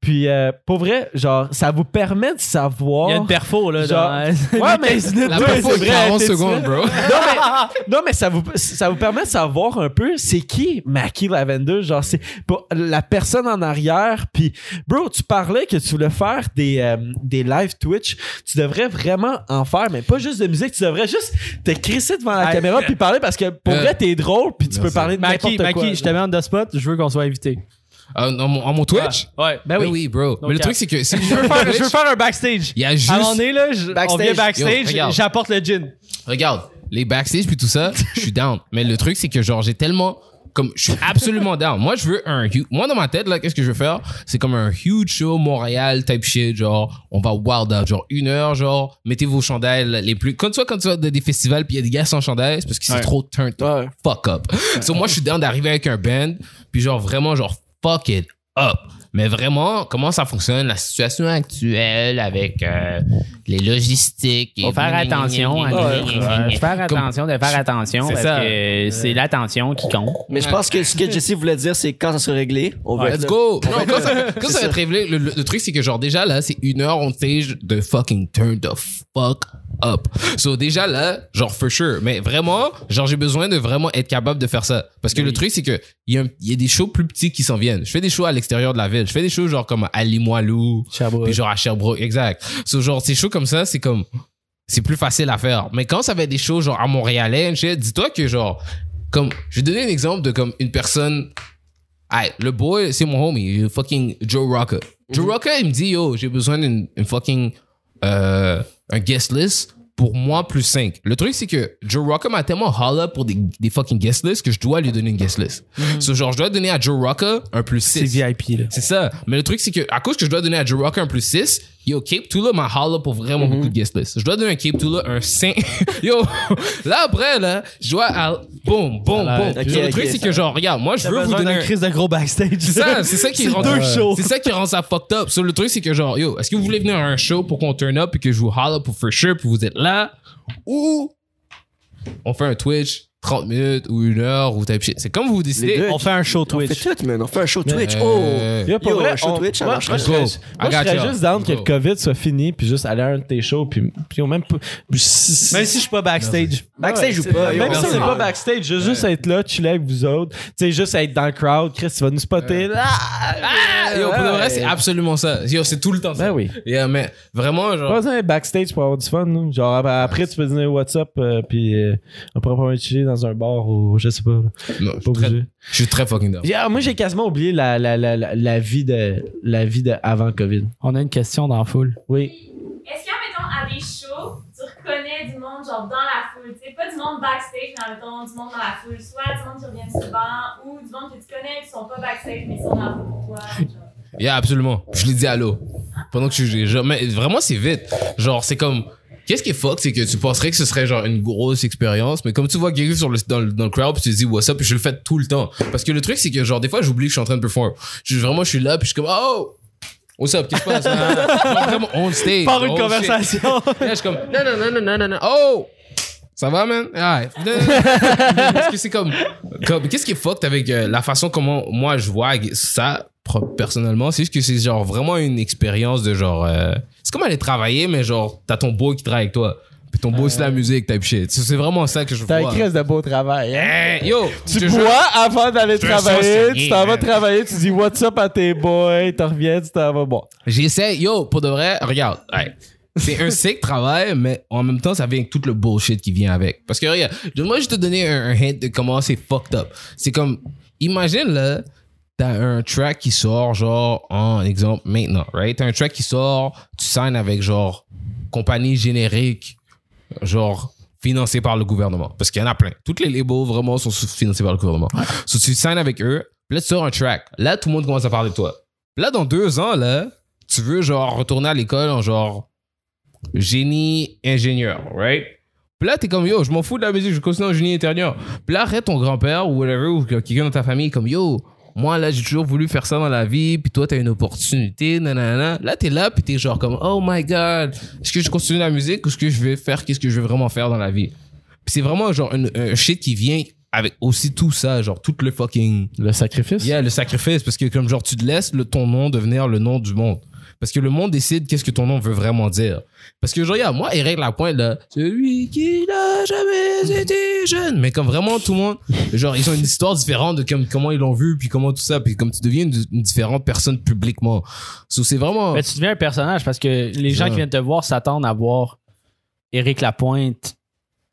Speaker 1: Puis, euh, pour vrai, genre, ça vous permet de savoir.
Speaker 6: Il y a une perfo là.
Speaker 1: Genre-
Speaker 6: dans-
Speaker 1: Ouais, mais c'est
Speaker 2: La première fois, 40 secondes, bro.
Speaker 1: non, mais, non, mais ça, vous, ça vous permet de savoir un peu c'est qui Mackie Lavender. Genre, c'est pour la personne en arrière. Puis, bro, tu parlais que tu voulais faire des, euh, des live Twitch. Tu devrais vraiment en faire, mais pas juste de musique. Tu devrais juste te crisser devant la
Speaker 6: Hey,
Speaker 1: caméra puis parler parce que pour
Speaker 2: euh,
Speaker 1: vrai, t'es drôle puis tu peux
Speaker 2: merci.
Speaker 1: parler de
Speaker 6: Maki,
Speaker 1: n'importe quoi.
Speaker 6: Maki, je te mets en the spot. Je veux qu'on soit invité.
Speaker 2: Ah, En mon, en mon Twitch?
Speaker 6: Ouais. Ben
Speaker 2: Ben
Speaker 6: oui.
Speaker 2: oui, bro.
Speaker 6: Donc,
Speaker 2: mais le
Speaker 6: euh,
Speaker 2: truc, c'est que si
Speaker 6: Je veux faire, je veux faire un backstage.
Speaker 2: il y a juste.
Speaker 6: À un moment donné, là, je- on
Speaker 3: Backstage.
Speaker 6: vient
Speaker 2: Yo,
Speaker 6: backstage,
Speaker 2: regarde.
Speaker 6: j'apporte le gin.
Speaker 2: Regarde, les backstage puis tout ça, je suis down. Mais le truc, c'est que genre, j'ai tellement. Comme, je suis absolument down. Moi, je veux un huge. Moi, dans ma tête, là, qu'est-ce que je veux faire? C'est comme un huge show Montréal type shit. Genre, on va wild out. Genre, une heure, genre, mettez vos chandails les plus. Quand tu vois, quand tu vas dans des festivals puis il y a des gars sans chandail, c'est parce que c'est trop turn
Speaker 3: Ouais.
Speaker 2: fuck up. So, moi, je suis down d'arriver avec un band, puis genre vraiment, genre fuck it up. Mais vraiment, comment ça fonctionne, la situation actuelle avec euh, les logistiques. et-
Speaker 7: Faut faire attention. à-
Speaker 2: Ouais.
Speaker 7: Faire
Speaker 2: Comme-
Speaker 7: attention de faire attention
Speaker 2: C'est
Speaker 7: parce
Speaker 2: ça.
Speaker 7: que c'est l'attention qui compte.
Speaker 3: Mais je pense que ce que Jesse voulait dire, c'est quand ça sera réglé, on va
Speaker 2: Let's
Speaker 3: être-
Speaker 2: go! Non, quand ça, quand ça va être révélé, le, le- le truc, c'est que genre, déjà là, c'est une heure, on tige de fucking turn the fuck up. So, déjà là, genre, for sure. Mais vraiment, genre, j'ai besoin de vraiment être capable de faire ça. Parce que le truc, c'est que il y, a un- il y a des shows plus petits qui s'en viennent. Je fais des shows à l'extérieur de la ville. Je fais des shows genre comme à Limoilou, puis genre à Sherbrooke, exact. So, genre, ces shows comme ça, c'est comme, c'est plus facile à faire. Mais quand ça va être des shows genre à Montréalais, and shit, dis-toi que genre, comme, je vais donner un exemple de comme une personne Hey, le boy, c'est mon homie, le
Speaker 6: Mhm.
Speaker 2: fucking Joe Rocker. Joe Rocker, il me dit, yo, j'ai besoin d'une une fucking euh, un guest list pour moi plus 5. Le truc, c'est que Joe Rocca m'a tellement holla pour des, des fucking guest lists que je dois lui donner une guest list. So, genre, je dois donner à Joe Rocca un plus 6.
Speaker 6: Mhm. C'est VIP, là.
Speaker 2: C'est ça. Mais le truc, c'est que à cause que je dois donner à Joe Rocker un plus 6, yo, Cape Tula m'a holla pour vraiment
Speaker 6: Mhm.
Speaker 2: beaucoup de guest lists. Je dois donner à Cape Tula un 5. yo, là après, là, je dois. À... Boum, boum, boum.
Speaker 3: être
Speaker 2: Genre,
Speaker 3: dur.
Speaker 2: le truc,
Speaker 3: Ok,
Speaker 2: c'est
Speaker 3: ça
Speaker 2: que, genre, regarde, moi, je veux vous donner. un-
Speaker 5: crise de gros backstage.
Speaker 2: C'est ça, c'est ça qui rend
Speaker 5: deux shows.
Speaker 2: C'est ça qui rend ça fucked up. So, le truc, c'est que, genre, yo, est-ce que vous voulez venir à un show pour qu'on turn up et que je vous holla pour for sure, puis vous êtes là? Ou on fait un Twitch 30 minutes ou une heure ou type shit. C'est comme vous décidez.
Speaker 3: Les deux,
Speaker 5: On fait un show
Speaker 3: on fait
Speaker 5: Twitch.
Speaker 3: tout, man. On fait un show Twitch. Oh!
Speaker 2: Euh,
Speaker 1: Yo, pour
Speaker 3: Yo,
Speaker 1: vrai,
Speaker 3: un show
Speaker 1: on-
Speaker 3: Twitch, ça
Speaker 1: moi,
Speaker 3: marche.
Speaker 1: moi, je
Speaker 2: Go.
Speaker 1: serais,
Speaker 2: I
Speaker 1: moi, je
Speaker 2: got
Speaker 1: serais
Speaker 2: y'all.
Speaker 1: juste down que
Speaker 2: Go.
Speaker 1: le COVID soit fini, puis juste aller à un de tes shows, puis, puis même pas. si-
Speaker 5: Même si je suis pas backstage.
Speaker 3: Backstage ou pas? yo,
Speaker 1: Même
Speaker 3: on
Speaker 1: si Euh, on
Speaker 3: sait.
Speaker 1: n'est pas backstage, juste, juste être là, chiller avec vous autres. Tu sais, juste être dans le crowd. Chris, tu vas nous spotter. Ah! Ah!
Speaker 2: Yo, pour le vrai,
Speaker 1: Ouais.
Speaker 2: c'est absolument ça. Yo, c'est tout le temps ça.
Speaker 1: Ben oui.
Speaker 2: Yeah, mais vraiment, genre.
Speaker 1: Pas besoin d'être backstage pour avoir du fun. là. Genre, ap- après, tu peux dîner WhatsApp, euh, puis euh, on pourra probablement chiller dans un bar ou je sais pas. là.
Speaker 2: Non, je,
Speaker 1: Pas
Speaker 2: suis très,
Speaker 1: obligé.
Speaker 2: je suis très fucking down.
Speaker 1: Yeah, moi, j'ai quasiment oublié la, la, la, la, la vie de la vie de avant COVID.
Speaker 6: On a une question dans la foule.
Speaker 1: Oui.
Speaker 10: Puis, Est-ce qu'en mettons à des shows, tu reconnais du monde genre dans la foule, tu sais, pas du monde backstage, mais en mettons du monde dans la foule, soit du monde qui revient souvent ou du monde que tu connais qui sont pas backstage mais ils sont dans la foule pour toi. genre.
Speaker 2: Yeah, absolument. Je l'ai dit à l'eau. Pendant que je suis. genre, mais vraiment, c'est vite. Genre, c'est comme. Qu'est-ce qui est fuck, c'est que tu penserais que ce serait genre une grosse expérience, mais comme tu vois Gary sur le, dans, le, dans le crowd, puis tu te dis what's up, puis je le fais tout le temps. Parce que le truc, c'est que genre, des fois, j'oublie que je suis en train de perform. Je, vraiment, je suis là, puis je suis comme, oh! What's up, qu'est-ce qui se passe? Genre, vraiment, on stage.
Speaker 5: Par une
Speaker 2: Oh, shit.
Speaker 5: conversation.
Speaker 2: Là, je suis comme, non, non, non, non, non, non, non. Oh! Ça va, man? Alright. Non, non, non. Parce que c'est comme, comme- qu'est-ce qui est fucked avec euh, la façon comment moi je vois ça pro- personnellement? C'est juste que c'est genre vraiment une expérience de genre, euh, c'est comme aller travailler, mais genre, t'as ton beau qui travaille avec toi. Puis ton beau, c'est la musique, type shit. C'est c'est vraiment ça que je
Speaker 1: T'as
Speaker 2: vois.
Speaker 1: un crise de beau travail. hein?
Speaker 2: Hey, yo! je te
Speaker 1: Tu
Speaker 2: jure-
Speaker 1: bois Ah, avant d'aller
Speaker 2: te sens
Speaker 1: travailler,
Speaker 2: saigné,
Speaker 1: tu t'en vas
Speaker 2: man.
Speaker 1: travailler, tu dis what's up à tes boys, t'en reviens, tu t'en vas boire.
Speaker 2: J'essaie, yo, pour de vrai, regarde, hey, c'est un sick travail, mais en même temps, ça vient avec tout le bullshit qui vient avec. Parce que regarde, moi, je vais te donner un, un hint de comment c'est fucked up. C'est comme, imagine là, t'as un track qui sort, genre, en exemple, maintenant, right? T'as un track qui sort, tu signes avec genre, compagnie générique, genre, financée par le gouvernement. Parce qu'il y en a plein. Toutes les labels, vraiment, sont sous- financés par le gouvernement. So, tu signes avec eux, puis là, tu sors un track. Là, tout le monde commence à parler de toi. Puis là, dans deux ans, là, tu veux genre retourner à l'école en genre génie ingénieur, right? Puis là, t'es comme yo, je m'en fous de la musique, je continue en génie intérieur. Puis là, arrête ton grand-père ou whatever, ou quelqu'un dans ta famille, comme yo, moi là, j'ai toujours voulu faire ça dans la vie, puis toi, t'as une opportunité, nanana. Là, t'es là, puis t'es genre comme oh my god, est-ce que je continue la musique ou est-ce que je vais faire, qu'est-ce que je veux vraiment faire dans la vie? Puis c'est vraiment genre une- un shit qui vient avec aussi tout ça, genre tout le fucking.
Speaker 1: Le sacrifice?
Speaker 2: Yeah, le sacrifice, parce que comme genre tu te laisses le, ton nom devenir le nom du monde. Parce que le monde décide qu'est-ce que ton nom veut vraiment dire. Parce que genre, regarde, moi, Eric Lapointe, là, celui qui n'a jamais été jeune. Mais comme vraiment tout le monde, genre, ils ont une histoire différente de comme, comment ils l'ont vu, puis comment tout ça, puis comme tu deviens une, une différente personne publiquement. So, c'est vraiment.
Speaker 6: Mais tu deviens un personnage parce que les gens
Speaker 2: Ouais.
Speaker 6: qui viennent te voir s'attendent à voir Éric Lapointe,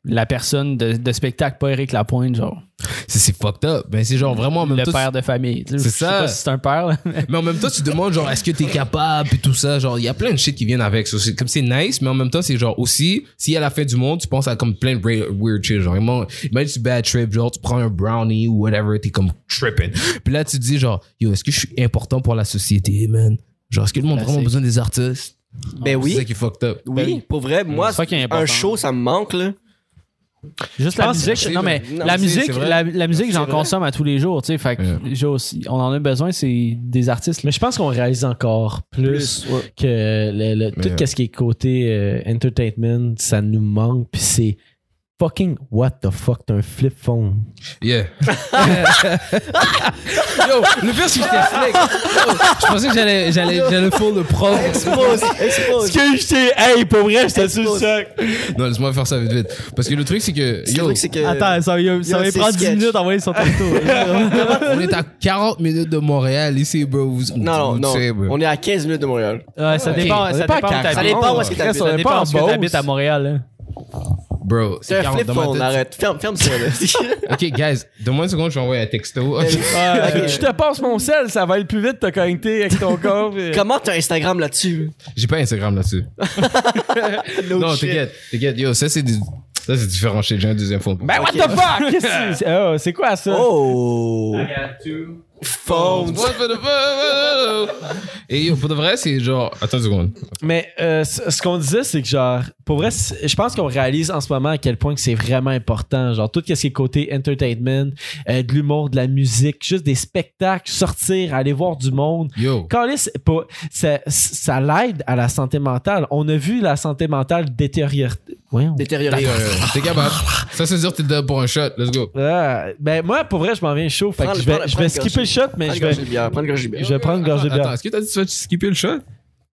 Speaker 6: la personne de, de spectacle, pas Éric Lapointe, genre
Speaker 2: C'est c'est fucked up. Ben, c'est genre vraiment. en même
Speaker 6: le
Speaker 2: temps,
Speaker 6: père de famille. Tu sais,
Speaker 2: C'est
Speaker 6: je sais
Speaker 2: ça.
Speaker 6: pas si c'est un père. là.
Speaker 2: Mais en même temps, tu te demandes, genre, est-ce que t'es capable, puis tout ça. Genre, il y a plein de shit qui viennent avec. So, c'est- comme c'est nice, mais en même temps, c'est genre aussi, si à la fin du monde, tu penses à comme plein de weird, weird shit. Genre, imagine imagine tu bad trip, genre, tu prends un brownie ou whatever, t'es comme tripping. Puis là, tu te dis, genre, yo, est-ce que je suis important pour la société, man? Genre, est-ce que le monde a vraiment
Speaker 6: Classique.
Speaker 2: besoin des artistes?
Speaker 3: Ben
Speaker 2: C'est ça
Speaker 3: oui,
Speaker 2: qui est fucked up.
Speaker 3: Ben oui, pour vrai, moi,
Speaker 6: C'est ça qui est important.
Speaker 3: un show, ça me manque, là.
Speaker 6: Juste la
Speaker 2: pense-
Speaker 6: musique.
Speaker 2: c'est-
Speaker 6: Non, mais
Speaker 3: non,
Speaker 6: la,
Speaker 2: c'est-
Speaker 6: musique,
Speaker 2: c'est vrai.
Speaker 6: la, la musique, j'en
Speaker 3: vrai.
Speaker 6: consomme à tous les jours. tu sais, Fait que
Speaker 2: Ouais.
Speaker 6: j'ai aussi, on en a besoin, c'est des artistes.
Speaker 1: Mais je pense qu'on réalise encore plus,
Speaker 3: ouais.
Speaker 1: que le- le- tout
Speaker 2: Mais-
Speaker 1: quest ce qui est côté euh, entertainment, ça nous manque, puis c'est fucking what the fuck, t'as un flip phone.
Speaker 2: Yeah. yo, le pire, c'est que j'étais flex. Yo, je pensais que j'allais, j'allais, j'allais pour le prof.
Speaker 3: Expose, expose.
Speaker 1: que je t'ai. Hey, pour vrai, j'étais sur
Speaker 3: le
Speaker 1: sac.
Speaker 2: Non, laisse-moi faire ça vite, vite. Parce que le truc, c'est que,
Speaker 3: Le
Speaker 2: yo,
Speaker 3: truc, c'est que.
Speaker 5: Attends, ça, va- ça va
Speaker 3: c'est
Speaker 5: prendre 10
Speaker 3: sketch.
Speaker 5: minutes d'envoyer son texto.
Speaker 2: On est à 40 minutes de Montréal ici, bro. Vous-
Speaker 3: Non,
Speaker 2: vous-
Speaker 3: non,
Speaker 2: tu sais,
Speaker 3: non.
Speaker 2: bro.
Speaker 3: On est à 15 minutes de Montréal.
Speaker 6: Ouais, ça
Speaker 2: Ok.
Speaker 6: dépend,
Speaker 1: On
Speaker 6: ça
Speaker 1: est pas
Speaker 6: dépend
Speaker 1: à
Speaker 6: où t'habites.
Speaker 3: Ça dépend où est-ce que
Speaker 1: Chris,
Speaker 3: t'habites.
Speaker 1: on
Speaker 6: Ça
Speaker 1: est
Speaker 6: dépend
Speaker 1: pas en
Speaker 6: où est-ce que
Speaker 1: Beauce.
Speaker 6: t'habites à Montréal. là.
Speaker 2: Bro,
Speaker 3: C'est un
Speaker 2: 40
Speaker 3: flip
Speaker 2: dans ma
Speaker 3: phone,
Speaker 2: tête.
Speaker 3: arrête. Ferme, ferme ça, là.
Speaker 2: Ok, guys, donne-moi une seconde, je vais envoyer un texto. Ok.
Speaker 1: Euh, je te passe mon sel, ça va aller plus vite, t'as connecté avec ton corps. puis-
Speaker 3: Comment t'as Instagram là-dessus?
Speaker 2: J'ai pas Instagram là-dessus.
Speaker 3: No
Speaker 2: non,
Speaker 3: shit.
Speaker 2: t'inquiète, t'inquiète. Yo, ça, c'est du- ça, c'est différent chez les gens, deuxième phone.
Speaker 1: Ben, what
Speaker 3: Ok.
Speaker 1: the fuck? Qu'est-ce que c'est? Oh, c'est quoi ça?
Speaker 3: Oh! Phone.
Speaker 2: Et yo, pour de vrai, c'est genre. Attends une seconde.
Speaker 1: Mais euh, ce ce qu'on disait, c'est que genre, pour vrai, c'est- je pense qu'on réalise en ce moment à quel point que c'est vraiment important. Genre, tout ce qui est côté entertainment, euh, de l'humour, de la musique, juste des spectacles, sortir, aller voir du monde.
Speaker 2: Yo.
Speaker 1: Callis, pas- ça, ça l'aide à la santé mentale. On a vu la santé mentale détériorer. Voyons.
Speaker 3: Détérioré.
Speaker 2: Yo, yo, yo, euh, T'es capable. Ça, c'est dire que t'es dedans pour un shot. Let's go.
Speaker 1: Ah, ben moi, pour vrai, je m'en viens chaud. Fait
Speaker 3: Prends
Speaker 1: que
Speaker 3: le-
Speaker 1: je vais,
Speaker 3: prends le-
Speaker 1: je
Speaker 3: prends
Speaker 1: vais
Speaker 3: le
Speaker 1: skipper le shot, mais je
Speaker 3: Prends une
Speaker 1: vais,
Speaker 3: gorgée de bière, prends une gorgée de bière.
Speaker 1: je vais prendre une gorgée de
Speaker 2: Attends,
Speaker 1: bière.
Speaker 2: est-ce que t'as dit que tu vas skipper le shot?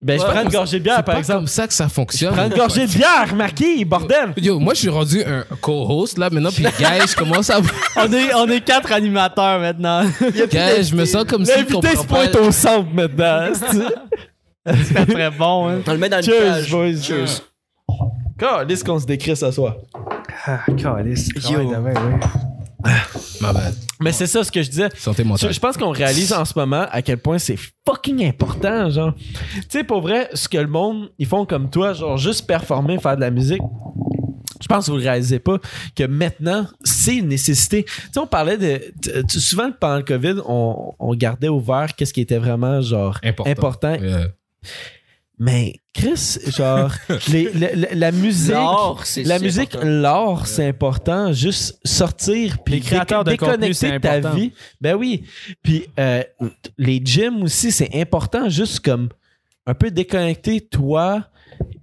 Speaker 1: Ben, je prends une gorgée de bière,
Speaker 2: C'est
Speaker 1: par
Speaker 2: pas
Speaker 1: exemple.
Speaker 2: comme ça que ça fonctionne.
Speaker 1: Prends une gorgée de bière, Marquis, bordel!
Speaker 2: Yo, moi, je suis rendu un co-host là maintenant, puis guys, je commence à.
Speaker 5: on, est, on est quatre animateurs maintenant.
Speaker 2: Guys, je me sens comme si.
Speaker 1: L'invité se pointe au centre maintenant. c'est-tu?
Speaker 5: C'est très bon. Hein.
Speaker 3: On le met dans une
Speaker 1: Cheers,
Speaker 3: cage.
Speaker 1: boys. Cheers. Calisse qu'on se décrit ce soir.
Speaker 2: Ma bad.
Speaker 1: Mais c'est ça ce que je disais.
Speaker 2: Santé
Speaker 1: Je
Speaker 2: mentale.
Speaker 1: je pense qu'on réalise en ce moment à quel point c'est fucking important, genre. Tu sais, pour vrai, ce que le monde, ils font comme toi, genre juste performer, faire de la musique. Je pense que vous ne réalisez pas que maintenant, c'est une nécessité. Tu sais, on parlait de. t- t- Souvent, pendant le COVID, on, on gardait ouvert qu'est-ce qui était vraiment, genre,
Speaker 2: Important.
Speaker 1: important.
Speaker 2: Yeah.
Speaker 1: Mais Chris, genre, les- le- le- la musique.
Speaker 3: L'art, c'est
Speaker 1: La
Speaker 3: c'est
Speaker 1: musique,
Speaker 3: important.
Speaker 1: l'art, c'est important. Juste sortir, puis
Speaker 6: Les créateurs
Speaker 1: déco-
Speaker 6: de contenu,
Speaker 1: déconnecter
Speaker 6: c'est
Speaker 1: de ta
Speaker 6: important.
Speaker 1: vie. Ben oui. Puis euh, les gyms aussi, c'est important. Juste comme un peu déconnecter toi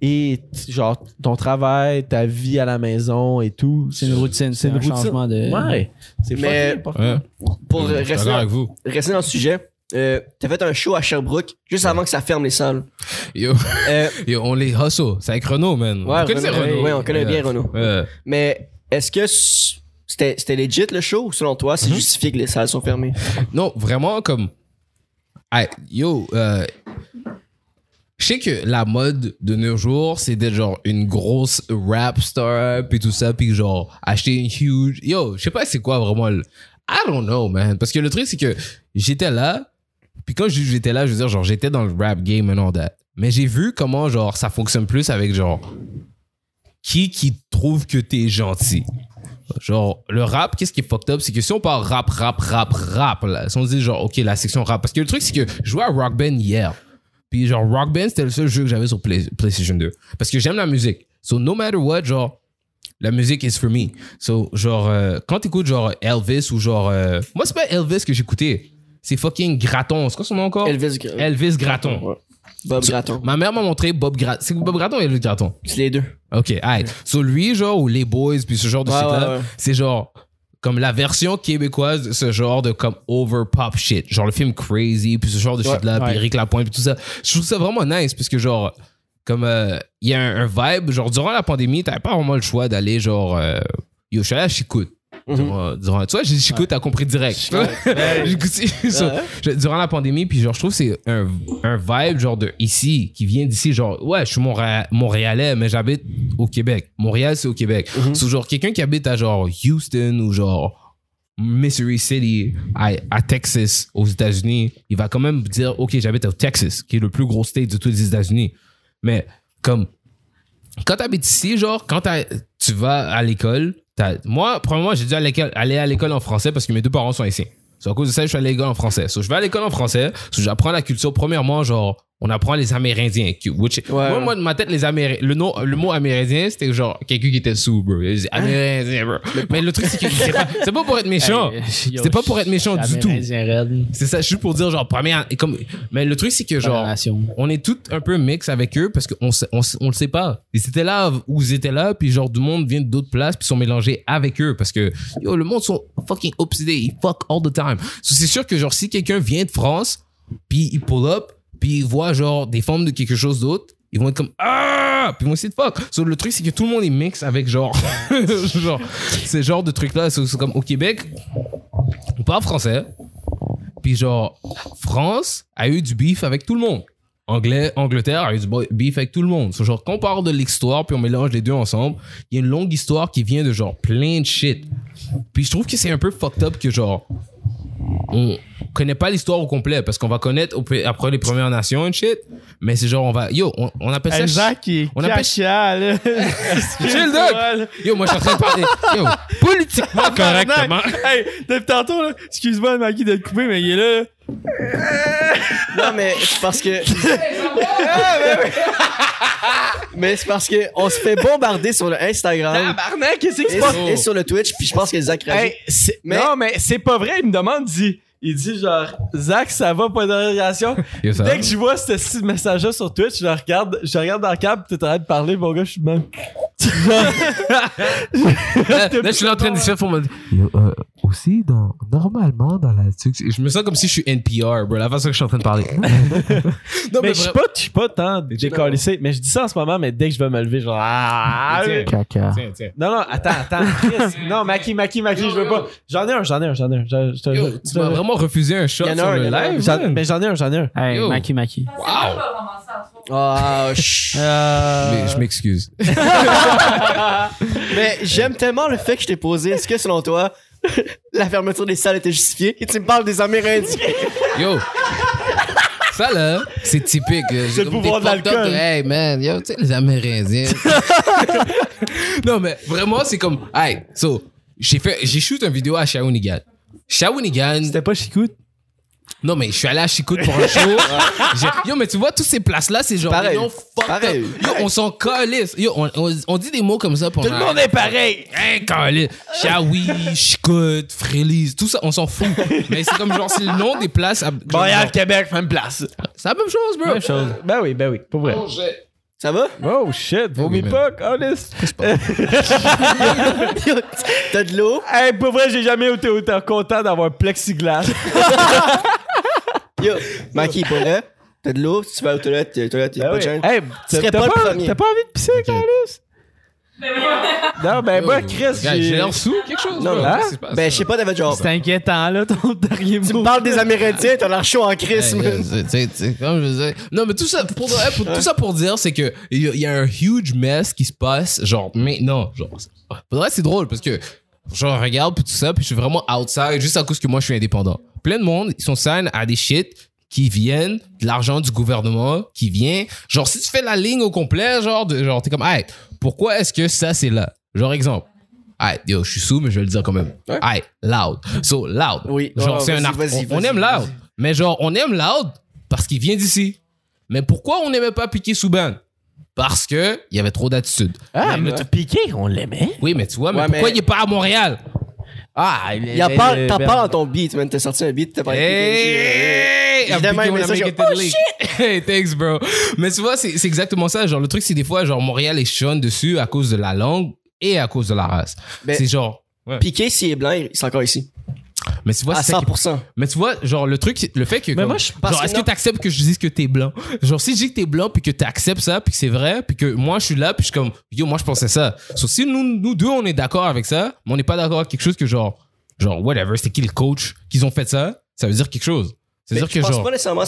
Speaker 1: et t- genre ton travail, ta vie à la maison et tout.
Speaker 6: C'est une routine, c'est
Speaker 1: une
Speaker 6: un
Speaker 1: routine.
Speaker 6: changement de.
Speaker 1: Ouais. C'est
Speaker 3: Mais-
Speaker 1: fucking important.
Speaker 2: Ouais.
Speaker 3: Pour
Speaker 2: Je suis
Speaker 3: euh, rester,
Speaker 2: d'accord avec vous.
Speaker 3: rester dans le sujet, euh, t'as fait un show à Sherbrooke juste avant que ça ferme les salles.
Speaker 2: Yo,
Speaker 3: Euh,
Speaker 2: yo, on les hustle. C'est avec Renault, man.
Speaker 3: Ouais,
Speaker 2: Vous connaissez
Speaker 3: Renaud,
Speaker 2: Renault?
Speaker 3: oui, on connaît bien Renaud.
Speaker 2: Ouais.
Speaker 3: mais est-ce que c- c'était c'était legit le show ou selon toi, c'est justifié que les salles sont fermées?
Speaker 2: Non, vraiment comme. Hey, yo, euh, je sais que la mode de nos jours, c'est d'être genre une grosse rap star, puis tout ça, puis genre acheter une huge. Yo, je sais pas c'est quoi vraiment le. I don't know, man. Parce que le truc, c'est que j'étais là, puis quand je dis que j'étais là, je veux dire, genre, j'étais dans le rap game and all that. Mais j'ai vu comment, genre, ça fonctionne plus avec, genre, qui qui trouve que t'es gentil. Genre, le rap, qu'est-ce qui est fucked up? C'est que si on parle rap, rap, rap, rap, là, si on dit genre, ok, la section rap, parce que le truc, c'est que je jouais à Rock Band hier. Puis genre, Rock Band, c'était le seul jeu que j'avais sur Play- PlayStation 2. Parce que j'aime la musique. So, no matter what, genre, la musique is for me. So, genre, euh, quand t'écoutes genre Elvis ou genre. euh, moi, c'est pas Elvis que j'écoutais. C'est fucking Graton. C'est quoi son nom encore?
Speaker 3: Elvis, Gra-
Speaker 2: Elvis Graton.
Speaker 3: Ouais. Bob Gratton.
Speaker 2: Ma mère m'a montré Bob Graton. C'est Bob Graton et Elvis Graton.
Speaker 3: C'est les deux.
Speaker 2: Ok, alright. So lui, genre, ou les boys, puis ce genre de
Speaker 3: Ouais,
Speaker 2: shit-là,
Speaker 3: ouais, ouais.
Speaker 2: c'est genre comme la version québécoise de ce genre de comme over pop shit. Genre le film Crazy, puis ce genre de shit-là, puis Eric Lapointe, puis tout ça. Je trouve ça vraiment nice, parce que genre, comme euh, il y a un, un vibe, genre durant la pandémie, t'avais pas vraiment le choix d'aller genre. euh, Yo, je suis allé à Chicout.
Speaker 3: Mm-hmm.
Speaker 2: durant, durant- tu vois, j'ai dit Chicout, t'as compris direct. Chicout, c'est- so, je- durant la pandémie, puis genre, je trouve que c'est un, un vibe, genre, de ici, qui vient d'ici, genre, ouais, je suis Montra- Montréalais, mais j'habite au Québec. Montréal, c'est au Québec. So, genre, quelqu'un qui habite à, genre, Houston ou, genre, Missouri City, à, à Texas, aux États-Unis, il va quand même dire, OK, j'habite au Texas, qui est le plus gros state de tous les États-Unis. Mais, comme, quand t'habites ici, genre, quand t'as- tu vas à l'école, t'as- moi, premièrement, j'ai dû à l'école- aller à l'école en français parce que mes deux parents sont ici. C'est à cause de ça que je suis allé à l'école en français. So, je vais à l'école en français, so, j'apprends la culture. Premièrement, genre, on apprend les Amérindiens. qui- which- moi, moi, de ma tête, les Améri- le, nom- le mot Amérindien, c'était genre quelqu'un qui était sous, bro. Il disait, Amérindien, bro. Mais le truc, c'est que c'est pas, c'est pas pour être méchant. C'était pas pour être méchant du tout. C'est ça, juste pour dire, genre, première. et Comme, mais le truc, c'est que, genre,
Speaker 6: Ah,
Speaker 2: on est tous un peu mix avec eux parce qu'on sait- on, sait- on le sait pas. Ils étaient là où ils étaient là, puis genre du monde vient d'autres places, puis sont mélangés avec eux parce que yo, le monde sont fucking obsédés, ils fuck all the time. So, c'est sûr que genre si quelqu'un vient de France, puis il pull up, puis il voit genre des formes de quelque chose d'autre, ils vont être comme ah, puis moi aussi de fuck. So, le truc c'est que tout le monde est mix avec genre, genre ces genres de trucs là. So, c'est comme au Québec, on parle français, puis genre France a eu du beef avec tout le monde. Anglais, Angleterre a eu du bo- beef avec tout le monde. So, genre, qu'on parle de l'histoire, puis on mélange les deux ensemble, il y a une longue histoire qui vient de genre plein de shit. Puis je trouve que c'est un peu fucked up que genre, on connaît pas l'histoire au complet, parce qu'on va connaître au- après les Premières Nations et shit, mais c'est genre, on va, yo, on, on appelle ça.
Speaker 1: Zach, il est
Speaker 2: on appelle-
Speaker 1: cacha, là.
Speaker 2: Chill, dog! Yo, moi, je suis en train de parler. Yo, politiquement correctement.
Speaker 1: Hey, depuis tantôt, là, excuse-moi, Maggie, de te couper, mais il est là.
Speaker 3: Non, mais c'est parce que. Ah, mais oui. mais c'est parce que on se fait bombarder sur le Instagram
Speaker 1: Tabarnak, qu'est-ce qui
Speaker 3: et, sur- et sur le Twitch, puis je pense que Zach réagit.
Speaker 1: Hey, c'est-
Speaker 3: Mais-
Speaker 1: Non, mais c'est pas vrai. Il me demande, il dit, il dit genre, Zach, ça va pas de relation.
Speaker 2: Yo, ça
Speaker 1: Dès
Speaker 2: va?
Speaker 1: que je vois ce style de message-là sur Twitch, je le regarde, je le regarde dans le câble, t'es en train de parler, mon gars, je suis même.
Speaker 2: là, là, je suis là en train de se faire pour me Yo, euh, aussi, dans, normalement, dans la. tu sais, Je me sens comme si je suis NPR, bro. La façon que je suis en train de parler. non,
Speaker 1: Mais je suis pas, je suis pas tant décalissé. Mais je dis ça en ce moment, mais dès que je vais me lever, genre, ah,
Speaker 2: Mais tiens.
Speaker 5: Caca.
Speaker 2: Tiens, tiens.
Speaker 1: Non, non, attends, attends. Chris. non, Maki, Maki, Maki, je veux pas. J'en ai un, j'en ai un, j'en ai un. Je- je te-
Speaker 2: Yo,
Speaker 1: je-
Speaker 2: tu m'as vraiment refusé un shot
Speaker 3: Y en a
Speaker 2: sur
Speaker 3: un, y
Speaker 2: le
Speaker 3: en a un.
Speaker 2: live.
Speaker 1: j'en-
Speaker 2: man.
Speaker 1: mais j'en ai un, j'en ai un.
Speaker 5: Hey,
Speaker 2: Yo.
Speaker 5: Maki Maki.
Speaker 10: Parce que là, on va commencer à se voir.
Speaker 3: Ah, chut.
Speaker 2: Mais je m'excuse.
Speaker 3: Mais j'aime tellement le fait que je t'ai posé. Est-ce que selon toi, la fermeture des salles était justifiée? Et tu me parles des Amérindiens.
Speaker 2: Yo. Ça là, c'est typique. C'est
Speaker 1: le pouvoir de l'alcool.
Speaker 2: Hey man, yo, tu sais les Amérindiens. non mais vraiment, c'est comme, hey, so j'ai fait, j'ai shoot une vidéo à Shawinigan. Shawinigan.
Speaker 11: C'était pas Chicout?
Speaker 2: Non mais je suis allé à Chicoute pour un show. J'ai- yo mais tu vois toutes ces places là, c'est genre
Speaker 3: Pareil.
Speaker 2: des noms fucked
Speaker 3: Pareil.
Speaker 2: up. Yo on s'en calisse. Yo on, on- on dit des mots comme ça pour tout le monde est pareil. Hein calisse. Shawi, Chicoute, Frélis, tout ça on s'en fout. mais c'est comme genre c'est le nom des places. à- genre-
Speaker 1: Québec, même place.
Speaker 2: c'est la même chose, bro.
Speaker 1: Ben oui, ben oui, pour vrai.
Speaker 3: Ça va?
Speaker 1: Oh shit, vomis
Speaker 2: man.
Speaker 1: pas, honest.
Speaker 3: T'as de l'eau?
Speaker 1: Hey, pour vrai, j'ai jamais été autant content d'avoir un plexiglas.
Speaker 3: Yo, Maki, pour vrai, t'as de l'eau? Si tu vas aux toilettes, les toilettes, y'a
Speaker 1: Ben
Speaker 3: pas de
Speaker 1: oui.
Speaker 3: chaîne.
Speaker 1: Hey,
Speaker 3: Tu serais
Speaker 1: t'as
Speaker 3: pas
Speaker 1: pas,
Speaker 3: le premier.
Speaker 1: t'as pas envie de pisser, Carlis?
Speaker 10: Mais oui.
Speaker 1: Non, ben
Speaker 2: Yo,
Speaker 1: moi, Chris,
Speaker 2: regarde, J'ai
Speaker 1: j'ai...
Speaker 2: l'air sous quelque chose.
Speaker 3: Non,
Speaker 2: bro.
Speaker 1: hein?
Speaker 2: Qu'est-ce qui se passe,
Speaker 3: Ben,
Speaker 2: là?
Speaker 3: je sais pas, t'avais genre.
Speaker 5: C'est inquiétant, là, ton dernier
Speaker 3: Tu me
Speaker 5: mot.
Speaker 3: parles des Amérindiens, t'as l'air chaud en crise,
Speaker 2: Hey,
Speaker 3: man.
Speaker 2: yo, c'est- c'est- c'est comme je disais. Non, mais tout ça pour, hey, pour- tout ça pour dire, c'est que il y, a- il y a un huge mess qui se passe, genre maintenant. Genre, pour vrai, c'est drôle parce que genre regarde puis tout ça, puis je suis vraiment outside juste à cause que moi je suis indépendant. Plein de monde, ils sont signes à des shit qui viennent de l'argent du gouvernement qui vient. Genre si tu fais la ligne au complet, genre de, genre t'es comme, hey, pourquoi est-ce que ça c'est là? Genre exemple. Hey, yo, je suis sous, mais je vais le dire quand même. Hey, loud. So, loud.
Speaker 3: Oui.
Speaker 2: Genre,
Speaker 3: Oh,
Speaker 2: c'est un
Speaker 3: vas-y,
Speaker 2: art-
Speaker 3: vas-y,
Speaker 2: On, on
Speaker 3: vas-y,
Speaker 2: aime
Speaker 3: vas-y.
Speaker 2: Loud. Mais genre, on aime Loud parce qu'il vient d'ici. Mais pourquoi on n'aimait pas Piqué Souban? Parce que il y avait trop d'attitude.
Speaker 1: Ah, mais tu piqué, on l'aimait.
Speaker 2: Oui, mais tu vois, mais
Speaker 3: Ouais,
Speaker 2: pourquoi
Speaker 3: mais-
Speaker 2: il est pas à Montréal?
Speaker 1: Ah,
Speaker 3: Y a pas, t'as pas dans ton beat, man. T'as sorti un beat, t'as pas
Speaker 2: Hey!
Speaker 3: Évidemment,
Speaker 2: Piqué,
Speaker 3: il
Speaker 2: on
Speaker 3: met
Speaker 2: a
Speaker 3: ça,
Speaker 2: make
Speaker 3: genre, oh,
Speaker 2: it to the league. Hey, thanks, bro. Mais tu vois, c'est c'est exactement ça. Genre, le truc, c'est des fois, genre, Montréal est chonne dessus à cause de la langue et à cause de la race.
Speaker 3: Ben-
Speaker 2: c'est genre.
Speaker 3: Piqué, s'il est blanc, il c'est encore ici.
Speaker 2: Mais tu vois,
Speaker 3: À
Speaker 2: c'est ça qui-
Speaker 3: 100%.
Speaker 2: Mais tu vois, genre, le truc, le fait que.
Speaker 1: Mais
Speaker 2: comme-
Speaker 1: moi, je
Speaker 2: Genre,
Speaker 3: Parce que
Speaker 2: est-ce que
Speaker 3: non.
Speaker 2: t'acceptes que je dise que t'es blanc? Genre, si je dis que t'es blanc, puis que t'acceptes ça, puis que c'est vrai, puis que moi, je suis là, puis je suis comme, yo, moi, je pensais ça. So, si nous, nous deux, on est d'accord avec ça, mais on n'est pas d'accord avec quelque chose que genre, genre, whatever, c'est qui le coach, qu'ils ont fait ça, ça veut dire quelque chose.
Speaker 3: Mais
Speaker 2: C'est-à-dire
Speaker 3: je
Speaker 2: que
Speaker 3: pense
Speaker 2: genre,
Speaker 3: pas nécessairement.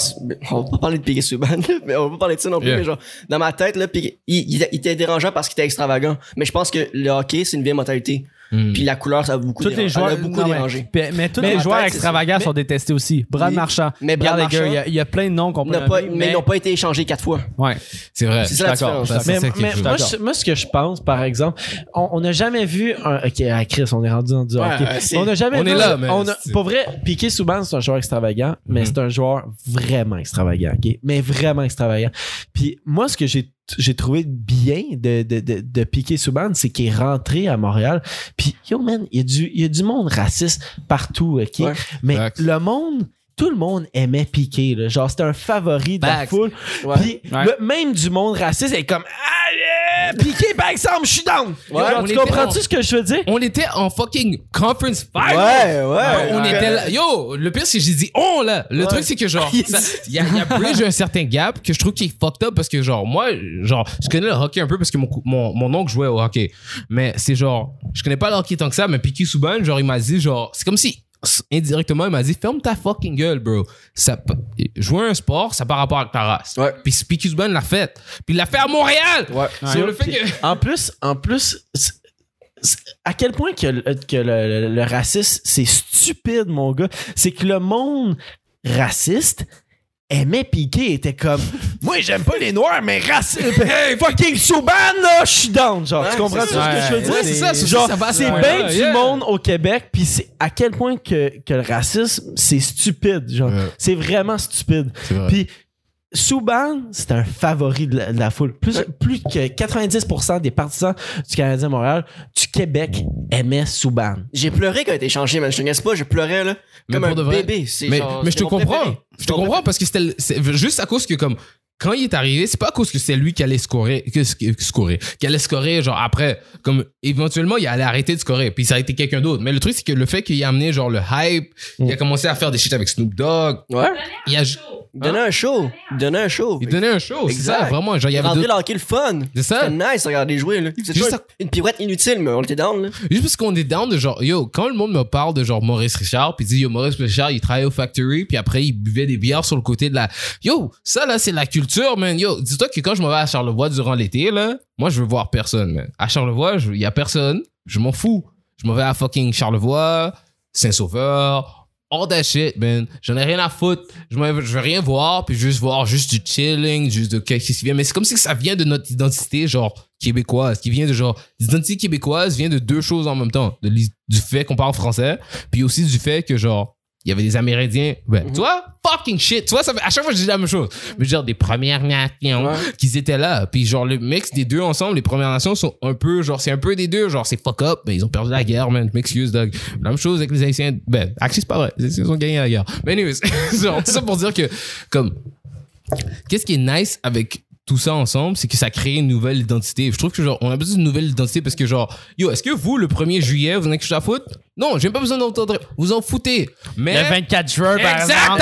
Speaker 3: On va pas parler de Piqué Souban, là, mais on va pas parler de ça non plus.
Speaker 2: Yeah.
Speaker 3: Mais genre, dans ma tête, là, Piqué, il, il- il était dérangeant parce qu'il était extravagant. Mais je pense que le hockey, c'est une vieille mentalité.
Speaker 2: hmm.
Speaker 3: Puis la couleur, ça a beaucoup,
Speaker 5: Tous
Speaker 3: déra-
Speaker 5: les joueurs.
Speaker 3: elle a beaucoup
Speaker 5: non, mais-
Speaker 3: dérangé.
Speaker 5: mais, mais tous
Speaker 3: Mais
Speaker 5: les
Speaker 3: en
Speaker 5: joueurs
Speaker 3: tête,
Speaker 5: extravagants
Speaker 3: c'est-
Speaker 5: sont détestés aussi. Brad
Speaker 3: Oui.
Speaker 5: Marchand.
Speaker 3: Mais Brad
Speaker 5: Regarde, les gars,
Speaker 3: Marchand-
Speaker 5: il y a- il y, a plein de noms qu'on peut.
Speaker 3: n'a pas,
Speaker 5: nommer,
Speaker 3: mais ils n'ont pas été échangés quatre fois.
Speaker 5: Ouais.
Speaker 2: c'est vrai.
Speaker 3: C'est ça la
Speaker 5: d'accord,
Speaker 3: différence.
Speaker 2: Ça, c'est
Speaker 1: Mais,
Speaker 2: ça qui
Speaker 1: mais
Speaker 2: est
Speaker 1: moi,
Speaker 2: chaud.
Speaker 1: je- moi, ce que je pense, par exemple, on on n'a jamais vu un. Ok, ah, Chris, on est rendu dans du hockey.
Speaker 3: euh, c'est-
Speaker 1: On n'a jamais
Speaker 2: on
Speaker 1: vu.
Speaker 2: est là, mais
Speaker 1: on a-
Speaker 2: c'est-
Speaker 1: Pour vrai, Piqué Souban, c'est un joueur extravagant, mais
Speaker 2: Mhm.
Speaker 1: c'est un joueur vraiment extravagant, ok? Mais vraiment extravagant. Puis moi, ce que j'ai j'ai trouvé bien de, de, de, de Piqué Souban, c'est qu'il est rentré à Montréal. Puis, yo, man, il y, a du- il y a du monde raciste partout, OK?
Speaker 3: Ouais.
Speaker 1: Mais
Speaker 2: Facts.
Speaker 1: le monde, tout le monde aimait Piqué. Là. Genre, c'était un favori de la
Speaker 2: Facts.
Speaker 1: foule.
Speaker 3: Ouais.
Speaker 1: Puis, le- même du monde raciste est comme ah, euh, Piqué, par exemple, je suis down.
Speaker 2: Ouais,
Speaker 1: Genre,
Speaker 2: on
Speaker 1: tu
Speaker 2: était
Speaker 1: comprends-tu ce que je veux dire?
Speaker 2: On était en fucking conference final.
Speaker 3: ouais.
Speaker 2: on
Speaker 3: ouais.
Speaker 2: était là. Yo, le pire, c'est que j'ai dit on là. Le truc, c'est que genre, ça- il y a, il y a bridge un certain gap que je trouve qui est fucked up parce que genre, moi, genre, je connais le hockey un peu parce que mon, cou- mon, mon oncle jouait au hockey. Mais c'est genre, je connais pas le hockey tant que ça, mais Piqué Souban, genre, il m'a dit, genre, c'est comme si s- indirectement, il m'a dit ferme ta fucking gueule, bro. Ça, p- jouer un sport, ça par rapport avec ta race.
Speaker 3: Ouais.
Speaker 2: Puis Speakeasy Band l'a fait. Puis il l'a fait à Montréal.
Speaker 3: Ouais.
Speaker 2: Sur le fait que.
Speaker 1: En plus, en plus, c'est- c'est- à quel point que, le- que le, le- le racisme, c'est stupide, mon gars. C'est que le monde raciste aimait Piqué était comme moi j'aime pas les noirs mais raciste hey fucking Souban là je suis down genre tu
Speaker 3: Ouais,
Speaker 1: comprends
Speaker 3: c'est
Speaker 1: tout ce que je veux dire
Speaker 2: Ouais, c'est ça, c'est-
Speaker 1: genre
Speaker 2: ça va à ce
Speaker 1: c'est
Speaker 2: point-là,
Speaker 1: bien du
Speaker 2: yeah.
Speaker 1: monde au Québec puis c'est à quel point que, que le racisme c'est stupide genre
Speaker 2: Ouais.
Speaker 1: c'est vraiment stupide puis Souban, c'est un favori de la, de la foule. Plus, plus que 90% des partisans du Canadien Montréal, du Québec, aimaient Souban.
Speaker 3: J'ai pleuré quand il a été changé, man. Je te niaise pas, je pleurais, là.
Speaker 2: Mais
Speaker 3: Comme
Speaker 2: pour
Speaker 3: un
Speaker 2: de vrai-
Speaker 3: bébé. C'est
Speaker 2: mais,
Speaker 3: genre-
Speaker 2: mais je te
Speaker 3: c'était mon
Speaker 2: comprends.
Speaker 3: préféré.
Speaker 2: Je te comprends parce que c'était le- c'est juste à cause que comme quand il est arrivé, c'est pas à cause que c'est lui qui allait scorer, que, que- scorer, qui allait scorer genre après comme éventuellement il allait arrêter de scorer puis ça a été quelqu'un d'autre. Mais le truc c'est que le fait qu'il a amené genre le hype, il a
Speaker 3: Mm.
Speaker 2: commencé à faire des shit avec Snoop Dogg,
Speaker 3: Ouais.
Speaker 2: il a
Speaker 3: Donnez un show. Donnez un show.
Speaker 2: Hein? il donnait un show, c'est ça
Speaker 3: Exact.
Speaker 2: vraiment, genre il y avait
Speaker 3: Rendez
Speaker 2: d'autres-
Speaker 3: le hockey le fun.
Speaker 2: c'est ça.
Speaker 3: C'était nice, regardez jouer, là. C'est
Speaker 2: Juste
Speaker 3: toujours une pirouette inutile, mais on était down, là.
Speaker 2: Juste parce qu'on est down de genre, yo, quand le monde me parle de genre Maurice Richard, puis dit, yo, Maurice Richard, il travaillait au Factory, puis après, il buvait des bières sur le côté de la. Yo, ça là, c'est la culture, man. Yo, dis-toi que quand je me vais à Charlevoix durant l'été, là, moi, je veux voir personne, man. À Charlevoix, je- il y a personne, je m'en fous. Je me vais à fucking Charlevoix, Saint-Sauveur, all that shit, man. J'en ai rien à foutre. Je, m'en- je veux rien voir, puis juste voir juste du chilling, juste de qu'est-ce qui vient. Mais c'est comme si ça vient de notre identité, genre, québécoise, qui vient de genre. L'identité québécoise vient de deux choses en même temps. De l'is- du fait qu'on parle français, puis aussi du fait que, genre, il y avait des Amérindiens. Ben, tu vois, fucking shit. Tu vois, ça fait- à chaque fois, je dis la même chose. Mais genre, des Premières Nations, qu'ils étaient là. Puis genre, le mix des deux ensemble, les Premières Nations sont un peu, genre, c'est un peu des deux. Genre, c'est fuck up, mais ils ont perdu la guerre, man. Je m'excuse, Doug. La même chose avec les Haïtiens. Ben, actually, c'est pas vrai. Les Haïtiens ont gagné la guerre. Mais anyways, genre, tout ça pour dire que, comme, qu'est-ce qui est nice avec tout ça ensemble, c'est que ça crée une nouvelle identité. Je trouve que genre, on a besoin d'une nouvelle identité parce que genre, yo, est-ce que vous, le 1er juillet, vous en avez que je la foute? Non, j'ai même pas besoin d'entendre. Vous en foutez. Mais.
Speaker 5: Le 24 juin, par
Speaker 2: Exact,
Speaker 5: exemple.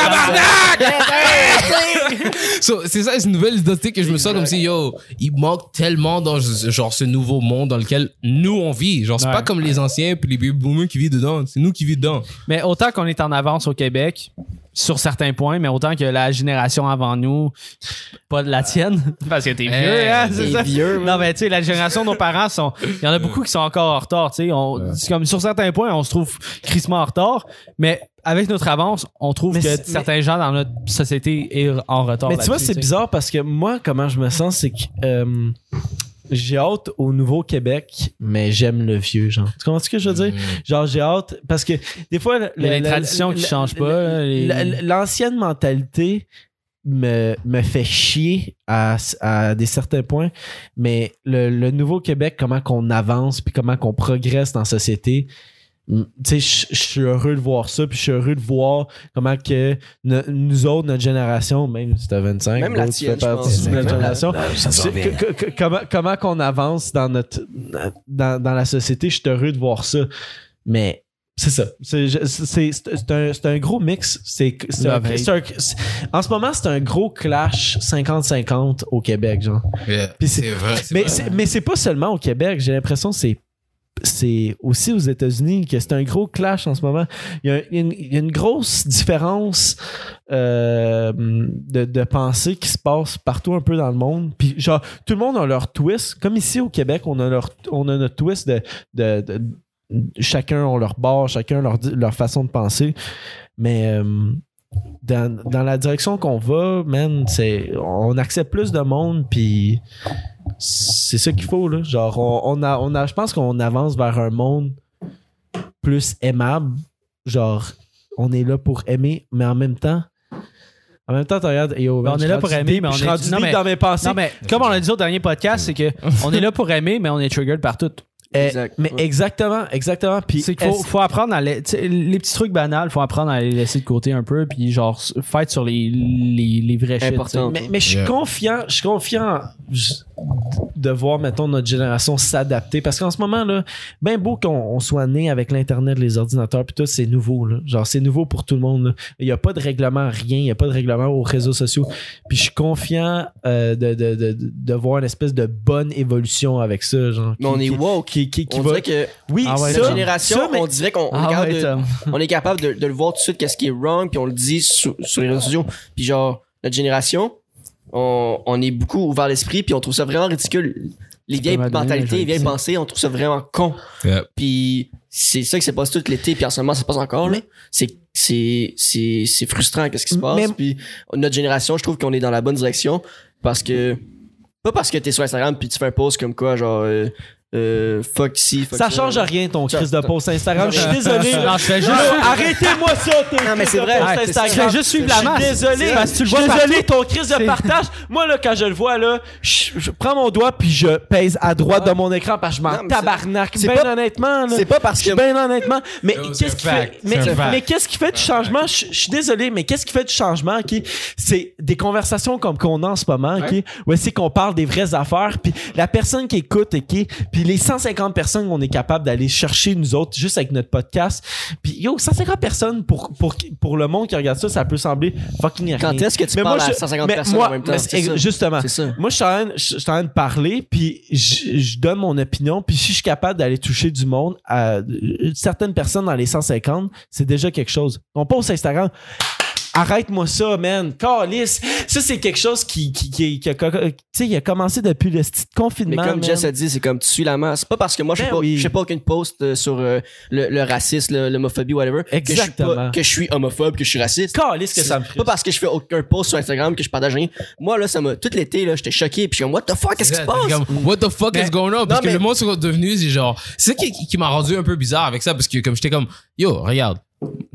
Speaker 2: tabarnak! So, c'est ça, c'est une nouvelle identité que je me sens comme si, yo, il manque tellement dans ce- genre ce nouveau monde dans lequel nous on vit. Genre, c'est
Speaker 5: Ouais.
Speaker 2: pas comme les anciens puis les baby boomers qui vivent dedans. C'est nous qui vivons dedans.
Speaker 5: Mais autant qu'on est en avance au Québec sur certains points, mais autant que la génération avant nous, pas de la tienne.
Speaker 7: Parce que t'es
Speaker 2: Eh,
Speaker 7: vieux.
Speaker 5: hein, c'est
Speaker 3: Des
Speaker 5: ça.
Speaker 3: vieux, man.
Speaker 5: Non, mais tu sais, la génération de nos parents sont. Il y en a beaucoup qui sont encore en retard, tu sais. On- c'est Comme sur certains points, on se trouve crissement en retard, mais avec notre avance, on trouve
Speaker 1: Mais
Speaker 5: que
Speaker 1: c'est-
Speaker 5: certains gens dans notre société sont en retard.
Speaker 1: Mais tu vois,
Speaker 5: là-dessus,
Speaker 1: c'est
Speaker 5: sais.
Speaker 1: bizarre parce que moi, comment je me sens, c'est que euh, j'ai hâte au Nouveau-Québec, mais j'aime le vieux, genre. Tu comprends ce que je veux dire? Genre, j'ai hâte parce que des fois.
Speaker 5: Hmm. Il y a les traditions qui changent pas. là, les-
Speaker 1: La- la- L'ancienne mentalité me, me fait chier à, à des certains points, mais le, le nouveau Québec, comment qu'on avance, puis comment qu'on progresse dans la société, mm, tu sais, je- je suis heureux de voir ça, puis je suis heureux de voir comment que no- nous autres, notre génération, même si t'as 25,
Speaker 3: Même la
Speaker 1: gros, tu
Speaker 3: tienne,
Speaker 1: fais
Speaker 3: je
Speaker 1: partie
Speaker 3: pense.
Speaker 1: de
Speaker 3: Même
Speaker 1: notre
Speaker 3: la-
Speaker 1: génération, c'est- que- que- que- comment, comment qu'on avance dans notre dans, dans la société, je suis heureux de voir ça. Mais c'est ça. C'est je- c'est- c'est- c'est un, c'est un gros mix. C'est c'est un-
Speaker 5: Love-hate.
Speaker 1: c'est un- c'est- en ce moment, c'est un gros clash 50-50 au Québec, genre.
Speaker 2: Yeah,
Speaker 1: Puis c'est-
Speaker 2: c'est vrai. c'est
Speaker 1: Mais
Speaker 2: vrai.
Speaker 1: c'est- mais c'est pas seulement au Québec. J'ai l'impression que c'est c'est aussi aux États-Unis que c'est un gros clash en ce moment. Il y a, il y a une, il y a une grosse différence euh, de, de pensée qui se passe partout un peu dans le monde. Puis genre, tout le monde a leur twist. Comme ici au Québec, on a, leur, on a notre twist de... de- de- chacun a leur bord, chacun leur, di- leur façon de penser. Mais... euh, dans, dans la direction qu'on va, man, c'est on accepte plus de monde, puis c'est ça qu'il faut là. Genre, on, on a, on a, je pense qu'on avance vers un monde plus aimable. Genre, on est là pour aimer, mais en même temps, en même temps, tu regardes, yo, man,
Speaker 5: Ben, on
Speaker 1: je
Speaker 5: est
Speaker 1: suis
Speaker 5: là pour
Speaker 1: rendu
Speaker 5: aimer,
Speaker 1: deep,
Speaker 5: mais on
Speaker 1: je suis
Speaker 5: est-
Speaker 1: rendu
Speaker 5: non,
Speaker 1: deep
Speaker 5: mais-
Speaker 1: dans mes pensées.
Speaker 5: Non, mais comme on l'a dit au dernier podcast, c'est que on est là pour aimer, mais on est triggered par tout.
Speaker 1: Eh,
Speaker 3: Exact,
Speaker 1: mais
Speaker 3: ouais.
Speaker 1: exactement, exactement. Puis
Speaker 5: C'est qu'il faut,
Speaker 1: est-ce-
Speaker 5: faut apprendre à la- tu sais, les petits trucs banals, faut apprendre à les laisser de côté un peu, puis genre s- fight sur les, les, les vrais shit.
Speaker 3: Important.
Speaker 5: tu sais.
Speaker 1: Mais, mais je suis
Speaker 2: Yeah.
Speaker 1: confiant, je suis confiant j- de voir, mettons, notre génération s'adapter. Parce qu'en ce moment, là, ben beau qu'on on soit né avec l'Internet, les ordinateurs, puis tout, c'est nouveau. là. Genre, c'est nouveau pour tout le monde. là. Il n'y a pas de règlement, rien. Il n'y a pas de règlement aux réseaux sociaux. Puis je suis confiant euh, de, de, de, de voir une espèce de bonne évolution avec ça. Genre,
Speaker 3: Mais on est woke.
Speaker 1: qui, qui, qui
Speaker 3: on
Speaker 1: va-
Speaker 3: dirait que
Speaker 1: Oui,
Speaker 12: Ah ouais,
Speaker 1: ça,
Speaker 3: notre génération,
Speaker 1: ça, mais-
Speaker 3: on dirait qu'on on
Speaker 1: Ah
Speaker 3: est capable de- on est capable de, de le voir tout de suite qu'est-ce qui est wrong puis on le dit sou- sur les réseaux sociaux puis genre notre génération on, on est beaucoup ouvert l'esprit puis on trouve ça vraiment ridicule les vieilles
Speaker 6: m'adonner, je
Speaker 3: mentalités les
Speaker 6: le
Speaker 3: vieilles
Speaker 6: dis.
Speaker 3: pensées on trouve ça vraiment con
Speaker 2: Yep.
Speaker 3: puis c'est ça qui se passe tout l'été puis en ce moment ça se passe encore là c'est c'est c'est c'est frustrant qu'est-ce qui se passe
Speaker 1: Mais-
Speaker 3: puis notre génération je trouve qu'on est dans la bonne direction parce que pas parce que t'es sur Instagram puis tu fais un post comme quoi genre euh, euh, fuck si fuck
Speaker 1: ça change rien ton
Speaker 3: Ça-
Speaker 1: crise de post Instagram. Je suis désolé.
Speaker 6: Non, je fais juste.
Speaker 1: Arrêtez-moi ça, ton
Speaker 3: Non, mais
Speaker 1: crise
Speaker 3: c'est
Speaker 1: de
Speaker 3: vrai.
Speaker 1: post
Speaker 3: Ouais, c'est-
Speaker 6: Je
Speaker 1: Instagram.
Speaker 6: fais juste suivre la
Speaker 1: Je suis
Speaker 6: masse.
Speaker 1: désolé.
Speaker 6: Parce que tu le
Speaker 1: Je
Speaker 6: vois
Speaker 1: suis
Speaker 6: partout.
Speaker 1: désolé, ton crise de
Speaker 6: C'est-
Speaker 1: partage. Moi, là, quand je le vois, là, je, je prends mon doigt puis je pèse à droite de mon écran parce que je
Speaker 3: Non,
Speaker 1: m'en
Speaker 3: mais c'est-
Speaker 1: tabarnak.
Speaker 3: c'est
Speaker 1: Ben
Speaker 3: pas-
Speaker 1: honnêtement, là.
Speaker 3: c'est pas parce que
Speaker 1: Je suis bien honnêtement. Mais
Speaker 2: Yo, c'est
Speaker 1: qu'est-ce qui
Speaker 2: un
Speaker 1: fait,
Speaker 2: fact.
Speaker 1: mais,
Speaker 2: C'est un
Speaker 1: mais
Speaker 2: fact.
Speaker 1: qu'est-ce qui fait du changement? Je je suis désolé, mais qu'est-ce qui fait du changement? ok? C'est des conversations comme qu'on a en ce moment, ok? où c'est qu'on parle des vraies affaires, puis la personne qui écoute, ok? puis les 150 personnes qu'on est capable d'aller chercher, nous autres, juste avec notre podcast. Puis yo, 150 personnes pour, pour, pour le monde qui regarde ça, ça peut sembler fucking rien.
Speaker 3: Quand est-ce que tu
Speaker 1: Mais
Speaker 3: parles
Speaker 1: moi,
Speaker 3: à
Speaker 1: je-
Speaker 3: 150
Speaker 1: mais
Speaker 3: personnes
Speaker 1: moi-
Speaker 3: en même temps?
Speaker 1: mais
Speaker 3: C'est ça.
Speaker 1: justement,
Speaker 3: C'est ça.
Speaker 1: moi, je suis en train de- je- je suis en train de parler, puis je, je donne mon opinion, puis si je suis capable d'aller toucher du monde à euh, certaines personnes dans les 150, c'est déjà quelque chose. On poste Instagram. Arrête-moi ça, man. Calice. Ça, c'est quelque chose qui, qui, qui, qui a, co- tu sais, il a commencé depuis le petit
Speaker 3: Mais
Speaker 1: confinement.
Speaker 3: comme
Speaker 1: man.
Speaker 3: Jess a dit, c'est comme tu suis la masse. C'est pas parce que moi, je fais
Speaker 1: Ben
Speaker 3: pas,
Speaker 1: oui.
Speaker 3: je fais pas aucune post euh, sur euh, le, le racisme, le- l'homophobie, whatever. que je suis pas-
Speaker 1: Exactement.
Speaker 3: Que je suis homophobe, que je suis raciste.
Speaker 1: Calice que ça me
Speaker 3: Pas
Speaker 1: frustre.
Speaker 3: parce que je fais aucun post sur Instagram que je partage rien. Moi, là, ça m'a. Tout l'été, là, j'étais choqué. Puis je suis comme, what the fuck, qu'est-ce qui se
Speaker 2: C'est
Speaker 3: passe?
Speaker 2: comme, What the fuck is going on? Parce que
Speaker 3: mais-
Speaker 2: le monde sont devenus, c'est genre, c'est ça qui, qui- qui m'a rendu un peu bizarre avec ça, parce que comme j'étais comme, yo, regarde,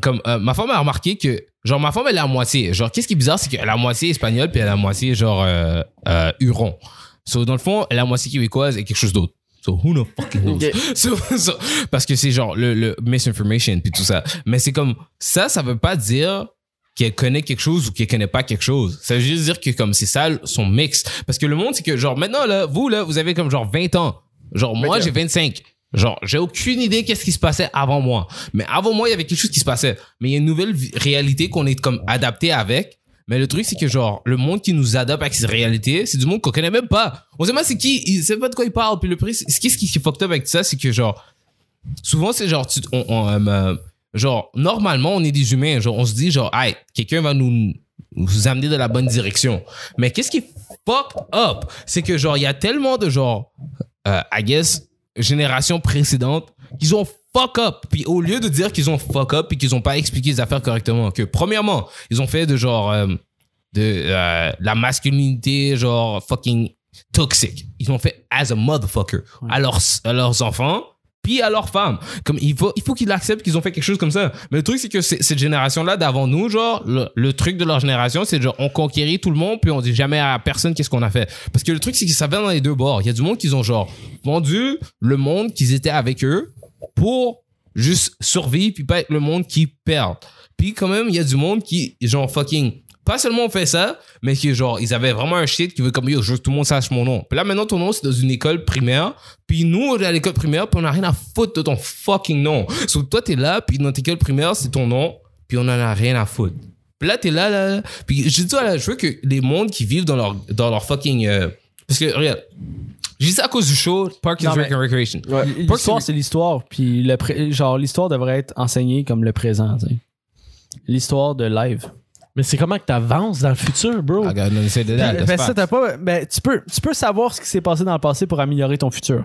Speaker 2: comme euh, ma femme a remarqué que, genre, ma femme elle est à moitié. Genre, qu'est-ce qui est bizarre, c'est qu'elle est à moitié espagnole, puis elle est à moitié, genre, euh, euh, huron. So, dans le fond, elle est à moitié québécoise et quelque chose d'autre. So, who the fucking knows?
Speaker 3: Ok.
Speaker 2: So- so- parce que c'est genre le, le misinformation puis tout ça. Mais c'est comme ça, ça veut pas dire qu'elle connaît quelque chose ou qu'elle connaît pas quelque chose. Ça veut juste dire que comme c'est ça son mix. Parce que le monde, c'est que genre maintenant, là, vous, là, vous avez comme genre 20 ans. Genre moi,
Speaker 3: Ok.
Speaker 2: j'ai 25. Genre, j'ai aucune idée qu'est-ce qui se passait avant moi. Mais avant moi, il y avait quelque chose qui se passait. Mais il y a une nouvelle vi- réalité qu'on est comme adapté avec. Mais le truc, c'est que genre, le monde qui nous adapte à cette réalité, c'est du monde qu'on connaît même pas. On sait pas c'est qui, ils savent pas de quoi ils parlent. Puis le prix, ce qui, ce qui est fucked up avec tout ça, c'est que genre, souvent c'est genre, tu- on, on, euh, euh, genre, normalement, on est des humains. Genre, on se dit genre, hey, quelqu'un va nous, nous amener dans la bonne direction. Mais qu'est-ce qui est fucked up? C'est que genre, il y a tellement de genre, euh, I guess, générations précédentes qu'ils ont fuck up. Puis au lieu de dire qu'ils ont fuck up et qu'ils ont pas expliqué les affaires correctement, que premièrement, ils ont fait de genre euh, de euh, la masculinité genre fucking toxique. Ils l'ont fait as a motherfucker à leurs à leurs enfants puis à leurs femmes. Comme il faut il faut qu'ils acceptent qu'ils ont fait quelque chose comme ça. Mais le truc c'est que c'est- cette génération là d'avant nous genre le, le truc de leur génération c'est genre on conquérit tout le monde puis on dit jamais à personne qu'est-ce qu'on a fait. Parce que le truc c'est qu'ils savaient dans les deux bords. Il y a du monde qu'ils ont genre vendu le monde qu'ils étaient avec eux pour juste survivre puis pas être le monde qui perd. Puis quand même, il y a du monde qui, genre, fucking, pas seulement on fait ça, mais qui, genre, ils avaient vraiment un shit qui veut comme, yo, je veux que tout le monde sache mon nom. Puis là, maintenant, ton nom, c'est dans une école primaire. Puis nous, on est à l'école primaire, puis on n'a rien à foutre de ton fucking nom. Sauf toi, t'es là, puis notre école primaire, c'est ton nom, puis on en a rien à foutre. Puis là, t'es là, là, là. Puis je dis, toi, là, je veux que les mondes qui vivent dans leur, dans leur fucking, euh, parce que, regarde, j'ai dit ça à cause du show, Park is
Speaker 6: Non, mais-
Speaker 2: Rec and Recreation.
Speaker 6: L'histoire, c'est l'histoire. Puis, le pré- genre, l'histoire devrait être enseignée comme le présent, tu sais. L'histoire de live.
Speaker 1: Mais c'est comment que t'avances dans le futur, bro?
Speaker 2: I gotta say that,
Speaker 6: Puis,
Speaker 2: that's
Speaker 6: ben,
Speaker 2: fact.
Speaker 6: ça, t'as pas- ben, tu, peux, tu peux savoir ce qui s'est passé dans le passé pour améliorer ton futur.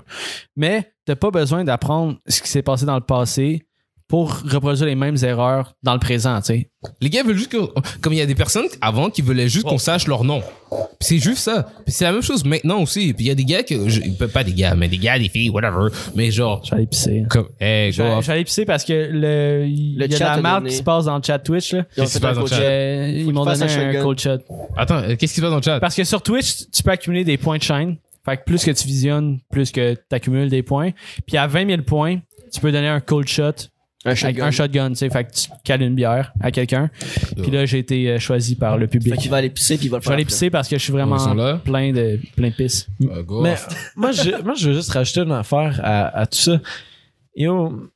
Speaker 6: Mais t'as pas besoin d'apprendre ce qui s'est passé dans le passé pour reproduire les mêmes erreurs dans le présent, tu sais.
Speaker 2: Les gars veulent juste que. Comme il y a des personnes avant qui voulaient juste qu'on sache leur nom. Puis c'est juste ça. Puis c'est la même chose maintenant aussi. Puis il y a des gars que. je- pas des gars, mais des gars, des filles, whatever. Mais genre.
Speaker 6: J'allais pisser.
Speaker 2: Comme, hey, go
Speaker 6: J'allais
Speaker 2: off.
Speaker 6: j'allais pisser parce que le, il
Speaker 3: Le
Speaker 6: y a de
Speaker 3: chat
Speaker 6: la
Speaker 3: a
Speaker 6: merde
Speaker 3: donné.
Speaker 6: qui se passe dans le chat Twitch. Là.
Speaker 3: Ils ont
Speaker 2: Qu'est-ce qui se
Speaker 3: fait un
Speaker 2: passe dans le
Speaker 3: coaching.
Speaker 2: chat?
Speaker 6: Euh, ils m'ont
Speaker 3: fasses
Speaker 6: donné
Speaker 3: un
Speaker 6: un
Speaker 3: shotgun.
Speaker 6: cold shot.
Speaker 2: Attends, euh, qu'est-ce qui se passe dans le chat?
Speaker 6: Parce que sur Twitch, tu peux accumuler des points de chaîne. Fait que plus que tu visionnes, plus que tu accumules des points. Puis à 20 000 points, tu peux donner un cold shot
Speaker 3: Un
Speaker 6: avec
Speaker 3: shotgun.
Speaker 6: un shotgun, tu sais. Fait que tu cales une bière à quelqu'un. Puis là, j'ai été euh, choisi par le
Speaker 3: Fait
Speaker 6: public.
Speaker 3: qu'il va aller pisser puis il va le
Speaker 6: Je vais
Speaker 3: faire.
Speaker 6: aller pisser parce que je suis vraiment
Speaker 2: Ils sont là.
Speaker 6: plein de, plein de pisse.
Speaker 2: Euh, go.
Speaker 1: Mais moi, je, moi, je veux juste rajouter une affaire à, à tout ça. Yo,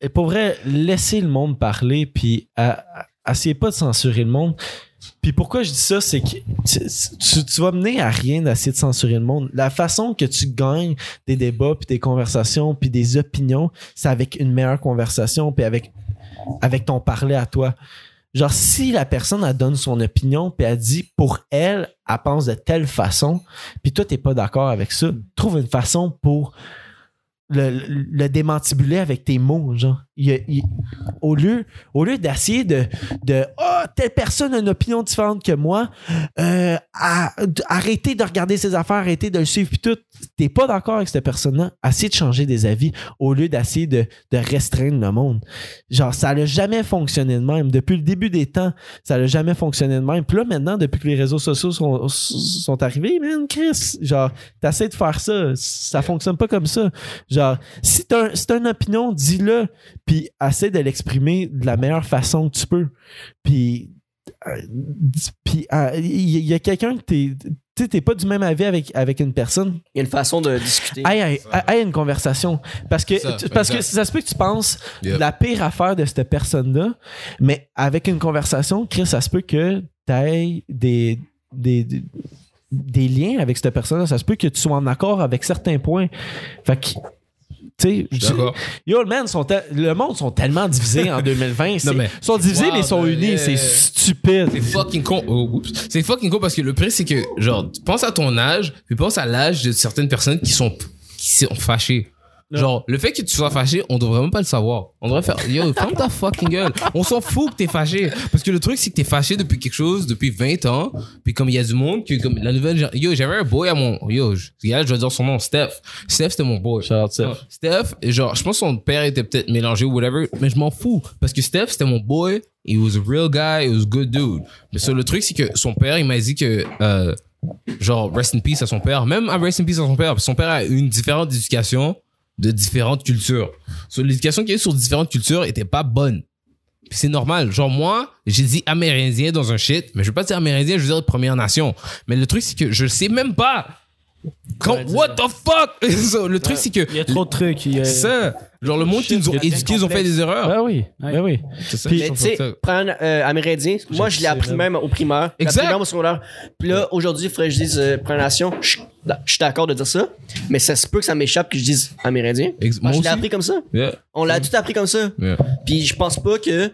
Speaker 1: et pour vrai, laissez le monde parler, puis à- à- essayez pas de censurer le monde. Puis pourquoi je dis ça, c'est que tu, tu- tu vas mener à rien d'essayer de censurer le monde. La façon que tu gagnes des débats, puis des conversations, puis des opinions, c'est avec une meilleure conversation, puis avec, avec ton parler à toi. Genre, si la personne, elle donne son opinion, puis elle dit, pour elle, elle pense de telle façon, puis toi, t'es pas d'accord avec ça, trouve une façon pour le, le- le démantibuler avec tes mots, genre. Il y a- il- au lieu, au lieu d'essayer de, de Ah, telle personne a une opinion différente que moi, euh, à- d- arrêtez de regarder ses affaires, arrêtez de le suivre, puis tout. T'es pas d'accord avec cette personne-là, essayez de changer des avis au lieu d'essayer de, de restreindre le monde. Genre, ça n'a jamais fonctionné de même. Depuis le début des temps, ça n'a jamais fonctionné de même. Puis là, maintenant, depuis que les réseaux sociaux sont, sont arrivés, man, Chris, genre, t'essaies de faire ça. Ça fonctionne pas comme ça. Genre, si t'as un- si t'as une opinion, dis-le. Puis essaie de l'exprimer de la meilleure façon que tu peux. Puis, euh, dis- puis, euh, il y, il y a quelqu'un que t'es. Tu sais, t'es pas du même avis avec, avec une personne.
Speaker 3: Il y a une façon de discuter.
Speaker 1: Aïe, aïe, aïe, une conversation. Parce que,
Speaker 2: Ça,
Speaker 1: tu- parce que
Speaker 2: exact.
Speaker 1: ça se peut que tu penses
Speaker 2: Yep.
Speaker 1: la pire affaire de cette personne-là, mais avec une conversation, Chris, ça se peut que tu aies des, des, des- des liens avec cette personne-là. Ça se peut que tu sois en accord avec certains points. Fait que, tu
Speaker 2: Je suis
Speaker 1: sais,
Speaker 2: D'accord.
Speaker 1: yo, le man, sont te- le monde sont tellement divisés en 2020. c'est-
Speaker 2: mais-
Speaker 1: Ils sont divisés,
Speaker 2: Wow,
Speaker 1: mais ils sont
Speaker 2: de-
Speaker 1: unis.
Speaker 2: yeah.
Speaker 1: C'est stupide.
Speaker 2: C'est fucking con. Oh, oups. c'est fucking con parce que le pire, c'est que, genre, pense à ton âge, puis pense à l'âge de certaines personnes qui sont, qui sont fâchées. Genre, le fait que tu sois fâché, on devrait même pas le savoir. On devrait faire, yo, ferme ta fucking gueule. On s'en fout que t'es fâché. Parce que le truc, c'est que t'es fâché depuis quelque chose, depuis 20 ans. Puis comme il y a du monde, que comme la nouvelle, gen- yo, j'avais un boy à mon, yo, je, là, je dois dire son nom, Steph. Steph, c'était mon boy.
Speaker 1: Genre,
Speaker 2: Steph, genre, je pense que son père était peut-être mélangé ou whatever, mais je m'en fous. Parce que Steph, c'était mon boy. He was a real guy. He was a good dude. Mais ça, le truc, c'est que son père, il m'a dit que, euh, genre, rest in peace à son père. Même à rest in peace à son père. Parce que son père a eu une différente éducation de différentes cultures. So, L'éducation qu'il y a eu sur différentes cultures était pas bonne. Puis C'est normal. Genre, moi, j'ai dit amérindien dans un shit, mais je veux pas dire amérindien, je veux dire Première Nation. Mais le truc, c'est que je sais même pas. Quand- what the fuck? So, le truc, c'est que
Speaker 6: Il y a trop de trucs. il y a-
Speaker 2: c'est ça. Genre, le monde qui nous ont éduqués, ils ont fait des erreurs.
Speaker 1: Ben oui, ben oui.
Speaker 2: C'est ça,
Speaker 3: Mais
Speaker 2: je
Speaker 3: tu
Speaker 2: pense
Speaker 3: sais,
Speaker 2: que ça-
Speaker 3: prendre euh, amérindien, moi je l'ai appris même au primaire.
Speaker 2: Exact.
Speaker 3: Exact. Même au secondaire. Puis là, aujourd'hui, il faudrait que je dise euh, Première Nation. Je suis je suis d'accord de dire ça, mais ça se peut que ça m'échappe que je dise amérindien.
Speaker 2: Ex- moi
Speaker 3: Moi, je l'ai
Speaker 2: aussi.
Speaker 3: appris comme ça.
Speaker 2: Yeah,
Speaker 3: On l'a tout appris comme ça.
Speaker 2: yeah.
Speaker 3: Puis je pense pas que.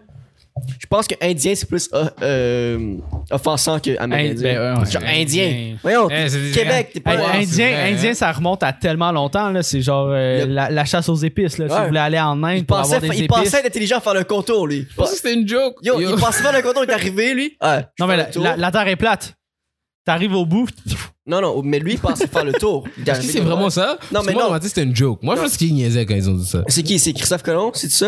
Speaker 3: Je pense que indien c'est plus euh, euh, offensant que amérindien.
Speaker 6: Ben, ouais, ouais.
Speaker 3: Genre
Speaker 7: Indien.
Speaker 3: indien. Voyons,
Speaker 2: Eh, c'est-
Speaker 3: Québec, t'es pas.
Speaker 6: Hey,
Speaker 2: Ouais, c'est
Speaker 6: indien,
Speaker 2: vrai,
Speaker 6: indien,
Speaker 2: hein.
Speaker 6: ça remonte à tellement longtemps. là. C'est genre euh,
Speaker 3: Le-
Speaker 6: la, la chasse aux épices. Là. Si
Speaker 3: Ouais.
Speaker 6: vous voulez aller en Inde
Speaker 3: il
Speaker 6: pour avoir
Speaker 3: pensait,
Speaker 6: des
Speaker 3: il
Speaker 6: épices.
Speaker 3: pensait être intelligent à faire le contour, lui.
Speaker 2: Je pense que c'était une joke.
Speaker 3: Yo,
Speaker 2: Yo.
Speaker 3: il pensait faire le contour, il est arrivé, lui. Ah, je
Speaker 6: Non, mais
Speaker 3: fais
Speaker 6: la,
Speaker 3: le tour.
Speaker 6: la- la terre est plate. T'arrives au bout.
Speaker 3: Non, non, mais lui, il pensait faire le tour. Il est
Speaker 2: Est-ce que
Speaker 3: arrivé
Speaker 2: c'est
Speaker 3: comme-
Speaker 2: vraiment ça? Parce que
Speaker 3: mais
Speaker 2: moi,
Speaker 3: non.
Speaker 2: on m'a dit que c'était une joke. Moi, je pense qu'ils niaisaient quand ils ont dit ça.
Speaker 3: C'est qui C'est Christophe Colomb, c'est ça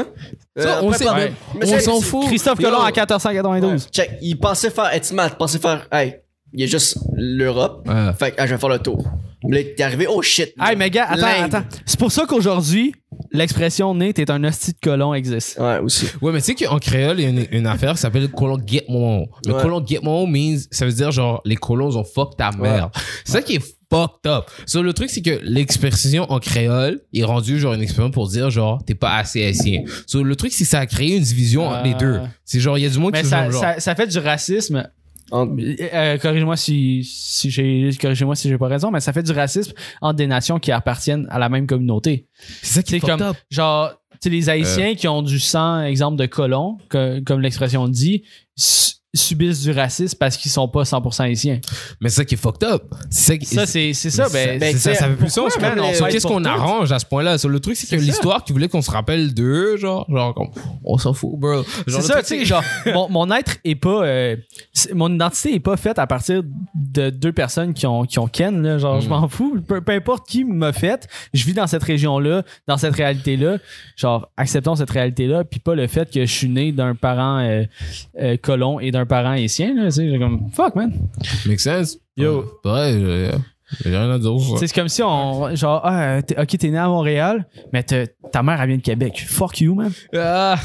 Speaker 3: Euh,
Speaker 2: Ça, on
Speaker 3: après,
Speaker 2: sait-
Speaker 3: pardon.
Speaker 2: ouais.
Speaker 3: Mais
Speaker 2: On
Speaker 3: c'est-
Speaker 2: s'en
Speaker 3: c'est-
Speaker 2: fout.
Speaker 6: Christophe
Speaker 2: Yo.
Speaker 6: Colomb à 1492.
Speaker 3: Check, il pensait faire Etimat, il pensait faire. Hey, il y a juste l'Europe.
Speaker 2: Ouais.
Speaker 3: Fait que ah, je vais faire le tour. Là, t'es arrivé, oh shit.
Speaker 6: Hey, mais gars, attends,
Speaker 3: L'Inde.
Speaker 6: attends. C'est pour ça qu'aujourd'hui, l'expression né, t'es un hostie de colon existe.
Speaker 3: Ouais, aussi.
Speaker 2: Ouais, mais tu sais qu'en créole, il y a une, une affaire qui s'appelle colon get mon. Le
Speaker 3: Ouais.
Speaker 2: colon get mon means, ça veut dire genre, les colons ont fuck ta mère. C'est ça qui est fucked up. So, le truc, c'est que l'expression en créole est rendue genre une expression pour dire genre, t'es pas assez haïtien. So, le truc, c'est que ça a créé une division entre les
Speaker 6: Ah.
Speaker 2: deux. C'est genre, il y a du monde
Speaker 6: Mais
Speaker 2: qui se
Speaker 6: ça,
Speaker 2: genre.
Speaker 6: ça- ça fait du racisme.
Speaker 3: En-
Speaker 6: Euh, corrige-moi si, si j'ai corrigez-moi si j'ai pas raison, mais ça fait du racisme entre des nations qui appartiennent à la même communauté.
Speaker 2: C'est ça qui est
Speaker 6: C'est
Speaker 2: fucked
Speaker 6: comme-
Speaker 2: up.
Speaker 6: Genre, tu sais, les Haïtiens qui ont du sang, exemple de colon, que- comme l'expression dit, su- subissent du racisme parce qu'ils sont pas 100% haïtiens.
Speaker 2: Mais c'est ça qui est fucked up. C'est ça qui-
Speaker 6: Ça, c'est c'est ça.
Speaker 2: Mais
Speaker 6: Ben,
Speaker 2: c'est- ça, ça fait plus sens.
Speaker 6: man,
Speaker 2: man.
Speaker 6: on
Speaker 2: So,
Speaker 6: fight
Speaker 2: Qu'est-ce
Speaker 6: pour
Speaker 2: qu'on
Speaker 6: tout?
Speaker 2: arrange à ce point-là? So, le truc, c'est que l'histoire qui voulait qu'on se rappelle d'eux, genre, genre, comme, on s'en fout, bro. Genre,
Speaker 6: C'est
Speaker 2: le
Speaker 6: ça,
Speaker 2: truc,
Speaker 6: tu sais, genre, mon, mon être est pas. euh, c'est- mon identité est pas faite à partir de deux personnes qui ont, qui ont Ken, là. Genre, je m'en fous. Peu, peu importe qui m'a fait, je vis dans cette région-là, dans cette réalité-là. Genre, acceptons cette réalité-là, puis pas le fait que je suis né d'un parent euh, euh, colon et d'un parent haïtien, là. Tu sais, j'ai comme, fuck, man.
Speaker 2: Makes sense?
Speaker 1: Yo.
Speaker 2: Ouais, ouais, ouais. J'ai euh, rien à dire.
Speaker 6: Tu sais, C'est comme si on. Genre, ah, t'es- ok, t'es né à Montréal, mais te- ta mère, elle vient de Québec. Fuck you, man.
Speaker 2: Ah,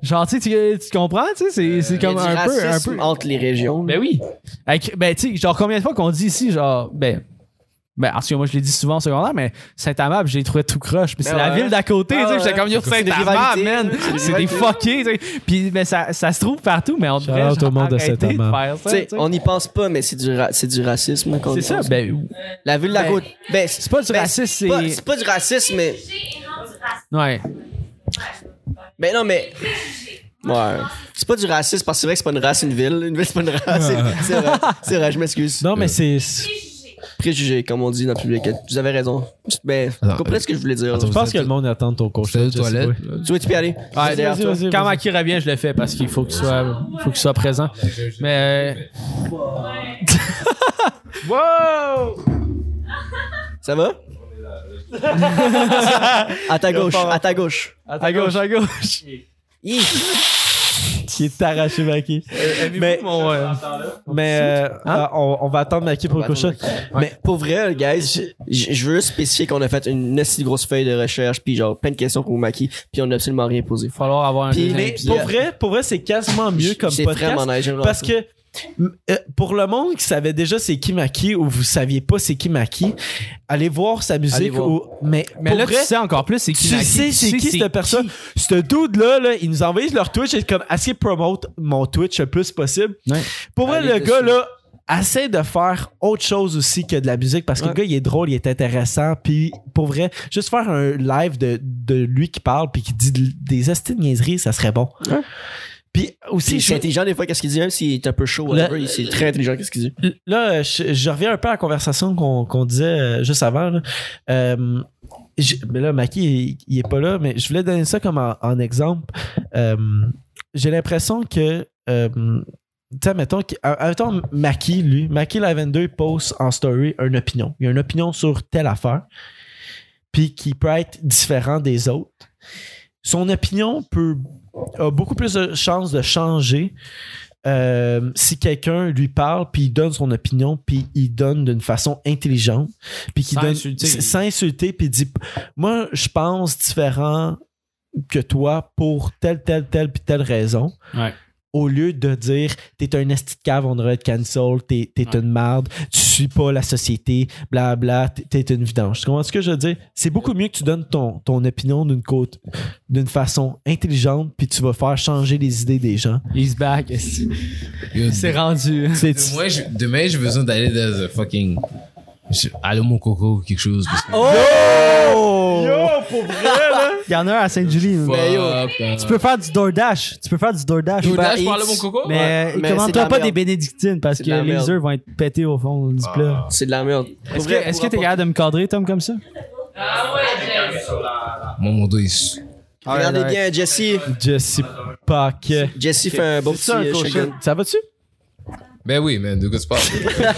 Speaker 6: Genre, tu sais, tu tu comprends, tu sais, c'est- c'est
Speaker 3: Il y a
Speaker 6: comme
Speaker 3: Euh, du
Speaker 6: un peu, un
Speaker 3: racisme
Speaker 6: peu.
Speaker 3: entre les régions.
Speaker 6: Ben oui. Avec- ben, tu sais, genre, combien de fois qu'on dit ici, genre, ben. Ben, en tout cas, moi, je l'ai dit souvent au secondaire, mais Saint-Amable, j'ai trouvé tout croche. Puis c'est
Speaker 3: Ben
Speaker 6: la
Speaker 3: ouais.
Speaker 6: ville d'à côté,
Speaker 3: Ah
Speaker 6: tu sais. J'étais
Speaker 3: ouais.
Speaker 6: comme, yo,
Speaker 3: C'est des
Speaker 6: Saint-Amable,
Speaker 3: rivalités,
Speaker 6: man.
Speaker 3: là, c'est des
Speaker 6: C'est des
Speaker 3: rivalités.
Speaker 6: fuckés, tu sais. Puis, ben, ça, ça se trouve partout, mais on
Speaker 13: Shout
Speaker 6: devrait
Speaker 13: out au
Speaker 6: genre,
Speaker 13: monde de
Speaker 6: arrêter
Speaker 13: Saint-Amable.
Speaker 6: faire ça,
Speaker 3: Tu sais,
Speaker 6: tu sais.
Speaker 3: on n'y pense pas, mais c'est du, ra- c'est du racisme. qu'on
Speaker 6: C'est
Speaker 3: y
Speaker 6: ça,
Speaker 3: pense.
Speaker 6: ben.
Speaker 3: La ville de la
Speaker 6: ben,
Speaker 3: côte. Ben, c'est
Speaker 6: C'est pas du
Speaker 3: ben,
Speaker 6: racisme,
Speaker 3: c'est pas,
Speaker 6: c'est.
Speaker 3: c'est pas du racisme, mais.
Speaker 14: J'ai et non du racisme.
Speaker 6: Ouais.
Speaker 3: Ben non, mais. Ouais. C'est pas du racisme parce que c'est vrai que c'est pas une race, une ville. Une ville, c'est pas une race. C'est- C'est vrai. C'est vrai, je m'excuse.
Speaker 13: Non, mais c'est. c'est-
Speaker 14: Préjugés.
Speaker 3: Préjugé, comme on dit dans le public.
Speaker 1: Oh.
Speaker 3: Vous avez raison. Ben,
Speaker 2: Attends,
Speaker 3: comprenez ce que je voulais dire.
Speaker 2: attends,
Speaker 13: Je pense que le monde attend ton coach.
Speaker 2: c'est de toilette.
Speaker 3: tu veux-tu y aller?
Speaker 6: Ouais,
Speaker 3: C'est derrière toi.
Speaker 13: vas-y,
Speaker 1: Ah,
Speaker 6: quand
Speaker 13: vas-y.
Speaker 6: Maki revient, je le fais parce qu'il faut qu'il soit, faut qu'il soit présent. Mais euh,
Speaker 3: Ça va? à ta gauche, à ta gauche.
Speaker 1: À ta gauche, à gauche.
Speaker 3: Hi!
Speaker 1: Qui est arraché, Maki. Mais, mais euh, ah, on, on va attendre Maki pour le
Speaker 3: attendre
Speaker 1: prochain.
Speaker 3: Mais pour vrai, guys, j- j- je veux spécifier qu'on a fait une assez grosse feuille de recherche, puis genre plein de questions pour Maki, puis on n'a absolument rien posé.
Speaker 6: il va falloir avoir un
Speaker 3: Puis-
Speaker 6: deuxième
Speaker 3: mais-
Speaker 6: épisode.
Speaker 1: Pour
Speaker 3: Yeah.
Speaker 1: vrai, pour vrai c'est quasiment mieux comme
Speaker 3: C'est
Speaker 1: podcast.
Speaker 3: vraiment nice, j'aime
Speaker 1: Parce que m- euh, pour le monde qui savait déjà c'est qui Maki ou vous saviez pas c'est qui Maki, allez voir sa musique.
Speaker 3: voir.
Speaker 1: Ou, mais
Speaker 6: Mais
Speaker 1: pour
Speaker 6: là,
Speaker 1: vrai,
Speaker 6: tu sais encore plus, c'est qui
Speaker 1: tu
Speaker 6: Nike,
Speaker 1: sais c'est qui cette personne. Ce dude-là, là, ils nous envoient leur Twitch et comme assez promote mon Twitch le plus possible.
Speaker 6: Ouais.
Speaker 1: Pour vrai,
Speaker 3: Allez
Speaker 1: le
Speaker 3: dessus.
Speaker 1: gars, là, essaie de faire autre chose aussi que de la musique parce que le gars, il est drôle, il est intéressant. Puis pour vrai, juste faire un live de, de lui qui parle puis qui dit de- des hosties de niaiseries, ça serait bon. Puis aussi,
Speaker 3: Puis
Speaker 1: je
Speaker 3: c'est intelligent des fois, qu'est-ce qu'il dit, même s'il est un peu chaud,
Speaker 1: Le-
Speaker 3: whatever, il- c'est très intelligent, qu'est-ce qu'il dit.
Speaker 1: là, je, je reviens un peu à la conversation qu'on qu'on disait euh, juste avant. Là. Euh, je- mais là, Maki, il, il est pas là, mais je voulais donner ça comme en, en exemple. Euh, J'ai l'impression que. euh, tu sais, mettons, qu'il- euh, mettons, Maki, lui, Maki Lavender poste en story une opinion. Il a une opinion sur telle affaire, puis qui peut être différent des autres. Son opinion peut a beaucoup plus de chances de changer euh, si quelqu'un lui parle, puis il donne son opinion, puis il donne d'une façon intelligente, puis qu'il
Speaker 6: Sans
Speaker 1: donne
Speaker 6: insulter.
Speaker 1: s- sans insulter, puis il dit Moi, je pense différent que toi pour telle, telle, telle, puis telle raison.
Speaker 6: Ouais.
Speaker 1: Au lieu de dire T'es un esti de cave, on devrait être cancel, t'es t'es
Speaker 6: Ouais.
Speaker 1: une merde, tu suis pas la société, blabla, t'es- t'es une vidange. Tu comprends ce que je veux dire? C'est beaucoup mieux que tu donnes ton, ton opinion d'une côte d'une façon intelligente, puis tu vas faire changer les idées des gens.
Speaker 6: He's back.
Speaker 2: Yo,
Speaker 6: C'est rendu.
Speaker 1: C'est
Speaker 2: Moi, je- demain, j'ai besoin d'aller dans un fucking. je- Allô, mon coco ou quelque chose. Parce que
Speaker 5: Il y en a un à Sainte-Julie. là.
Speaker 2: Fuck,
Speaker 3: yo,
Speaker 2: euh,
Speaker 5: Tu peux faire du DoorDash. Tu peux faire du DoorDash. Ben,
Speaker 3: Uber
Speaker 2: Dash
Speaker 3: Eats.
Speaker 2: pour Allô, Bah, mon coco?
Speaker 5: Mais,
Speaker 3: Ouais, mais c'est de
Speaker 5: commande-toi
Speaker 3: la
Speaker 5: pas
Speaker 3: merde.
Speaker 5: des bénédictines parce
Speaker 3: C'est
Speaker 5: que
Speaker 3: de la
Speaker 5: les
Speaker 3: merde. Ah.
Speaker 5: œufs vont être pétés au fond du plat.
Speaker 3: C'est de la merde.
Speaker 6: Est-ce que- Est-ce que t'es capable de me cadrer, Tom, comme ça?
Speaker 14: Ah ouais, Jess.
Speaker 2: Moi, mon dos, il s-
Speaker 3: Regardez
Speaker 5: Alright.
Speaker 3: bien, Jesse.
Speaker 1: Jesse Paquet.
Speaker 3: Jesse fait un Euh, beau petit
Speaker 1: Ça, un
Speaker 3: euh,
Speaker 1: cochon.
Speaker 3: shaken.
Speaker 1: Ça va-tu?
Speaker 2: Ben oui, man, de quoi tu parles?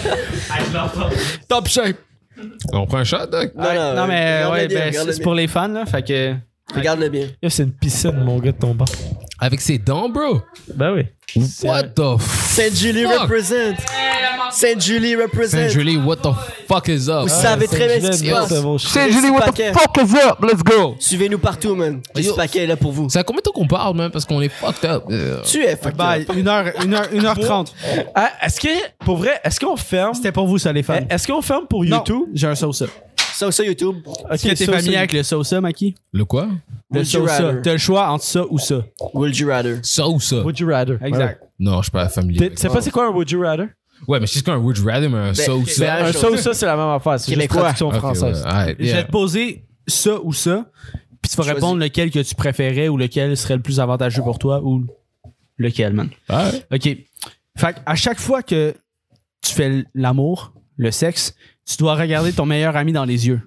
Speaker 3: Top shape.
Speaker 2: On prend un shot, doc?
Speaker 3: Non, non,
Speaker 6: non, mais
Speaker 5: euh,
Speaker 3: regarde-le
Speaker 6: ouais,
Speaker 3: bien,
Speaker 6: ben,
Speaker 3: regarde-le
Speaker 6: c'est
Speaker 3: bien.
Speaker 6: pour les fans, là. Fait que.
Speaker 3: Regarde-le bien.
Speaker 1: Yo, C'est une piscine, mon gars, de ton bord.
Speaker 2: Avec ses dents, bro?
Speaker 1: Ben oui.
Speaker 2: What the fuck?
Speaker 3: Sainte-Julie
Speaker 2: Fuck.
Speaker 3: represent. Sainte-Julie represent.
Speaker 2: Saint-Julie, what the fuck is up?
Speaker 3: Vous savez très bien ce qui se passe. Sainte-Julie, what the fuck is up? Let's go. Suivez-nous partout, man. Jesse
Speaker 2: Yo.
Speaker 3: Paquet est là pour vous.
Speaker 2: C'est à combien de temps qu'on parle, man? Parce qu'on est fucked up. Euh,
Speaker 3: Tu es fucked
Speaker 5: Bye.
Speaker 3: up.
Speaker 5: 1h30. Ah, Une heure, une heure trente.
Speaker 1: Ah, est-ce que, pour vrai, est-ce qu'on ferme?
Speaker 5: C'était pour vous, ça, les fans.
Speaker 1: Eh, Est-ce qu'on ferme pour
Speaker 5: Non,
Speaker 1: YouTube?
Speaker 5: J'ai un sauce.
Speaker 3: Ça, ça, YouTube.
Speaker 5: Est-ce que t'es familier avec le sauce, Maki?
Speaker 2: Le quoi?
Speaker 5: Le
Speaker 3: Would you
Speaker 5: sauce.
Speaker 3: rather?
Speaker 5: T'as le choix entre ça ou ça.
Speaker 3: Would you rather?
Speaker 2: Ça ou ça?
Speaker 1: Would you rather?
Speaker 5: Exact.
Speaker 2: Non, je suis pas familier.
Speaker 1: Ouais.
Speaker 2: avec
Speaker 1: Tu sais
Speaker 2: ça.
Speaker 1: pas c'est quoi un would you rather?
Speaker 2: Ouais, mais je sais qu'un would you rather, mais un ça ou ça.
Speaker 3: ben,
Speaker 1: Un ça ou ça, c'est la même affaire. C'est juste
Speaker 3: Québécois.
Speaker 1: traduction
Speaker 2: Ok,
Speaker 1: française.
Speaker 2: ouais, alright,
Speaker 5: Je
Speaker 2: yeah.
Speaker 5: vais te poser ça ou ça. Puis tu vas
Speaker 3: Choisis.
Speaker 5: répondre lequel que tu préférais ou lequel serait le plus avantageux pour toi ou lequel, man.
Speaker 2: Alright.
Speaker 5: OK. Fait que à chaque fois que tu fais l'amour, le sexe, tu dois regarder ton meilleur ami dans les yeux.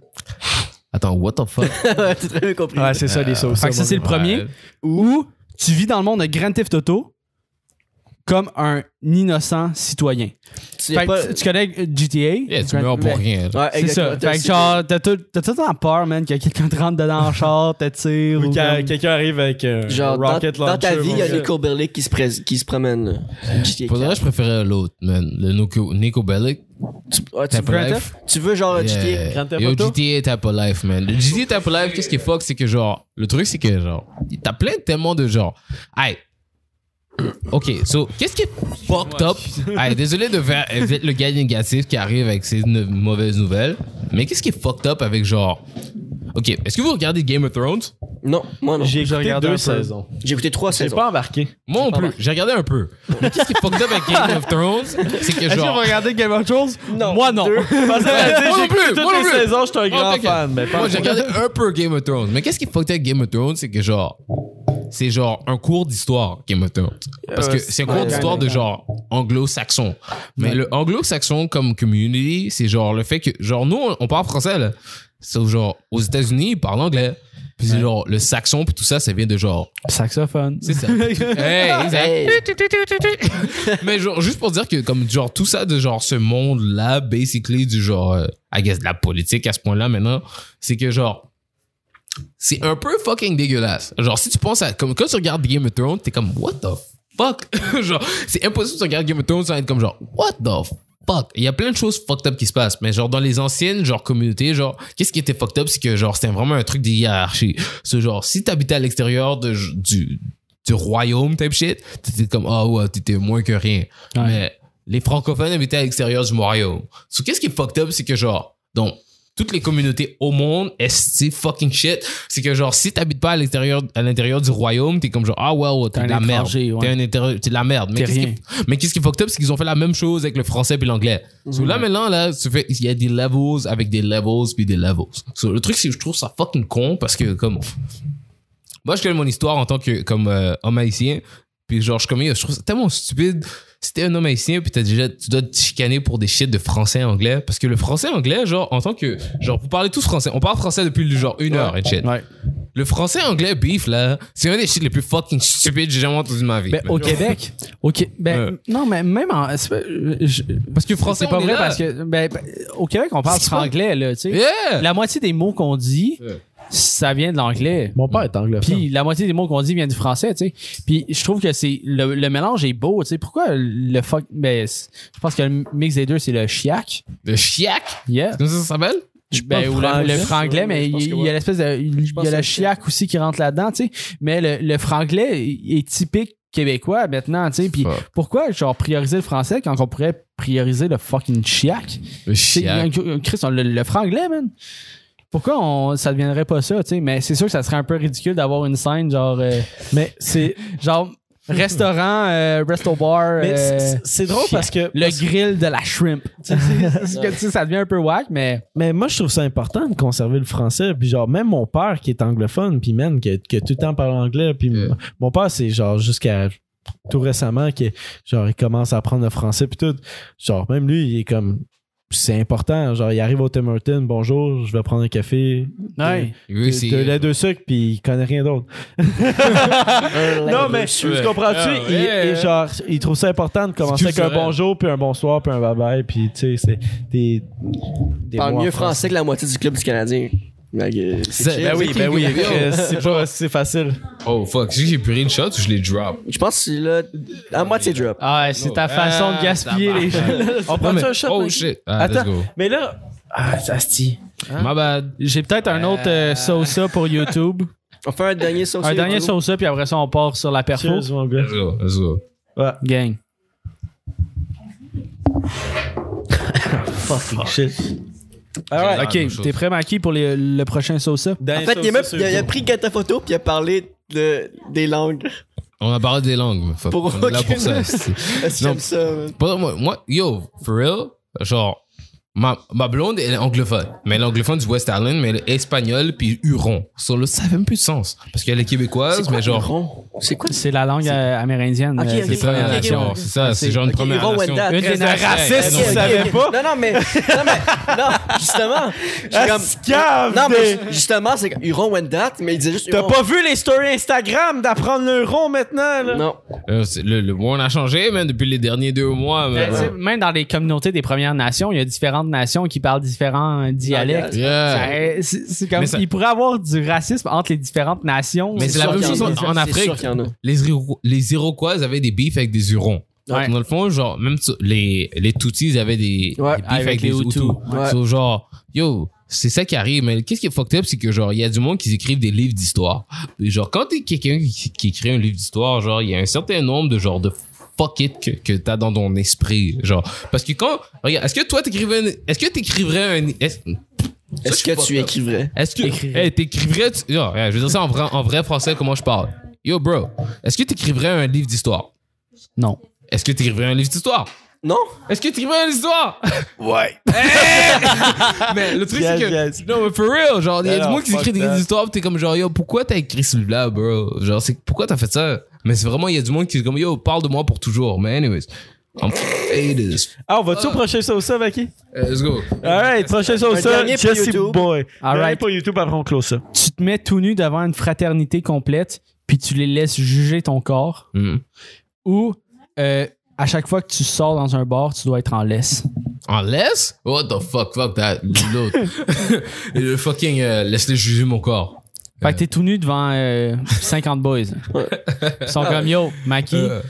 Speaker 2: Attends, what the fuck?
Speaker 3: T'as très bien compris.
Speaker 1: Ouais, c'est ça, les sauces.
Speaker 5: Fait que ça, c'est le premier.
Speaker 2: Ouais.
Speaker 5: Ou tu vis dans le monde de Grand Theft Auto
Speaker 6: comme un innocent citoyen.
Speaker 3: Tu y
Speaker 6: Fait
Speaker 3: as
Speaker 6: que
Speaker 3: pas-
Speaker 6: tu- tu connais euh, GTA.
Speaker 2: Yeah, tu meurs pour
Speaker 6: Mais-
Speaker 2: rien. là.
Speaker 3: Ouais,
Speaker 6: C'est ça.
Speaker 3: exactement. T'as
Speaker 6: Fait que
Speaker 3: aussi-
Speaker 6: genre, t'as tout, t'as tout le temps peur, man, que quelqu'un te rentre dedans en char, te tire.
Speaker 4: Ou
Speaker 6: ou
Speaker 4: quand
Speaker 6: comme-
Speaker 4: quelqu'un arrive avec euh,
Speaker 3: Genre,
Speaker 4: un rocket
Speaker 3: dans, dans ta
Speaker 4: launcher,
Speaker 3: vie, il y a
Speaker 4: mon gars.
Speaker 3: Nico Bellic qui se, pré- qui se promène. là. GTA
Speaker 2: Pour de vrai,
Speaker 3: quatre.
Speaker 2: je préférais l'autre, man. Le Nico, Nico Bellic.
Speaker 3: Tu- ouais, Ah, tu,
Speaker 2: Type
Speaker 3: veux,
Speaker 2: of Life.
Speaker 3: tu veux genre un GTA.
Speaker 2: Yeah.
Speaker 4: Grand Theft
Speaker 2: Yo,
Speaker 4: Auto?
Speaker 2: GTA Type of Life, man. Le GTA Type of Life, qu'est-ce qui est fuck, c'est que genre, le truc, c'est que genre, t'as plein de tellement de genre. Aïe. Ok, so, qu'est-ce qui est fucked up? Aïe, désolé de faire d'être le gars négatif qui arrive avec ses ne- mauvaises nouvelles, mais qu'est-ce qui est fucked up avec genre. Ok, est-ce que vous regardez Game of Thrones?
Speaker 3: Non, moi non.
Speaker 4: J'ai
Speaker 6: J'ai
Speaker 4: écouté
Speaker 6: regardé un
Speaker 4: deux
Speaker 6: peu.
Speaker 4: saisons.
Speaker 3: J'ai écouté trois
Speaker 4: J'ai
Speaker 3: saisons.
Speaker 4: pas embarqué.
Speaker 2: Moi non plus, j'ai regardé un peu. Mais qu'est-ce qui est fucked up avec Game of Thrones? C'est que
Speaker 6: Est-ce que vous
Speaker 2: genre.
Speaker 6: regardez Game of Thrones?
Speaker 3: Non.
Speaker 6: Moi, non.
Speaker 3: Deux.
Speaker 4: Parce que,
Speaker 2: Ouais,
Speaker 4: tu sais,
Speaker 2: moi
Speaker 4: j'ai
Speaker 2: non
Speaker 4: écouté
Speaker 2: plus, moi
Speaker 4: toutes
Speaker 2: non
Speaker 4: les
Speaker 2: plus.
Speaker 4: saison, je suis un
Speaker 2: Oh,
Speaker 4: grand
Speaker 2: t'inquiète.
Speaker 4: fan. Mais pas
Speaker 2: Moi, j'ai
Speaker 4: encore.
Speaker 2: regardé un peu Game of Thrones. Mais qu'est-ce qui fucked avec Game of Thrones, c'est que genre, c'est genre un cours d'histoire, Game of Thrones. Parce
Speaker 4: Euh,
Speaker 2: que c'est un cours d'histoire de genre anglo-saxon. Mais le anglo-saxon comme community, c'est genre le fait que, genre, nous, on- on parle français, là. Sauf genre, aux États-Unis, ils parlent anglais. Puis c'est genre, le saxon, puis tout ça, ça vient de genre.
Speaker 6: Saxophone.
Speaker 2: C'est ça. hey, exact.
Speaker 3: Hey.
Speaker 2: Mais genre, juste pour dire que comme genre tout ça de genre ce monde là basically du genre euh, I guess de la politique à ce point-là maintenant, c'est que genre c'est un peu fucking dégueulasse. Genre si tu penses à comme quand tu regardes Game of Thrones, t'es comme what the fuck. genre c'est impossible de regarder Game of Thrones sans être comme genre what the fuck. Il y a plein de choses fucked up qui se passent, mais genre dans les anciennes genre communautés, genre qu'est-ce qui était fucked up, c'est que genre c'était vraiment un truc de hiérarchie. Ce genre si t'habitais à l'extérieur de- du du royaume type shit, t'étais comme ah ouais, t'étais moins que rien. Mais les francophones habitaient à l'extérieur du royaume. So, qu'est-ce qui est fucked up, c'est que genre, donc, toutes les communautés au monde, esti, fucking shit, c'est que genre, si t'habites pas à l'extérieur, à l'intérieur du royaume, t'es comme genre, ah ouais, ouais, t'es
Speaker 6: T'es
Speaker 2: de
Speaker 6: un
Speaker 2: la merde.
Speaker 6: étranger, ouais.
Speaker 2: T'es un étranger, t'es de la merde. Mais
Speaker 6: T'es
Speaker 2: qu'est-ce
Speaker 6: rien.
Speaker 2: qui, mais qu'est-ce qui est fucked up, c'est qu'ils ont fait la même chose avec le français puis l'anglais. So, là, maintenant, là, tu fais, il y a des levels avec des levels puis des levels. So, le truc, c'est que je trouve ça fucking con parce que, comme, moi, je connais mon histoire en tant que comme euh, homme haïtien. Puis genre, je suis comme, yo, je trouve ça tellement stupide. Si t'es un homme haïtien, puis t'as déjà, tu dois te chicaner pour des shit de français et anglais. Parce que le français et anglais, genre, en tant que. Genre, vous parlez tous français. On parle français depuis genre une heure et shit.
Speaker 6: Ouais.
Speaker 2: Le français et anglais beef, là, c'est un des shit les plus fucking stupides que j'ai jamais entendu de ma vie.
Speaker 6: Ben,
Speaker 2: man.
Speaker 6: au Québec. au Qué- ben, Non, mais même en. c'est pas- je-
Speaker 2: parce que le français,
Speaker 6: C'est pas
Speaker 2: on est
Speaker 6: vrai
Speaker 2: là.
Speaker 6: parce que. ben, ben, au Québec, on parle
Speaker 2: C'est pas-
Speaker 6: franglais, là, tu sais.
Speaker 2: Yeah!
Speaker 6: La moitié des mots qu'on dit,
Speaker 2: Ouais.
Speaker 6: ça vient de l'anglais.
Speaker 1: Mon père est anglophone.
Speaker 6: Puis la moitié des mots qu'on dit vient du français, tu sais. Puis je trouve que c'est le, le mélange est beau, tu sais. Pourquoi le fuck ben, c'est- je pense que le mix des deux c'est le chiac.
Speaker 2: Le chiac!
Speaker 6: Yeah.
Speaker 2: C'est comme ça que ça s'appelle?
Speaker 6: Ben, ou le, le franglais, mais il, il y a l'espèce de il
Speaker 3: pense
Speaker 6: y a
Speaker 3: que
Speaker 6: le
Speaker 3: c'est-
Speaker 6: chiac aussi qui rentre là-dedans, tu sais. Mais le, le franglais est typique québécois maintenant, tu sais. Puis
Speaker 2: Fuck.
Speaker 6: pourquoi genre prioriser le français quand on pourrait prioriser le fucking chiac
Speaker 2: Le
Speaker 6: c'est-
Speaker 2: chiac.
Speaker 6: Chris, on- le, le franglais, man. Pourquoi on, ça deviendrait pas ça, tu sais? Mais c'est sûr que ça serait un peu ridicule d'avoir une scène genre. mais c'est. Genre, restaurant, euh, resto bar.
Speaker 1: Mais
Speaker 6: euh,
Speaker 1: c'est- c'est- c'est drôle parce que
Speaker 6: le grill de la shrimp. Tu sais, c'est- c'est- tu sais, ça devient un peu whack, mais.
Speaker 1: Mais moi, je trouve ça important de conserver le français. Puis genre, même mon père qui est anglophone, puis man, qui a, qui a tout le temps parlé anglais. Puis
Speaker 2: Yeah.
Speaker 1: m- mon père, c'est genre jusqu'à tout récemment qui genre il commence à apprendre le français puis tout. Genre, même lui, il est comme c'est important. Genre, il arrive au Tim Hortons, bonjour, je vais prendre un café, Ouais. de,
Speaker 2: Oui,
Speaker 1: de lait,
Speaker 2: c'est.
Speaker 1: de sucre, puis il connaît rien d'autre.
Speaker 3: Non,
Speaker 1: Non, mais tu comprends-tu?
Speaker 2: Ah,
Speaker 1: il,
Speaker 2: ouais,
Speaker 1: il-
Speaker 2: ouais.
Speaker 1: genre, il trouve ça important de commencer avec un
Speaker 2: culturel.
Speaker 1: bonjour, puis un bonsoir, puis un bye-bye, puis tu sais, c'est des, des
Speaker 3: Parle
Speaker 1: mots en
Speaker 3: mieux français que la moitié du club du Canadien. Fait que
Speaker 2: Ça-
Speaker 3: C'est
Speaker 2: ben
Speaker 3: chill.
Speaker 2: oui, ben oui.
Speaker 1: Euh, c'est pas- c'est facile.
Speaker 2: Oh fuck, si j'ai pris une shot ou je l'ai drop?
Speaker 3: Je pense que là, à moitié drop.
Speaker 6: Ah, ouais, c'est ta façon de gaspiller les gens.
Speaker 1: On prend un shot.
Speaker 2: Oh
Speaker 1: Mike?
Speaker 2: shit. Ah, let's
Speaker 1: Attends.
Speaker 2: go.
Speaker 1: Mais là, ah, ça se dit.
Speaker 6: Hein?
Speaker 2: My bad.
Speaker 6: J'ai peut-être un autre euh, Sosa pour YouTube.
Speaker 3: On fait un dernier sauce.
Speaker 6: un dernier Sosa, puis après ça, on part sur la perfo.
Speaker 1: Cheers, mon gars.
Speaker 2: Let's go. Let's go.
Speaker 6: Gang.
Speaker 1: Fucking shit.
Speaker 2: Ah,
Speaker 6: ok,
Speaker 2: même chose.
Speaker 6: t'es prêt, Maki, pour les- le prochain Sosa?
Speaker 3: En fait, il a, même, il a, il a pris quatre photos puis il a parlé de, des langues.
Speaker 2: On a parlé des langues. mais fuck,
Speaker 3: Pour
Speaker 2: on est là
Speaker 3: aucune
Speaker 2: pour ça. c'est-
Speaker 3: Est-ce que
Speaker 2: Non.
Speaker 3: j'aime ça? man?
Speaker 2: Pour moi, moi, yo, for real, genre, Ma, ma blonde, elle est anglophone. Mais elle est anglophone du West Island, mais elle est espagnole puis huron. So, là, ça fait même plus de sens. Parce qu'elle est québécoise, mais genre.
Speaker 3: C'est quoi
Speaker 6: C'est la langue euh, amérindienne.
Speaker 3: Ok,
Speaker 6: euh,
Speaker 3: ok,
Speaker 2: euh, C'est
Speaker 6: c'est-
Speaker 2: ça,
Speaker 3: ok,
Speaker 2: la
Speaker 3: ok,
Speaker 2: nation.
Speaker 3: ok.
Speaker 2: C'est ça, c'est genre une
Speaker 3: Ok,
Speaker 2: première
Speaker 3: Huron
Speaker 2: nation.
Speaker 3: Wendat.
Speaker 2: Une
Speaker 3: Ok,
Speaker 2: des
Speaker 3: ok,
Speaker 2: racistes,
Speaker 3: ok,
Speaker 2: tu
Speaker 3: ok,
Speaker 2: savais
Speaker 3: ok.
Speaker 2: pas?
Speaker 3: Non, non, mais. Non, mais. Non, justement. je suis comme- Non, mais ju- justement, c'est que Huron Wendat, mais il disait juste.
Speaker 4: T'as
Speaker 3: Huron.
Speaker 4: pas vu les stories Instagram d'apprendre le rond maintenant, là?
Speaker 3: Non.
Speaker 2: Euh, c'est- Le, le monde a changé, man, depuis les derniers deux mois. man.
Speaker 6: Ben, tu sais, Même dans les communautés des Premières Nations, il y a différentes nations qui parlent différents euh, dialectes.
Speaker 2: Yeah.
Speaker 6: Ça- C'est c'est comme
Speaker 2: Mais ça-
Speaker 6: il pourrait avoir du racisme entre les différentes nations.
Speaker 2: Mais c'est la
Speaker 3: sûr
Speaker 2: même
Speaker 3: qu'il y
Speaker 2: chose
Speaker 3: en
Speaker 2: en,
Speaker 3: a.
Speaker 2: en
Speaker 3: C'est sûr
Speaker 2: Afrique.
Speaker 3: qu'il y en a.
Speaker 2: Les, Iro- les Iroquois avaient des beefs avec des Hurons.
Speaker 6: Ouais.
Speaker 2: Dans le fond, genre, même so- les, les Tutsis avaient des,
Speaker 3: Ouais,
Speaker 2: des beefs
Speaker 6: avec
Speaker 2: avec,
Speaker 6: les
Speaker 2: les Hutus.
Speaker 6: Hutus.
Speaker 3: Ouais.
Speaker 2: So, genre, yo, c'est ça qui arrive. Mais qu'est-ce qui est fucked up, c'est que genre, il y a du monde qui écrivent des livres d'histoire. Et Genre, quand t'es quelqu'un qui, qui écrit un livre d'histoire, genre, il y a un certain nombre de genre de fuck it que, que t'as dans ton esprit. Genre, parce que quand, regarde, est-ce que toi t'écrivais, une- est-ce que t'écrirais un, est-ce
Speaker 3: Est-ce que tu écrivrais
Speaker 2: est-ce que Hey, t'écrivrais tu- Yo, hey, je veux dire ça en vrai, en vrai français comment je parle. Yo bro, est-ce que t'écrivrais un livre d'histoire
Speaker 6: Non.
Speaker 2: Est-ce que t'écrivrais un livre d'histoire
Speaker 3: Non
Speaker 2: Est-ce que t'écrivrais un livre d'histoire Ouais. mais le truc
Speaker 4: Yes,
Speaker 2: c'est que
Speaker 4: yes.
Speaker 2: non mais for real, genre il y a du
Speaker 4: Alors,
Speaker 2: monde qui
Speaker 4: fuck
Speaker 2: écrit des
Speaker 4: that.
Speaker 2: histoires, pis t'es comme genre yo pourquoi t'as écrit celui-là bro Genre c'est pourquoi t'as fait ça Mais c'est vraiment il y a du monde qui est comme yo parle de moi pour toujours. Mais anyways, I'm hated as-
Speaker 4: Ah, on va-tu au prochain ça ou ça, Vaki?
Speaker 2: Let's go.
Speaker 4: Alright, prochain ça ou
Speaker 3: Un
Speaker 4: ça,
Speaker 3: dernier pour
Speaker 4: Jesse
Speaker 3: YouTube.
Speaker 4: Boy. Dernier
Speaker 6: Alright.
Speaker 4: pour YouTube, après on close ça.
Speaker 6: Tu te mets tout nu devant une fraternité complète, puis tu les laisses juger ton corps.
Speaker 2: Hmm.
Speaker 6: Ou euh, à chaque fois que tu sors dans un bar, tu dois être en laisse.
Speaker 2: Unless? What the fuck, fuck that. L'autre. le fucking euh, laisse-les juger mon corps.
Speaker 6: Fait que t'es tout nu devant euh, 50 boys. Ils sont comme yo, Maki.
Speaker 2: Euh,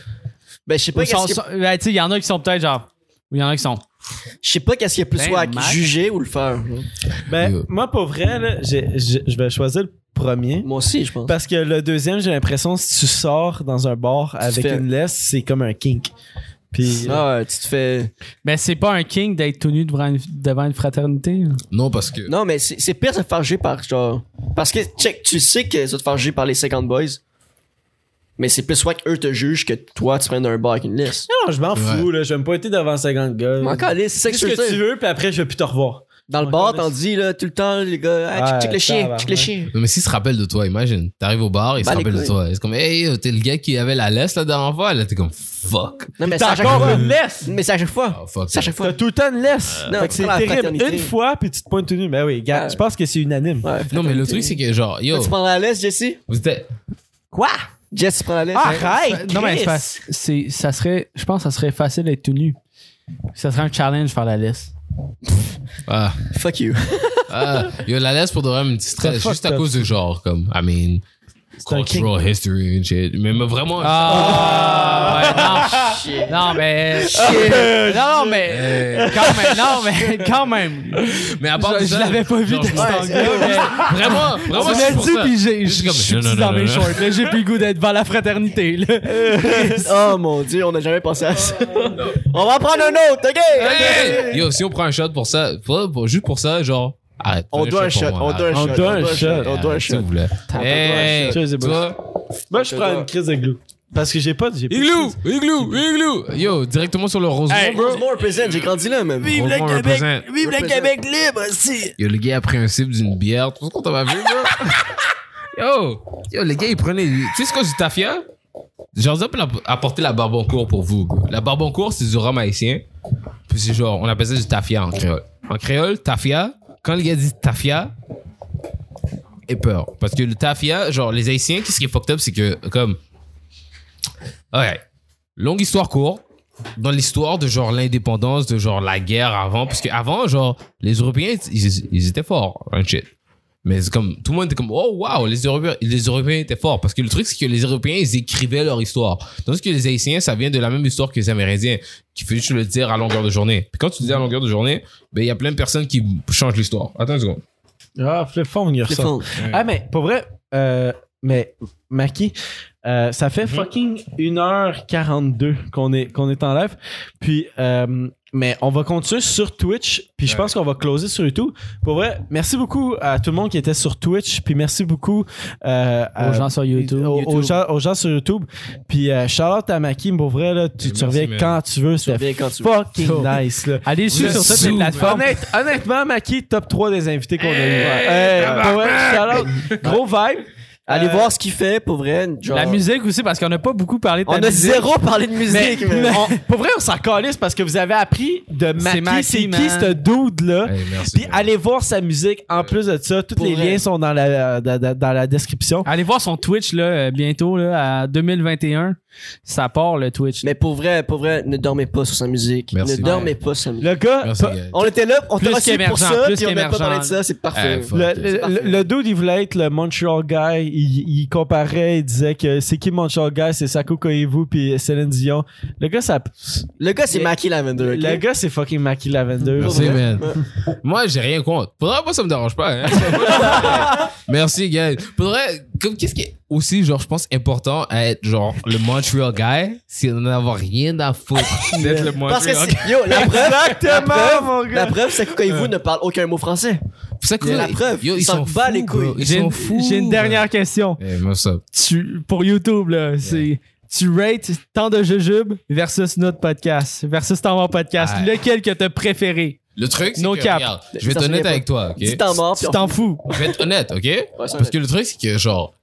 Speaker 3: Ben, je sais
Speaker 6: Ou
Speaker 3: pas
Speaker 6: sont-
Speaker 3: qu'est-ce qui-
Speaker 6: sont- ben, tu sais, il y en a qui sont peut-être genre. Ou il y en a qui sont.
Speaker 3: je sais pas qu'est-ce qui est plus
Speaker 6: Ben,
Speaker 3: soit
Speaker 6: Mac.
Speaker 3: juger ou le faire.
Speaker 4: Ben,
Speaker 2: Yeah.
Speaker 4: moi, pour vrai, là, j'ai- j'ai- je vais choisir le premier.
Speaker 3: Moi aussi, je pense.
Speaker 4: Parce que le deuxième, j'ai l'impression, si tu sors dans un bar avec
Speaker 3: fais-
Speaker 4: une laisse, c'est comme un kink. Puis,
Speaker 3: Ah, ouais, tu te fais.
Speaker 6: Mais c'est pas un king d'être tout nu devant une, devant une fraternité.
Speaker 2: non, parce que.
Speaker 3: Non, mais c'est c'est pire de se faire juger par genre. Parce que, check, tu sais que tu vas te faire juger par les 50 boys. Mais c'est plus soit qu'eux te jugent que toi, tu prennes un bar avec une liste.
Speaker 4: non, je m'en fous, là. Je vais me pointer devant 50 gars.
Speaker 3: Ah, Mais encore, les
Speaker 4: Fais ce que tu veux, puis après, je vais plus te revoir.
Speaker 3: Dans le bar, t'en dis, là, tout le temps, les gars, hey, check,
Speaker 4: Ouais,
Speaker 3: check le chien,
Speaker 4: tabarnak.
Speaker 3: check le chien.
Speaker 2: Non, mais s'il se rappelle de toi, imagine. T'arrives au bar, il
Speaker 3: Bah,
Speaker 2: se
Speaker 3: les
Speaker 2: rappelle de
Speaker 3: couilles.
Speaker 2: toi. C'est comme, hey, euh, t'es le gars qui avait la laisse la dernière fois. Là, t'es comme, fuck.
Speaker 3: Non, mais c'est
Speaker 4: T'as
Speaker 3: à chaque
Speaker 4: encore
Speaker 3: fois.
Speaker 4: une laisse!
Speaker 3: Mais c'est à chaque fois.
Speaker 2: Oh, fuck.
Speaker 3: C'est à chaque fois. Euh,
Speaker 4: T'as tout le temps une laisse!
Speaker 3: Non,
Speaker 4: Fait que c'est
Speaker 3: dans Ah, la
Speaker 4: terrible.
Speaker 3: fraternité.
Speaker 4: Une fois, puis tu te pointes tout nu. Ben oui, gars,
Speaker 3: Ouais.
Speaker 4: je pense que c'est unanime.
Speaker 3: Ouais,
Speaker 2: Non, mais le truc, c'est que genre, yo,
Speaker 3: Tu prends la laisse, Jesse?
Speaker 2: vous êtes.
Speaker 3: Jesse prend la laisse. hein?
Speaker 4: Arrête!
Speaker 6: Non, mais
Speaker 4: Chris!
Speaker 6: c'est pas- c'est, ça serait, je pense que ça serait facile d'être tout nu. Ça serait un challenge faire la laisse.
Speaker 2: Ah,
Speaker 3: Fuck you.
Speaker 2: ah, yo, la laisse pour de vrai me
Speaker 4: Ça
Speaker 2: distresse
Speaker 4: fuck
Speaker 2: juste à
Speaker 4: up.
Speaker 2: cause de genre, comme, I mean,
Speaker 4: un
Speaker 2: cultural history and shit. Mais mais vraiment.
Speaker 6: Ah, ouais, non. non, mais. Non, non, mais.
Speaker 2: Hey.
Speaker 6: Quand même, non, mais quand même.
Speaker 2: Mais à part
Speaker 6: Je-
Speaker 2: de
Speaker 6: je
Speaker 2: ça,
Speaker 6: l'avais pas vu
Speaker 2: genre,
Speaker 6: de
Speaker 2: je
Speaker 6: cet
Speaker 2: m'en-
Speaker 6: angle-là.
Speaker 2: Vraiment,
Speaker 6: Tu
Speaker 2: vraiment, je
Speaker 6: me
Speaker 2: suis
Speaker 6: le
Speaker 2: pour
Speaker 6: dis,
Speaker 2: ça.
Speaker 6: puis j'ai-
Speaker 2: suis
Speaker 6: je
Speaker 2: comme,
Speaker 6: suis
Speaker 2: non, non,
Speaker 6: petit dans
Speaker 2: non,
Speaker 6: mes
Speaker 2: non.
Speaker 6: shorts. là. J'ai plus le goût d'être devant la fraternité. là.
Speaker 3: Oh mon dieu, on n'a jamais pensé à ça. on va en prendre un autre, ok?
Speaker 2: Hey! Yo, si on prend un shot pour ça, pour- pour- juste pour ça, genre, arrête.
Speaker 3: On
Speaker 2: prenez
Speaker 3: doit un
Speaker 2: pour
Speaker 3: shot,
Speaker 2: moi,
Speaker 3: on doit un
Speaker 2: arrête.
Speaker 3: shot,
Speaker 4: On doit un shot,
Speaker 3: on doit un
Speaker 2: Arrête, s'il
Speaker 3: shot.
Speaker 2: vous plaît.
Speaker 3: doit un
Speaker 2: Hey,
Speaker 4: shot. Cheers, les boys.
Speaker 2: toi,
Speaker 4: Moi, je prends une crise de glue. Parce que j'ai pas. j'ai-
Speaker 2: Igloo, Igloo, Igloo. Yo, directement sur le Rosemont, bro.
Speaker 3: Rosemont represent, j'ai grandi là même.
Speaker 2: Vive le Québec,
Speaker 3: Vive le Québec!
Speaker 2: Yo, le gars a pris un sip d'une bière. Tu sais qu'on t'avait vu, bro? Yo, yo, le gars, il prenait. Tu sais ce que du tafia? Joseph a apporté la barbancourt pour vous. bro. La barbancourt, c'est du rhum haïtien. Puis c'est genre, on appelle ça du tafia en créole. En créole, tafia, quand le gars dit tafia, et peur. Parce que le tafia, genre, les haïtiens, qu'est-ce qui est fucked up, c'est que, comme. Ok. Longue histoire courte. Dans l'histoire de genre l'indépendance, de genre la guerre avant, parce que avant, genre, les Européens, ils, ils étaient forts, un shit. Mais c'est comme, tout le monde était comme, oh wow, les Européens, les Européens étaient forts. Parce que le truc, c'est que les Européens, ils écrivaient leur histoire. Tandis que les Haïtiens, ça vient de la même histoire que les Amérindiens, qui fait juste le dire à longueur de journée. Puis quand tu le dis à longueur de journée, ben, il y a plein de personnes qui changent l'histoire. Attends une seconde.
Speaker 4: Ah, flip phone, il ressemble. Ah, mais pour vrai, euh, mais Maki, euh, ça fait fucking 1h42 qu'on est, qu'on est en live. Puis euh,
Speaker 1: Mais on va continuer sur Twitch, puis je pense qu'on va closer sur YouTube. Pour vrai, merci beaucoup à tout le monde qui était sur Twitch, puis merci beaucoup euh, à-
Speaker 6: aux gens sur YouTube.
Speaker 2: oh,
Speaker 1: aux- aux gens, aux gens sur YouTube. Puis euh, shout-out à Maki, pour vrai, là, tu,
Speaker 2: Et
Speaker 1: tu
Speaker 2: merci,
Speaker 1: reviens
Speaker 2: man.
Speaker 1: quand tu veux. C'était
Speaker 3: reviens quand tu veux.
Speaker 1: fucking nice. Là.
Speaker 6: Oh. Allez le suivre
Speaker 2: Le
Speaker 6: sur toutes les
Speaker 2: sous,
Speaker 6: plateformes.
Speaker 1: Honnête- honnêtement, Maki, top 3 des invités qu'on a eu. Hey, pour vrai, shout-out. Gros vibe.
Speaker 3: Allez
Speaker 1: Euh,
Speaker 3: voir ce qu'il fait pour vrai. genre-
Speaker 6: La musique aussi, parce qu'on n'a pas beaucoup parlé de
Speaker 3: On
Speaker 6: la
Speaker 3: a
Speaker 6: musique.
Speaker 3: zéro parlé de
Speaker 1: Mais,
Speaker 3: musique.
Speaker 1: mais
Speaker 3: man.
Speaker 1: on- pour vrai, on s'en calisse parce que vous avez appris de Maki,
Speaker 6: Maki,
Speaker 1: c'est
Speaker 6: man.
Speaker 1: qui ce dude-là.
Speaker 2: Hey, merci.
Speaker 1: Puis allez voir sa musique. En plus de ça, tous
Speaker 3: Pour
Speaker 1: les
Speaker 3: vrai.
Speaker 1: liens sont dans la, dans, dans- dans la description.
Speaker 6: Allez voir son Twitch là, euh, bientôt, là, à 2021. Ça part le Twitch.
Speaker 3: Mais pour vrai, pour vrai, ne dormez pas sur sa musique.
Speaker 2: Merci.
Speaker 3: Ne dormez pas sur sa musique.
Speaker 1: Le gars,
Speaker 2: Merci,
Speaker 1: pa-
Speaker 2: guys.
Speaker 3: On était là, on
Speaker 6: Plus
Speaker 3: t'a reçu
Speaker 6: qu'émergent,
Speaker 3: pour ça,
Speaker 6: plus
Speaker 3: puis on n'a pas
Speaker 6: qu'émergent.
Speaker 3: parlé de ça, c'est parfait.
Speaker 2: Eh, fuck.
Speaker 1: le, le-
Speaker 3: parfait.
Speaker 1: le- le dude, il voulait être le Montreal Guy. Il, il comparait, il disait que c'est qui Montreal Guy, c'est Sako Koivu puis Céline Dion. Le gars, ça,
Speaker 3: le gars, c'est
Speaker 1: le-
Speaker 3: Mackie Lavender. ok?
Speaker 1: le gars, c'est fucking Maki Lavender.
Speaker 2: Merci, man. Moi, j'ai rien contre. Faudrait pas, ça me dérange pas. hein. Merci, guys. Faudrait, comme, qu'est-ce qui est aussi, genre, je pense, important à être, genre, le Montreal guy, c'est d'en avoir rien à foutre d'être le
Speaker 3: Parce que,
Speaker 2: Montreal guy.
Speaker 3: c'est- yo, la preuve,
Speaker 1: Exactement, mon
Speaker 3: la
Speaker 1: gars.
Speaker 3: preuve, c'est que Koivu ne parle aucun mot français.
Speaker 2: C'est
Speaker 3: c'est la preuve.
Speaker 2: Yo,
Speaker 3: Ils
Speaker 2: ils
Speaker 3: s'en
Speaker 2: sont
Speaker 3: bat
Speaker 2: fous,
Speaker 3: les couilles.
Speaker 2: bro. Ils
Speaker 6: J'ai
Speaker 2: sont
Speaker 6: une,
Speaker 2: fous.
Speaker 6: j'ai une dernière question.
Speaker 2: Eh, moi, ça.
Speaker 6: Tu, pour YouTube, là, c'est. Tu rates tant de jujubes versus notre podcast, versus ton mort podcast.
Speaker 2: Ouais.
Speaker 6: Lequel que t'as préféré?
Speaker 2: Le truc, c'est
Speaker 6: No
Speaker 2: que,
Speaker 6: cap.
Speaker 2: regarde, je vais être
Speaker 3: Ça se
Speaker 2: honnête
Speaker 3: vient
Speaker 2: avec toi, ok?
Speaker 3: Dis t'en mort,
Speaker 6: Tu
Speaker 3: puis on-
Speaker 6: t'en fous.
Speaker 2: Je vais être honnête, ok?
Speaker 3: c'est
Speaker 2: Parce que le truc, c'est que genre,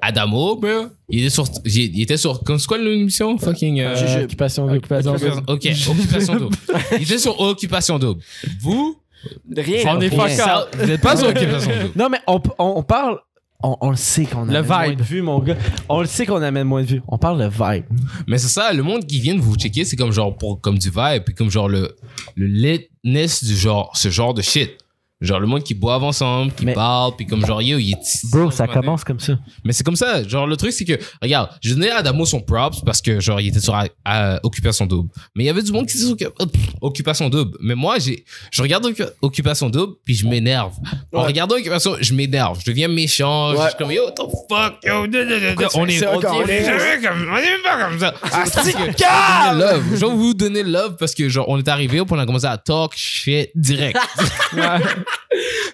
Speaker 2: Adamo, bro, il était sur. Il était sur. Comme c'est quoi l'émission? Fucking. euh,
Speaker 3: Jujube.
Speaker 1: Occupation double.
Speaker 6: Occupation double.
Speaker 2: Ok, Occupation Double. Il était sur Occupation Double. Vous,
Speaker 3: Rien.
Speaker 2: on est
Speaker 3: rien.
Speaker 2: fuck out. Vous n'êtes pas sur Occupation Double.
Speaker 1: Non, mais on, on- on parle. On, on le sait qu'on amène moins
Speaker 6: vibe.
Speaker 1: de vues, mon gars. On le sait qu'on amène moins de vues. On parle de vibe.
Speaker 2: Mais c'est ça, le monde qui vient de vous checker, c'est comme genre pour, comme du vibe, puis comme genre le, le litness du genre, ce genre de shit. Genre le monde qui boit ensemble, qui
Speaker 1: Mais-
Speaker 2: parle, puis comme genre yo, il est.
Speaker 1: Bro, ça commence comme ça.
Speaker 2: Mais c'est comme ça. Genre, le truc, c'est que, regarde, je donnais à Adamo son props parce que, genre, il était sur à- à Occupation Double. Mais il y avait du monde qui était sur Occu- Pff, Occupation Double. Mais moi, j'ai, je regarde Occu- Occupation Double, puis je m'énerve. En
Speaker 3: Ouais.
Speaker 2: regardant Occupation, je m'énerve. Je deviens méchant. Je
Speaker 3: Ouais.
Speaker 2: suis comme, yo, what the fuck, yo, da, da, da, da.
Speaker 3: tu
Speaker 2: on
Speaker 3: fais
Speaker 2: est,
Speaker 3: ça
Speaker 2: on
Speaker 3: encore?
Speaker 2: est- on est jamais comme, on est même pas comme ça. Ah, c'est que- je vais vous donner love. Je vais vous donner love parce que, genre, on est arrivé, puis on a commencé à talk shit direct.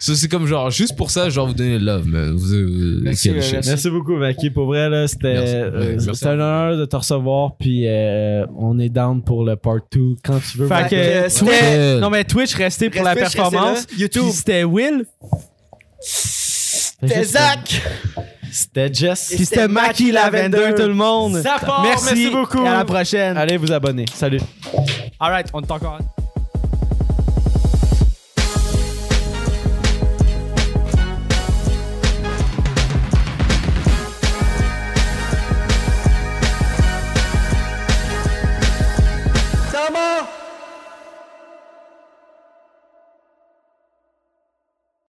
Speaker 2: So, c'est comme, genre, juste pour ça, genre, vous donner love, man. Vous- vous-
Speaker 3: Merci,
Speaker 2: quel
Speaker 3: man,
Speaker 2: shit.
Speaker 3: merci.
Speaker 1: Merci beaucoup, Maki. Pour vrai, là, c'était
Speaker 2: Merci.
Speaker 1: euh,
Speaker 2: Ouais,
Speaker 1: c'était un
Speaker 2: merci.
Speaker 1: honneur de te recevoir. Puis euh, on est down pour le part 2 quand tu veux.
Speaker 6: Fait
Speaker 1: mon
Speaker 6: que,
Speaker 1: gars.
Speaker 3: Ouais.
Speaker 6: Twitch-
Speaker 2: Ouais.
Speaker 6: non, mais Twitch restait pour la
Speaker 3: Respect, je restais
Speaker 6: performance.
Speaker 3: là. YouTube.
Speaker 6: Puis c'était Will.
Speaker 3: C'était Zach.
Speaker 1: C'était Jess.
Speaker 6: Puis c'était Mackie Lavender, tout le monde.
Speaker 1: Ça part,
Speaker 6: merci,
Speaker 1: merci beaucoup.
Speaker 6: Et à la prochaine.
Speaker 1: Allez vous abonner. Salut.
Speaker 6: Alright, on est encore.